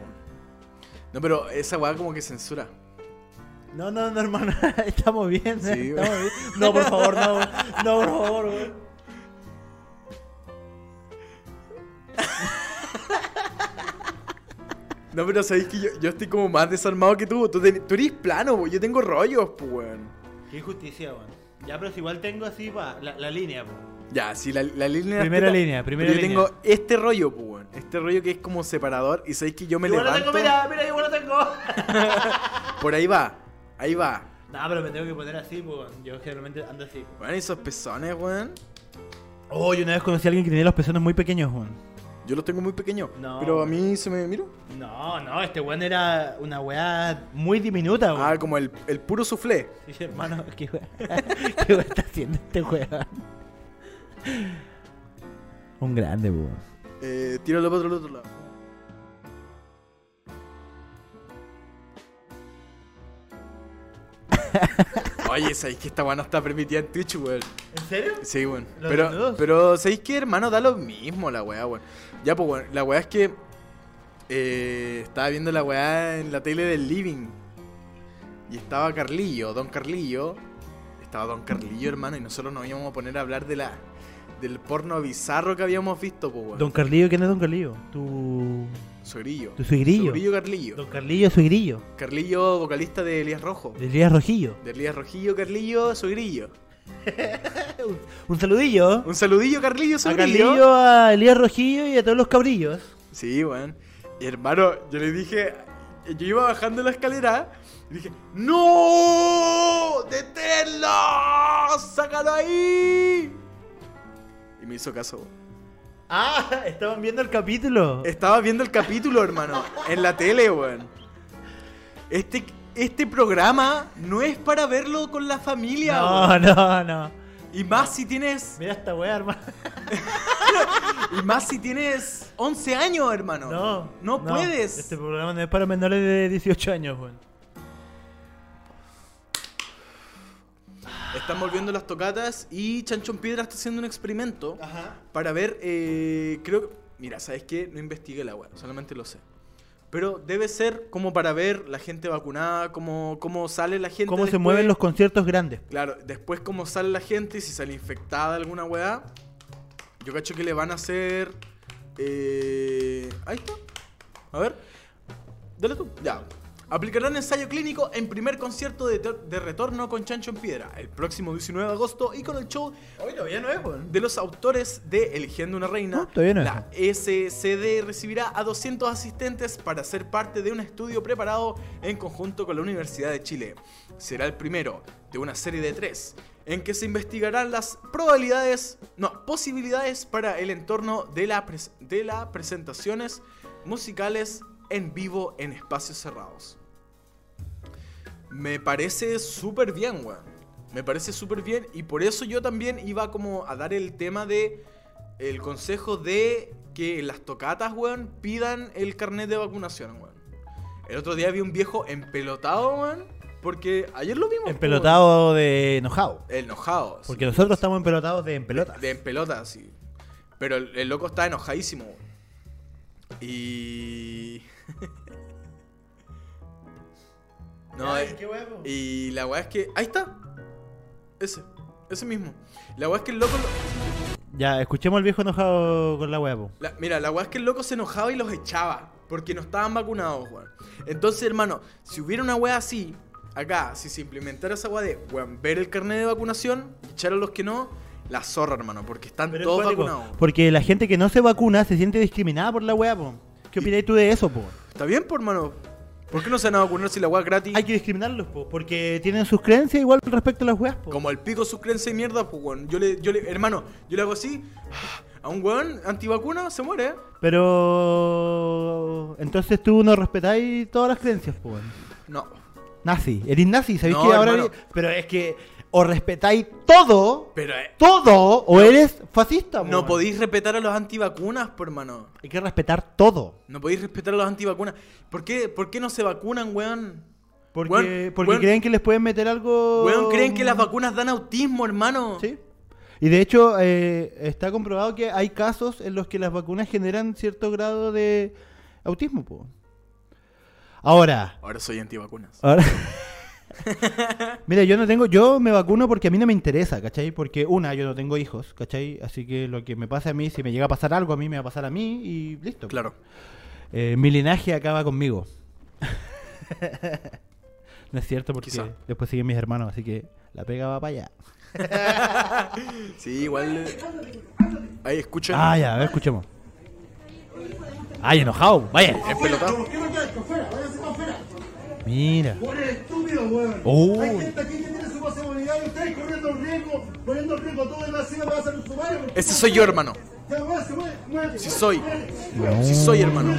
C: No, pero esa weá como que censura.
D: No, no, no, hermano. Estamos bien. eh,
C: Sí,
D: estamos bien. No, por favor, no. weón. No, por favor, weón.
C: No, pero sabéis que yo, yo estoy como más desarmado que tú. Tú, ten- tú eres plano, po. yo tengo rollos, po, weón.
D: Qué injusticia, weón. Ya, pero si igual tengo así pa, la, la línea, weón.
C: Ya, sí, la, la línea.
D: Primera
C: teta-
D: línea, primera
C: pero yo
D: línea.
C: tengo este rollo, po, weón. Este rollo que es como separador. Y sabéis que yo me
D: Igual la
C: levanto.
D: tengo, mira, mira, igual la tengo.
C: Por ahí va, ahí va.
D: no, pero me tengo que poner así, weón. Yo generalmente ando así.
C: Weón, esos pezones, weón.
D: Oh, yo una vez conocí a alguien que tenía los pezones muy pequeños, weón.
C: Yo los tengo muy pequeños.
D: No,
C: Pero a
D: weón.
C: mí se me. Mira.
D: No, no, este weón era una weá muy diminuta, weón.
C: Ah, como el, el puro soufflé.
D: Sí, hermano, qué weá. ¿Qué weá está haciendo este weón? Un grande, weón.
C: Eh, tíralo para otro, otro lado. Oye, ¿sabéis que esta weá no está permitida en Twitch, weón?
D: ¿En serio?
C: Sí, weón.
D: ¿Los
C: Pero,
D: desnudos?
C: pero, ¿sabéis que, hermano? Da lo mismo la weá, weón. Ya, pues, weón. La weá es que eh, estaba viendo la weá en la tele del living. Y estaba Carlillo, Don Carlillo. Estaba Don Carlillo, hermano. Y nosotros nos íbamos a poner a hablar de la, del porno bizarro que habíamos visto, pues, weón.
D: Don Carlillo, ¿quién es Don Carlillo? Tu.
C: Sogrillo.
D: Tu suegrillo.
C: Sogrillo Carlillo.
D: Don Carlillo, su grillo.
C: Carlillo, vocalista de Elías Rojo.
D: Del día rojillo.
C: De Elías Rojillo, Carlillo, Sogrillo.
D: Un saludillo.
C: Un saludillo, Carlillo,
D: A
C: Sogrillo.
D: Carlillo, a Elías Rojillo y a todos los cabrillos.
C: Sí, weón. Y hermano, yo le dije, yo iba bajando la escalera y dije, ¡No! ¡Deténlo! ¡Sácalo ahí! Y me hizo caso.
D: Ah, estaban viendo el capítulo.
C: Estaba viendo el capítulo, hermano, en la tele, weón. Este, este programa no es para verlo con la familia,
D: No,
C: weón.
D: no, no.
C: Y más si tienes.
D: Mira esta weá, hermano.
C: Y más si tienes 11 años, hermano.
D: No,
C: No puedes.
D: Este programa no es para menores de 18 años, weón.
C: Están volviendo las tocatas y Chanchón Piedra está haciendo un experimento para ver, eh, creo que... Mira, ¿sabes qué? No investigué la web, solamente lo sé. Pero debe ser como para ver la gente vacunada, cómo, cómo sale la gente.
D: ¿Cómo se
C: después.
D: mueven los conciertos grandes?
C: Claro, después cómo sale la gente y si sale infectada alguna weá. Yo cacho que le van a hacer. eh, Ahí está. A ver. Dale tú. Ya. Aplicarán ensayo clínico en primer concierto de, ter- de retorno con Chancho en Piedra el próximo 19 de agosto y con el show de los autores de Eligiendo una Reina.
D: No, todavía no es.
C: la SCD recibirá a 200 asistentes para ser parte de un estudio preparado en conjunto con la Universidad de Chile. Será el primero de una serie de tres en que se investigarán las probabilidades, no, posibilidades para el entorno de las de la presentaciones musicales en vivo en espacios cerrados. Me parece súper bien, weón. Me parece súper bien. Y por eso yo también iba como a dar el tema de. El consejo de que en las tocatas, weón, pidan el carnet de vacunación, weón. El otro día vi un viejo empelotado, weón. Porque ayer lo vimos. weón.
D: Empelotado de enojado.
C: Enojado. sí.
D: Porque nosotros estamos empelotados de empelota.
C: De empelota, sí. Pero el, el loco está enojadísimo, weón. Y. no, eh, y la weá es que. Ahí está. Ese. Ese mismo. La weá es que el loco. lo-
D: Ya, escuchemos al viejo enojado con la weá, po.
C: la- mira, la weá es que el loco se enojaba y los echaba. Porque no estaban vacunados, weón. Entonces, hermano, si hubiera una weá así, acá, si se implementara esa weá de, weón, ver el carnet de vacunación, echar a los que no, la zorra, hermano, porque están
D: Pero
C: todos
D: cuático,
C: vacunados.
D: Porque la gente que no se vacuna se siente discriminada por la weá, po. ¿Qué opináis tú de eso, po?
C: ¿Está bien, por hermano? ¿Por qué no se van a vacunar si la weá es gratis?
D: Hay que discriminarlos, po. Porque tienen sus creencias igual respecto a las weas, po.
C: Como el pico sus creencias de mierda, pues, weón. Yo le, yo le, hermano, yo le hago así. A un weón antivacuna se muere. ¿eh?
D: Pero. Entonces tú no respetáis todas las creencias, po. weón.
C: No.
D: Nazi. Eres nazi, ¿sabéis
C: No,
D: que ahora.?
C: hermano.
D: Pero es que. O respetáis todo.
C: Pero eh,
D: Todo. O eres fascista, po,
C: no
D: weón.
C: podéis respetar a los antivacunas, por hermano.
D: Hay que respetar todo.
C: No podéis respetar a los antivacunas. ¿Por qué, por qué no se vacunan, weón?
D: Porque,
C: Weón,
D: porque
C: weón,
D: creen que les pueden meter algo.
C: weón, creen que las vacunas dan autismo, hermano.
D: Oh. Sí. Y de hecho, eh, está comprobado que hay casos en los que las vacunas generan cierto grado de autismo. po. Ahora,
C: Ahora soy antivacunas.
D: ahora. Mira, yo no tengo. Yo me vacuno porque a mí no me interesa, ¿cachai? Porque, una, yo no tengo hijos, ¿cachai? Así que lo que me pase a mí, si me llega a pasar algo, a mí me va a pasar a mí y listo.
C: Claro.
D: Eh, mi linaje acaba conmigo. no es cierto porque
C: Quizá.
D: después siguen mis hermanos, así que la pega va para allá.
C: Sí, igual. eh, Ahí, escuchen.
D: Ah, ya, a ver, escuchemos. Ay, enojado, vaya.
C: Empelotado.
D: Mira.
E: estúpido, weón.
D: Oh.
E: Hay gente aquí que tiene su posibilidad y ustedes corriendo el riesgo, poniendo el riesgo todo y más encima para hacer su madre.
C: Ese soy yo, hermano.
E: Ya, weón, se mueve, muévete.
C: Si soy. Si soy, hermano.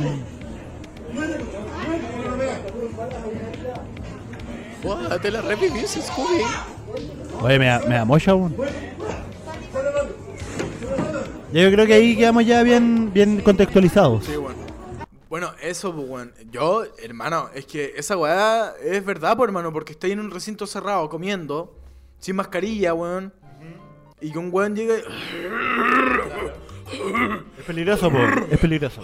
C: Guau, te la reviví, ese Scooby.
D: Oye, me da, me da mocha aún. Ya, Yo creo que ahí quedamos ya bien, bien contextualizados.
C: Sí, bueno. Bueno, eso, pues, weón. Yo, hermano, es que esa weá es verdad, pues, hermano, porque estoy en un recinto cerrado comiendo, sin mascarilla, weón. Y que un weón llegue.
D: Es peligroso, po. Es peligroso.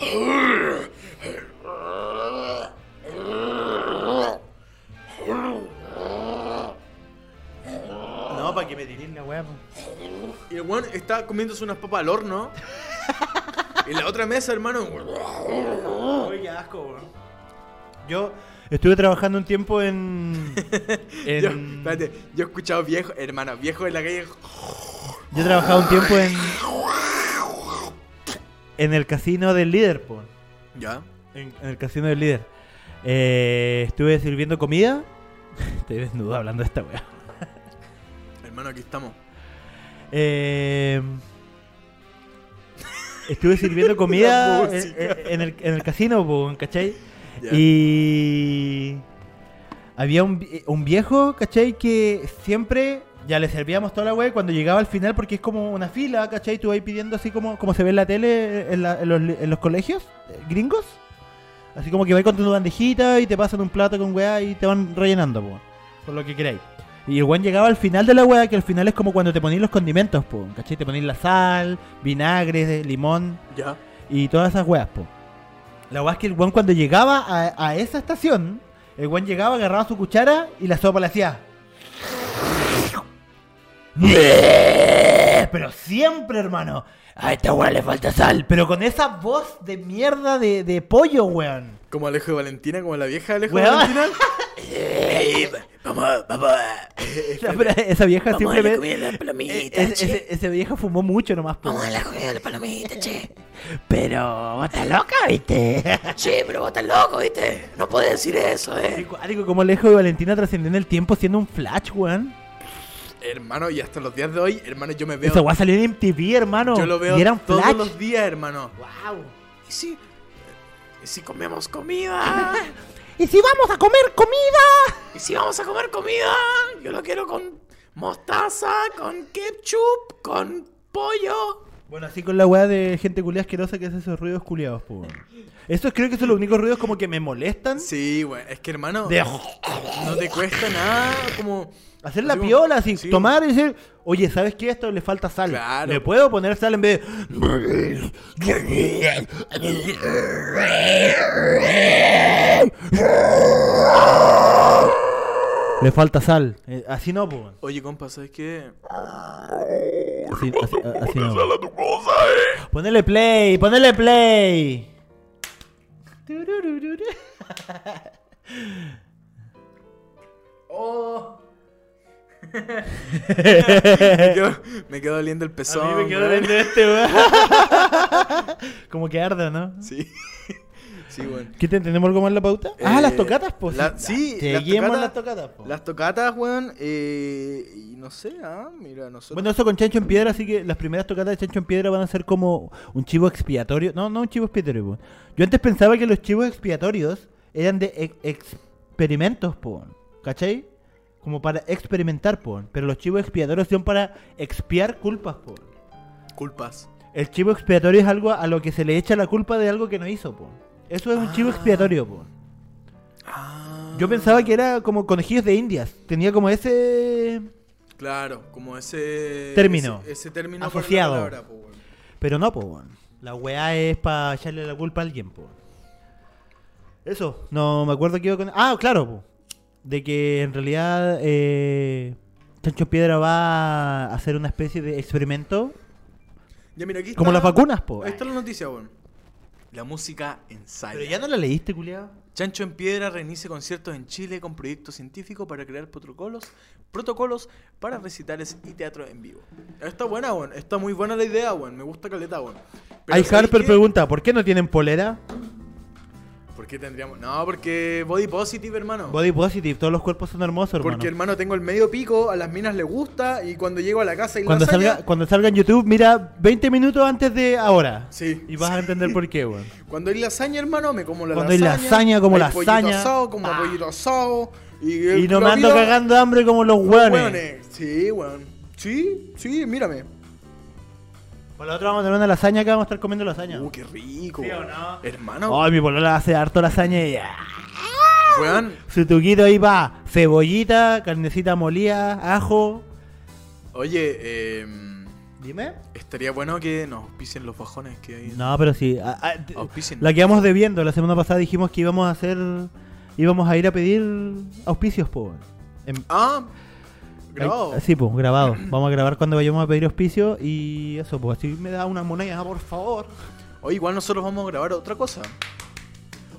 D: No, para que me tiren la weá, po.
C: Y el weón está comiéndose unas papas al horno. y la otra mesa, hermano.
D: Uy, qué asco, weón. Yo estuve trabajando un tiempo en. en-
C: Yo, espérate, yo he escuchado viejos, hermano, viejos en la calle.
D: yo he trabajado un tiempo en. En el casino del líder, po.
C: Ya.
D: En, en el casino del líder. Eh, estuve sirviendo comida. Estoy desnudo hablando de esta wea.
C: Hermano, aquí estamos.
D: Eh, estuve sirviendo comida
C: La
D: en,
C: música.
D: en- en el, en el casino, po, ¿cachai?
C: Ya.
D: Y había un, vi- un viejo, ¿cachai? Que siempre ya le servíamos toda la wea y cuando llegaba al final, porque es como una fila, ¿cachai? Tú vas pidiendo así como, como se ve en la tele en, la- en los, en los colegios eh, gringos. Así como que vas con tu bandejita y te pasan un plato con weá y te van rellenando, po, con lo que queráis. Y el weón llegaba al final de la weá, que al final es como cuando te ponís los condimentos, po, ¿cachai? Te ponís la sal, vinagre, de- limón
C: Ya.
D: y todas esas weas, po. La weá es que el weón cuando llegaba a, a esa estación, el weón llegaba, agarraba su cuchara y la sopa la hacía. Pero siempre, hermano. A esta weá le falta sal. Pero con esa voz de mierda de, de pollo, weón.
C: Como Alejo de Valentina, como la vieja Alejo de
D: Weón.
C: Valentina. Ey, vamos, vamos.
D: No, pero esa vieja
C: Eh, Vamos a la
D: simplemente. eh,
C: comida de las
D: Ese,
C: palomitas, che.
D: ese, ese viejo fumó mucho nomás, po.
C: Vamos a la comida de las palomitas, che.
D: Pero vos estás loca, viste.
C: Che, pero vos estás loco, ¿viste? No podés decir eso, eh.
D: Algo ah, como Alejo de Valentina trascendiendo el tiempo siendo un flash, weón.
C: Hermano, y hasta los días de hoy, hermano, yo me veo.
D: Esa weá salió en MTV, hermano.
C: Yo lo veo
D: y era un
C: todos
D: flash.
C: los días, hermano.
D: Wow.
C: ¿Y si, ¿Y si comemos comida?
D: ¿Y si vamos a comer comida?
C: ¿Y si vamos a comer comida? Yo lo quiero con mostaza, con ketchup, con pollo.
D: Bueno, así con la weá de gente culia asquerosa que hace esos ruidos culiados, po. weón. Esos creo que son los únicos ruidos como que me molestan.
C: pues, Sí, güey. Es que, hermano,
D: De
C: no te cuesta nada como...
D: hacer la
C: así como-
D: piola, así,
C: sí.
D: tomar y decir, oye, ¿sabes qué? Esto le falta sal.
C: Claro.
D: Le puedo poner sal en vez de. Le falta sal. Eh, así no, pues.
C: Oye, compa, ¿sabes qué?
D: Así, así, a- así no.
C: eh.
D: Ponele play, ponele play. Tururururu.
C: Me quedo, me quedo oliendo el
D: Eh. A
C: pezón.
D: mí me quedó
C: güey.
D: dentro de este, weón. Como que arda, ¿no?
C: Sí. Sí, güey.
D: ¿Qué te entendemos algo más en la pauta? ah,
C: Eh,
D: las tocatas, pues.
C: la- sí, las
D: seguimos
C: tocatas-
D: las tocatas, pues. po.
C: Las tocatas, weón, eh, y no sé, ah, mira, nosotros...
D: Bueno, eso con Chancho en Piedra, así que las primeras tocatas de Chancho en Piedra van a ser como un chivo expiatorio. No, no un chivo expiatorio, po. Yo antes pensaba que los chivos expiatorios eran de ex- experimentos, po. ¿Cachai? Como para experimentar, po. Pero los chivos expiatorios son para expiar culpas, po.
C: Culpas.
D: El chivo expiatorio es algo a lo que se le echa la culpa de algo que no hizo, po. Eso es un chivo expiatorio, po.
C: Ah,
D: Yo pensaba que era como conejillos de indias. Tenía como ese...
C: Claro, como ese...
D: Término.
C: Ese, ese término
D: Asociado.
C: Por la palabra, po, weón.
D: Pero no, po, weón. La weá es para echarle la culpa a alguien, po. Eso, no me acuerdo que iba con. Ah, claro, po. De que en realidad eh, Chancho Piedra va a hacer una especie de experimento.
C: Ya, mira, aquí
D: Como
C: está-
D: las vacunas, po.
C: Ahí está la noticia, weón. La música ensayo.
D: Pero ya no la leíste, culiado.
C: Chancho en Piedra reinicia conciertos en Chile con proyectos científicos para crear protocolos, protocolos para recitales y teatro en vivo. Está buena, weón. Está muy buena la idea, weón. Me gusta caleta, weón. Pero
D: Hay
C: ¿sabéis
D: Harper
C: qué?
D: pregunta, ¿por qué no tienen polera?
C: ¿Por qué tendríamos? No, porque body positive, hermano.
D: Body positive, todos los cuerpos son hermosos, hermano.
C: Porque, hermano, tengo el medio pico, a las minas les gusta y cuando llego a la casa y
D: Cuando
C: lasaña-
D: salga, cuando salga en YouTube, mira 20 minutos antes de ahora.
C: Sí.
D: Y vas a entender por qué, weón.
C: Cuando hay lasaña, hermano, me como la
D: Cuando hay
C: lasaña.
D: lasaña, como
C: hay
D: lasaña.
C: pollito asado, como
D: Ah.
C: pollito asado. Y,
D: Y no
C: lo
D: me ando
C: miro-
D: cagando hambre como los hueones.
C: Hueones. Sí, weón. Sí, sí, mírame.
D: Por la otra vamos a tener una lasaña acá, vamos a estar comiendo lasaña.
C: Uh, qué rico. Hermano,
D: Ay, mi polola hace harto lasaña y ah,
C: weón.
D: su tuquito ahí va. Cebollita, carnecita molida, ajo.
C: Oye, eh,
D: Dime.
C: estaría bueno que nos auspicien los bajones que hay.
D: No, pero sí. ah, ah, t-
C: Auspicien.
D: la quedamos debiendo. La semana pasada dijimos que íbamos a hacer. íbamos a ir a pedir auspicios, po. En-
C: Ah, grabado.
D: Ahí- Sí, pues, grabado. Vamos a grabar cuando vayamos a pedir auspicio y eso, pues, así me da una moneda, por favor.
C: Oye, igual nosotros vamos a grabar otra cosa.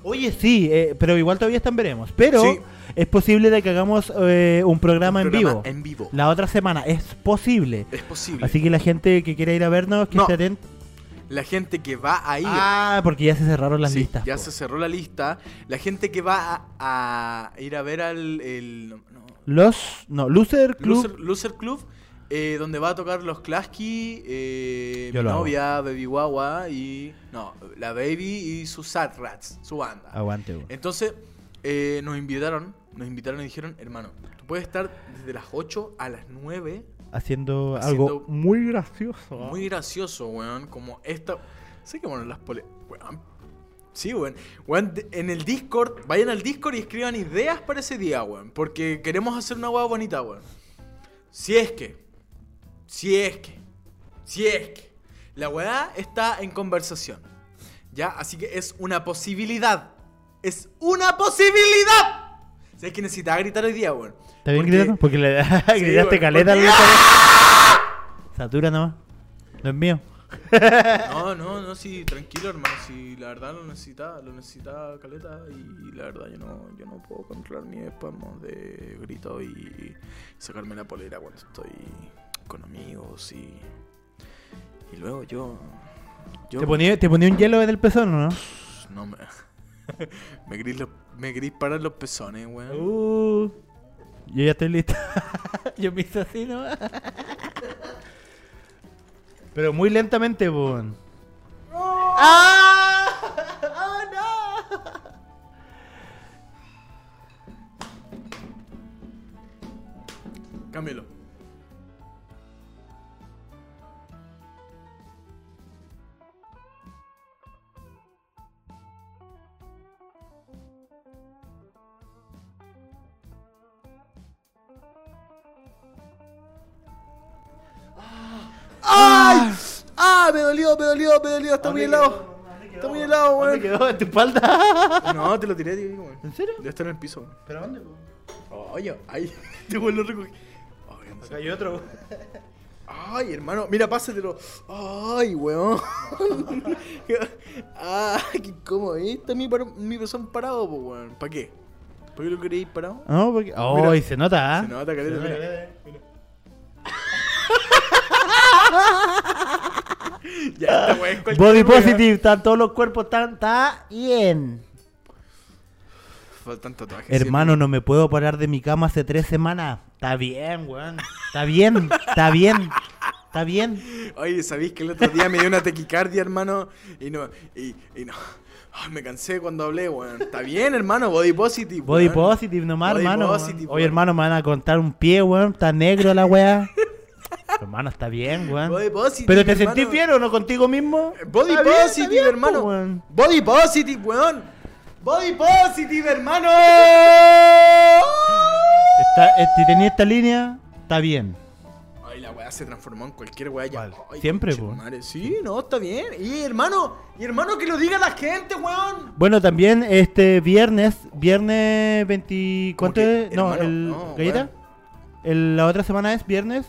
D: Oye, sí, eh, pero igual todavía están veremos. Pero
C: Sí.
D: es posible de que hagamos eh, un programa,
C: Un
D: en,
C: programa
D: vivo.
C: en vivo.
D: La otra semana, es posible.
C: Es posible.
D: Así que la gente que quiera ir a vernos, que
C: No.
D: esté atenta.
C: la gente que va a ir.
D: Ah, porque ya se cerraron las
C: Sí,
D: listas.
C: Ya
D: po.
C: se cerró la lista. La gente que va a, a ir a ver al el, no, no,
D: Los. No, Loser Club.
C: Loser, Loser Club, eh, donde va a tocar los Klasky, eh,
D: Yo
C: mi
D: lo hago.
C: novia, Baby Guagua y. No, la Baby y sus Sad Rats, su banda.
D: Aguante, weón.
C: Entonces, eh, nos invitaron, nos invitaron y dijeron, hermano, tú puedes estar desde las 8 a las 9
D: Haciendo,
C: haciendo-
D: algo muy gracioso. ah.
C: Muy gracioso, weón. Como esta. Sé que bueno, las pole. Weón. Sí, weón. Weón, de- en el Discord, vayan al Discord y escriban ideas para ese día, weón. Porque queremos hacer una weá bonita, weón. Si es que. Si es que. Si es que. La weá está en conversación. ¿Ya? Así que es una posibilidad. Es una posibilidad. Si es que necesitaba gritar hoy día, weón.
D: ¿Está bien
C: Porque-
D: gritando? Porque le gritaste
C: bueno,
D: caleta
C: porque-
D: al Satura nomás. No es mío.
C: No, no, no, sí, tranquilo, hermano. Si la verdad lo necesitaba, lo necesitaba Caleta y la verdad yo no, yo no puedo controlar mi espasmo de grito y sacarme la polera cuando estoy con amigos y. Y luego yo. Yo.
D: ¿Te ponía, ¿Te ponía un hielo en el pezón o no?
C: No me. me gris, los- me gris para los pezones, weón.
D: Uh, yo ya estoy listo. yo me hice así, ¿no? Pero muy lentamente, Bon.
C: Cámbialo.
G: ¡Ay! ¡Ah! Me dolió, me dolió, me dolió. Está muy helado. Está muy helado,
D: ¿Dónde
G: weón.
D: quedó? ¿En tu espalda?
C: No, te lo tiré, tío, weón.
D: ¿En serio?
C: Debe estar en el piso, weón.
D: ¿Pero dónde?
C: Oye, ay, te vuelvo a recoger. Ay, no sé.
D: Hay otro.
C: Ay, hermano, mira, pásatelo. Ay, weón. ah, qué incómodo. Ahí está mi, par- mi pezón parado, po, weón. ¿Para qué? ¿Para qué lo queréis parado?
D: No, porque. ¡Oh!
C: Mira.
D: y se nota, ¿ah?
C: Se nota caleta,
D: Se nota
C: eh, mira. Ya, esta weón es cualquier ¿eh?
D: Body
C: weá.
D: positive, están todos los cuerpos tan, está bien.
C: Faltan tatuajes.
D: Hermano, no me puedo parar de mi cama hace tres semanas. Está bien, weón. Está bien, está bien, está bien.
C: siempre. Oye, ¿sabéis que el otro día me dio una tequicardia, hermano? Y no, y, y no. Ay, me cansé cuando hablé, weón. Está bien, hermano, body positive.
D: Body
C: weón.
D: positive nomás,
C: Body
D: hermano.
C: positive, weón.
D: Oye, hermano, me van a cortar un pie, weón. Está negro la weá. hermano, está bien, weón.
C: Body positive,
D: Pero te
C: hermano. Eh,
D: sentís bien o no contigo mismo?
C: Body
D: Está bien, está
C: positive,
D: bien, po,
C: hermano.
D: weón.
C: Body positive, weón. Body positive, hermano.
D: Está- eh, si tenía esta línea, está bien.
C: Ay, la weá se transformó en cualquier weá ya.
D: Vale.
C: Ay,
D: Siempre,
C: conche
D: po.
C: tu madre. Sí, no, está bien. Y hermano, y hermano, que lo diga la gente, weón.
D: Bueno, también este viernes, viernes 20. ¿Cuánto
C: que,
D: es? No,
C: hermano,
D: el.
C: no,
D: ¿Galleta?
C: weón.
D: El- la otra semana es viernes.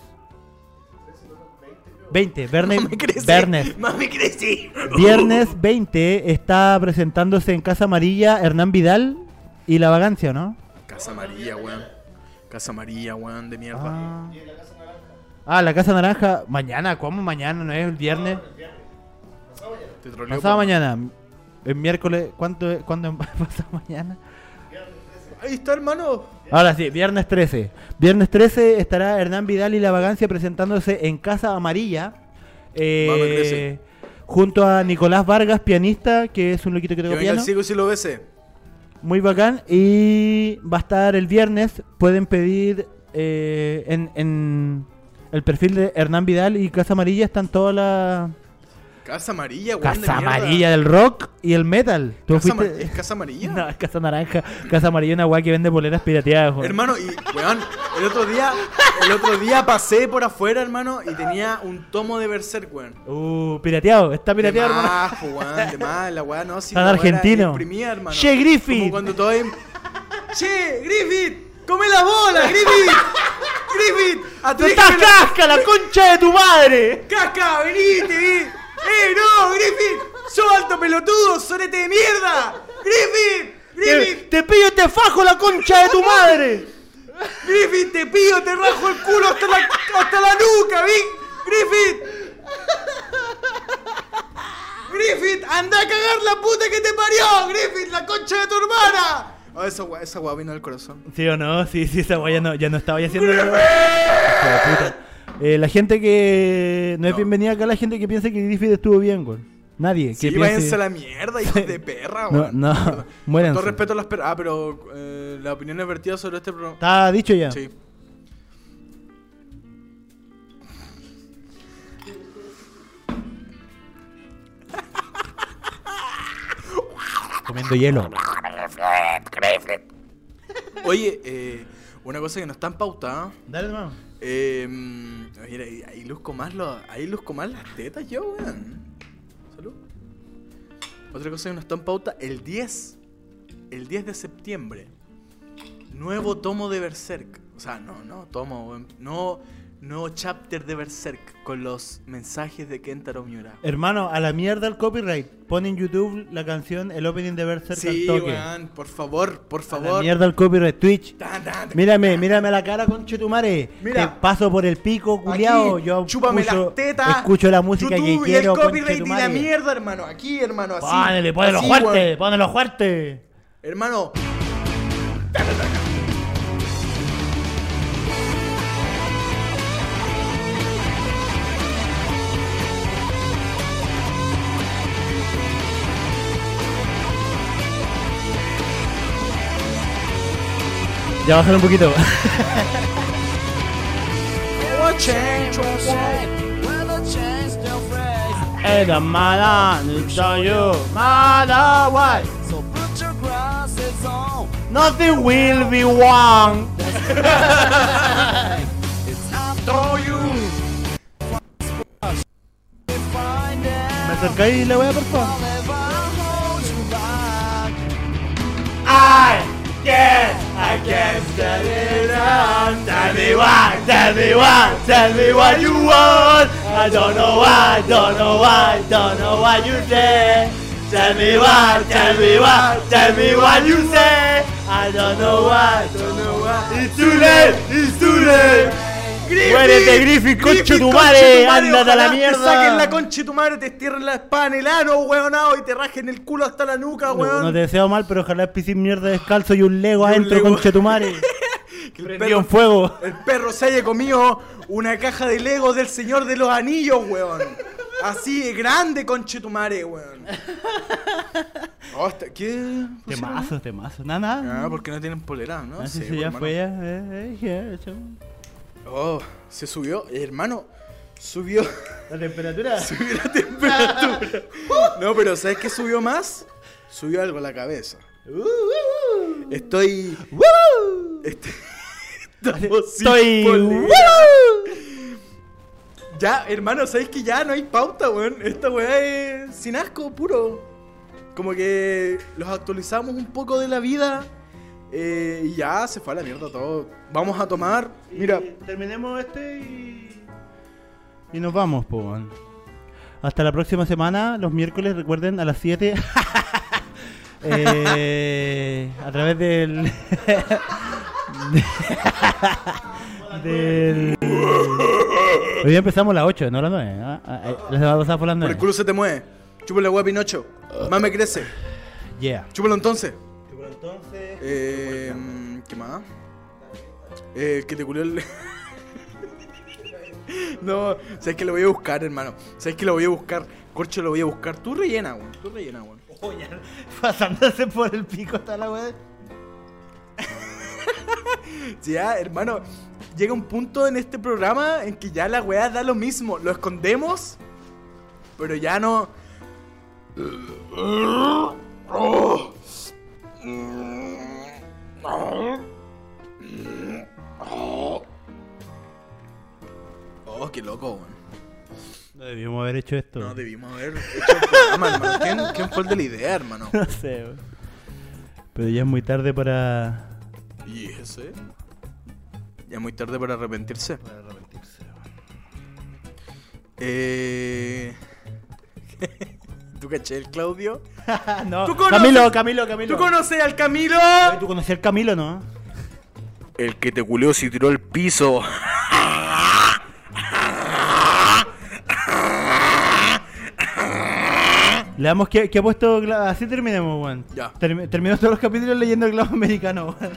D: 20, viernes.
C: Mami crecí.
D: viernes.
C: Mami crecí.
D: Viernes 20 está presentándose en Casa Amarilla Hernán Vidal y La Vagancia, ¿no?
C: Casa amarilla, weón. Casa amarilla, weón, de mierda.
D: Ah. Ah, la Casa Naranja. Mañana, ¿cómo mañana? ¿No es el viernes?
C: Te troleo,
D: Pasado
C: po.
D: mañana. El miércoles. ¿Cuánto, es- ¿Cuándo es pasado mañana?
C: Ahí está, hermano.
D: Ahora sí, viernes 13. Viernes 13 estará Hernán Vidal y La Vagancia presentándose en Casa Amarilla. eh,
C: Vamos, crece.
D: junto a Nicolás Vargas, pianista, que es un loquito que
C: Que
D: toca
C: venga el
D: piano.
C: ciego si lo bese.
D: Muy bacán. Y va a estar el viernes. Pueden pedir eh, en, en el perfil de Hernán Vidal y Casa Amarilla. Están todas las.
C: Casa amarilla, weón. de
D: Casa
C: mierda.
D: Amarilla del rock y el metal. ¿Tú
C: Casa amar-
D: fuiste-
C: ¿Es casa amarilla?
D: No, es Casa Naranja. Casa Amarilla es una weá que vende boleras pirateadas. weón.
C: Hermano, y weón, el otro día, el otro día pasé por afuera, hermano, y tenía un tomo de Berserk, weón.
D: Uh, pirateado. Está
C: De
D: pirateado, hermano.
C: más, po, weón, de más, la weá, no, si
D: Tan
C: la weá era
D: argentino.
C: imprimida, hermano.
D: Che, Griffith.
C: Como cuando todo en- Che, Griffith, come la bola, Griffith. Griffith, a tu
D: ¡Tú estás casca, la concha de tu madre!
C: Casca, venite, vi. Eh, no, Griffith, sos alto pelotudo, sorete de mierda. Griffith,
D: ¡Te,
C: Griffith,
D: te pillo y te fajo la concha de tu madre!
C: Griffith, te pido, te rajo el culo hasta la, hasta la nuca, vi. Griffith. Griffith, anda a cagar la puta que te parió, Griffith, la concha de tu hermana. Oh, esa gua- esa guau vino al corazón.
D: Sí o no, sí, sí, esa weá ya no, ya no estaba ya haciendo. Hijo de puta. Eh, la gente que. No es
C: No.
D: bienvenida acá, la gente que piensa que Griffith estuvo bien, güey. Nadie. que
C: Sí,
D: piense-
C: váyanse a la mierda, hijos de perra,
D: No,
C: weón.
D: no,
C: Con todo
D: muéranse.
C: respeto a las perras. Ah, pero eh, las opiniones vertidas sobre este programa.
D: Está dicho ya.
C: Sí.
D: Comiendo hielo.
C: Oye, eh, una cosa que no están pautadas.
D: Dale, hermano.
C: Eh, mm, mira, ahí, ahí luzco más los, ahí luzco más las tetas yo, weón. Salud. Otra cosa que no está en pauta, el 10. El 10 de septiembre. Nuevo tomo de Berserk. O sea, no, no, tomo, weón. No, nuevo chapter de Berserk con los mensajes de Kentaro Miura.
D: Hermano, a la mierda el copyright. Pon en YouTube la canción, el opening de Berserk
C: Sí,
D: al toque.
C: weón, por favor, por
D: A la
C: favor.
D: mierda el copyright. Twitch.
C: Tan, tan, tan.
D: Mírame, mírame la cara, conchetumare.
C: Mira.
D: Te paso por el pico, culiao.
C: Aquí,
D: Yo
C: chúpame
D: escucho,
C: las tetas.
D: escucho la música
C: YouTube
D: que
C: y el
D: quiero,
C: copyright y la
D: conchetumare.
C: mierda, hermano. Aquí, hermano, así.
D: Ponele, ponelo
C: así,
D: fuerte,
C: weón.
D: ponelo fuerte.
C: Hermano.
D: Ya bajar un poquito. Era mala, show you. Mala, why? Nothing will be one. ¿Me acercáis la wea, por favor? I guess, I guess that it is. Tell me why, tell me why, tell me what you want. I don't know why, don't know why, don't know why you say. Tell me why, tell me why, tell me what you say. I don't know why, don't know why. It's too late, it's too late. Muérete, Griffith, concha tu madre, ándate a la
C: ojalá Te
D: mierda.
C: saquen la concha de tu madre, te estierren la espada en el ano, weonado, y te rajen el culo hasta la nuca,
D: No,
C: weón.
D: te deseo mal, pero ojalá piscis mierda descalzo y un Lego
C: adentro,
D: adentro,
C: Lego.
D: conchetumare.
C: Que el,
D: Prendió
C: perro,
D: en fuego.
C: el perro se haya comido una caja de Lego del Señor de los Anillos, weón. Así, de grande, concha de tu madre, weón. Hostia, ¿qué?
D: Temazo, temazo. Nada, nada.
C: Ah, porque no tienen polera, ¿no?
D: Ah, sí,
C: sé,
D: sí, ya
C: hermano.
D: fue ya. eh, eh, ya, chao.
C: Oh, se subió, hermano. Subió,
D: ¿La temperatura?
C: subió la temperatura. No, pero ¿sabes qué subió más? Subió algo a la cabeza. Uh-huh. Estoy. Este- Est- Estamos sin
D: Estoy.
C: polera.
D: ¡Woo!
C: Ya, hermano, ¿sabes que ya no hay pauta, weón? Esta weá es sin asco, puro. Como que los actualizamos un poco de la vida. eh, y ya se fue a la mierda todo. Vamos a tomar. Mira.
D: Terminemos este y. Y nos vamos, po. man. Hasta la próxima semana, los miércoles, recuerden, a las 7. Eh, a través del. del. Hoy día empezamos a las 8, no a las 9. ¿ah? Ah, ah, La semana pasada fue a las
C: Por el
D: 9.
C: culo se te mueve. Chúpale agua Pinocho. Más me crece.
D: Yeah.
C: Chúpalo entonces. Eh, ¿Qué más? Eh, que te culió el. no, sabes que lo voy a buscar, hermano. Sabes que lo voy a buscar. Corcho, lo voy a buscar. Tú rellena, weón. Tú rellena, weón.
D: Pasándose por el pico hasta la web.
C: Sí, Ya, hermano, llega un punto en este programa en que ya la weá da lo mismo. Lo escondemos, pero ya no. Oh, qué loco, weón.
D: No debíamos haber hecho esto.
C: No debimos haber hecho el programa, hermano. ¿Quién, quién fue el de la idea, hermano?
D: No sé, weón. Pero ya es muy tarde para.
C: ¿Y ese? Ya muy tarde para arrepentirse.
D: Para arrepentirse.
C: Eh... ¿Tú caché el Claudio?
D: Ah, no.
C: ¿Tú conoces-
D: Camilo, Camilo, Camilo.
C: ¿Tú conoces al Camilo?
D: Oye, ¿Tú conocías al Camilo, no?
C: El que te culió si tiró el piso.
D: Le damos que, que ha puesto Gla- Así terminemos, weón.
C: Ya.
D: Termi- terminó todos los capítulos leyendo el globo americano, weón.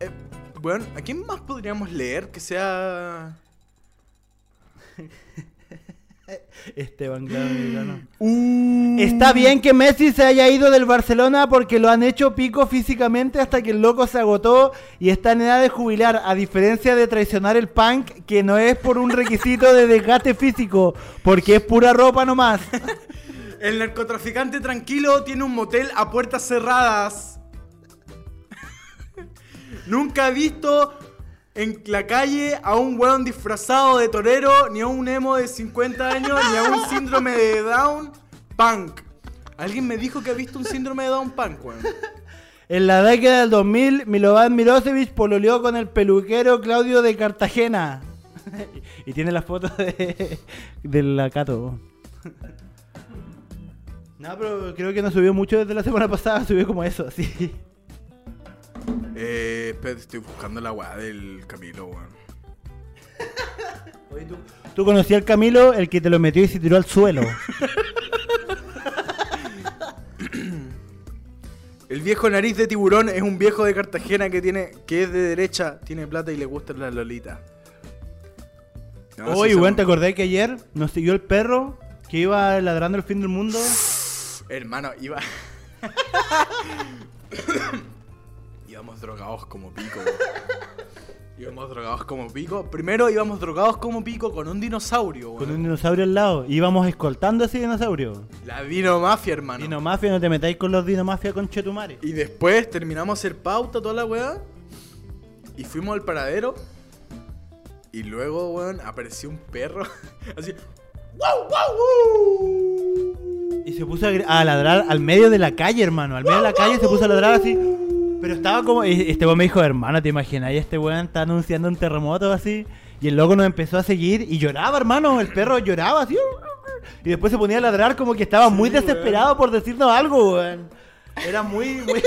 C: Eh, bueno, ¿a quién más podríamos leer que sea.
D: Esteban Globo americano.
C: Uh.
D: Está bien que Messi se haya ido del Barcelona porque lo han hecho pico físicamente hasta que el loco se agotó y está en edad de jubilar, a diferencia de traicionar el punk, que no es por un requisito de desgaste físico, porque es pura ropa nomás.
C: El narcotraficante tranquilo tiene un motel a puertas cerradas. Nunca he visto en la calle a un weón disfrazado de torero, ni a un emo de 50 años, ni a un síndrome de Down punk. Alguien me dijo que ha visto un síndrome de Down punk, weón.
D: En la década del 2000, Milovan Milosevic pololeó con el peluquero Claudio de Cartagena. y tiene las fotos de, de la Cato. No, pero creo que no subió mucho desde la semana pasada, subió como eso, así.
C: Eh, espérate, estoy buscando la weá del Camilo, weón.
D: Tú conocías al Camilo, el que te lo metió y se tiró al suelo.
C: El viejo nariz de tiburón es un viejo de Cartagena que tiene que es de derecha, tiene plata y le gustan las lolitas. No,
D: Oye,
C: sí,
D: weón, ¿te
C: se-
D: acordás que ayer nos siguió el perro que iba ladrando el fin del mundo?
C: Hermano, iba. íbamos drogados como pico. weón. íbamos drogados como pico. Primero íbamos drogados como pico con un dinosaurio, weón.
D: Con un dinosaurio al lado. Y íbamos escoltando a ese dinosaurio.
C: La vino mafia, hermano.
D: Dinomafia, no te metáis con los dinomafia con Chetumare.
C: Y después terminamos hacer pauta, toda la weá. Y fuimos al paradero. Y luego, weón, apareció un perro. Así. ¡Wow, wow, wow!
D: Y se puso a, gri- a ladrar al medio de la calle, hermano. Al medio de la calle se puso a ladrar así. Pero estaba como. y Este weón me dijo, hermano, ¿te imaginas? Y este weón está anunciando un terremoto así. Y el loco nos empezó a seguir y lloraba, hermano. El perro lloraba así. Y después se ponía a ladrar como que estaba muy desesperado por decirnos algo, weón. Era muy. muy...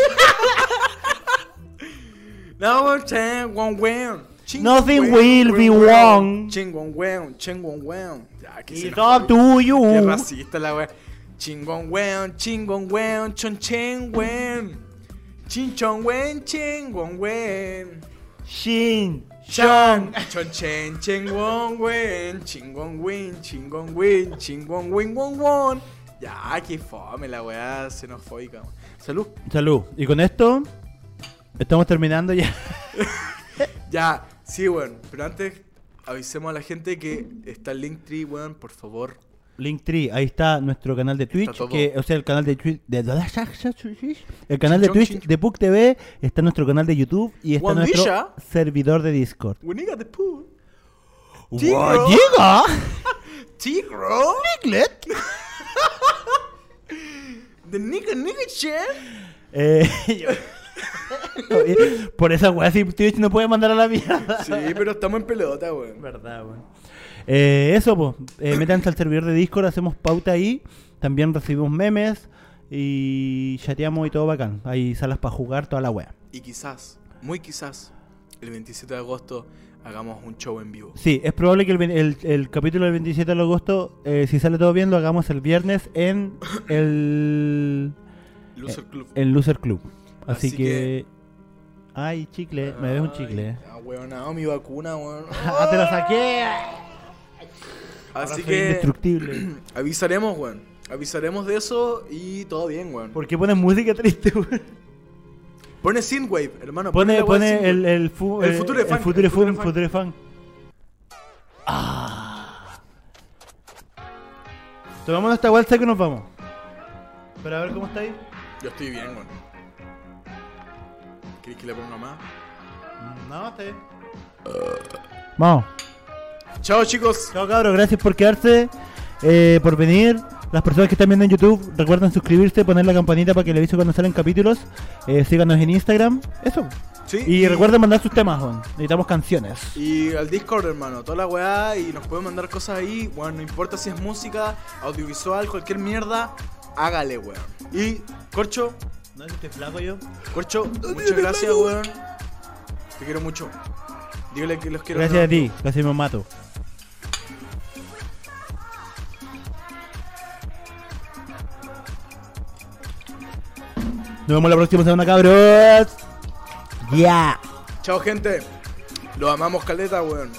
C: No, weón, chen, weón, weón. Ching,
D: Nothing
C: weón,
D: will
C: weón,
D: be
C: weón.
D: wrong.
C: Chingón, weón, chingón, weón. Ya, que se
D: It's
C: enojó.
D: up to you.
C: Qué racista la weá. Chingón weón, chingón weón, chonchen weón. Chinchón weón, chingón weón.
D: Shin.
C: Chon, chon, chen, chen, won, wen, chingón, win, chingón, win, chingón, win, won, won. Ya, qué fome la weá xenofóbica. weón. Salud.
D: Salud. Y con esto. Estamos terminando ya.
C: Ya, sí, weón. Pero antes avisemos a la gente que está el Linktree, weón, por favor.
D: Linktree, ahí está nuestro canal de Twitch,
C: todo.
D: que, o sea, el canal de Twitch, de, el canal de
C: Chinchón,
D: Twitch
C: chinchón.
D: de Book TV, está nuestro canal de YouTube y está nuestro
C: Guandilla.
D: servidor de Discord.
C: We nigga the pool.
D: ¡Guau, ¡Llega!
C: Tigro.
D: Piglet.
C: The nigga, nigga, chen.
D: Eh, yo- Oye, Por esa weá, si Twitch no puede mandar a la mierda.
C: Sí, pero estamos en pelota, weón.
D: Verdad, weón. Eh, eso, pues, eh, métanse al servidor de Discord, hacemos pauta ahí, también recibimos memes y chateamos y todo bacán. Hay salas para jugar, toda la weá.
C: Y quizás, muy quizás, el 27 de agosto hagamos un show en vivo.
D: Sí, es probable que el, ve- el- el capítulo del 27 de agosto, eh, si sale todo bien, lo hagamos el viernes en el,
C: Loser Club.
D: el Loser Club. Así,
C: Así
D: que... Ay, chicle, eh, me debes un chicle.
C: Ah, weón, ah, mi vacuna, weón.
D: ¡Ah, te lo saqué! Ahora
C: Así
D: soy
C: que
D: Indestructible.
C: avisaremos, weón. Avisaremos de eso y todo bien, weón.
D: ¿Por qué pones música triste, weón?
C: Pone Synthwave, hermano.
D: Pone,
C: la weá de
D: pone el,
C: Synthwave.
D: el, fu-
C: El
D: eh,
C: Future Funk,
D: El Future
C: el Future
D: Funk,
C: Funk.
D: Future Funk. Ah. Tomamos esta WhatsApp que nos vamos. Pero a ver cómo está ahí.
C: Yo estoy bien, weón. ¿Querés que le ponga más?
D: No, está bien. Vamos.
C: Chao, chicos.
D: Chao cabros, gracias por quedarse, eh, por venir. Las personas que están viendo en YouTube, recuerden suscribirse, poner la campanita para que le avise cuando salen capítulos. Eh, síganos en Instagram, eso.
C: Sí,
D: Y recuerden mandar sus temas, weón. necesitamos canciones.
C: Y al Discord, hermano, toda la weá. Y nos pueden mandar cosas ahí. Bueno, no importa si es música, audiovisual, cualquier mierda. Hágale, weón. Y, Corcho,
D: No, estoy flaco yo.
C: Corcho, muchas gracias, weón. Te quiero mucho. Dígale que los quiero.
D: Gracias a ti, casi me mato. Nos vemos la próxima semana, cabros. Ya.
C: Chao, gente. Los amamos caleta, weón.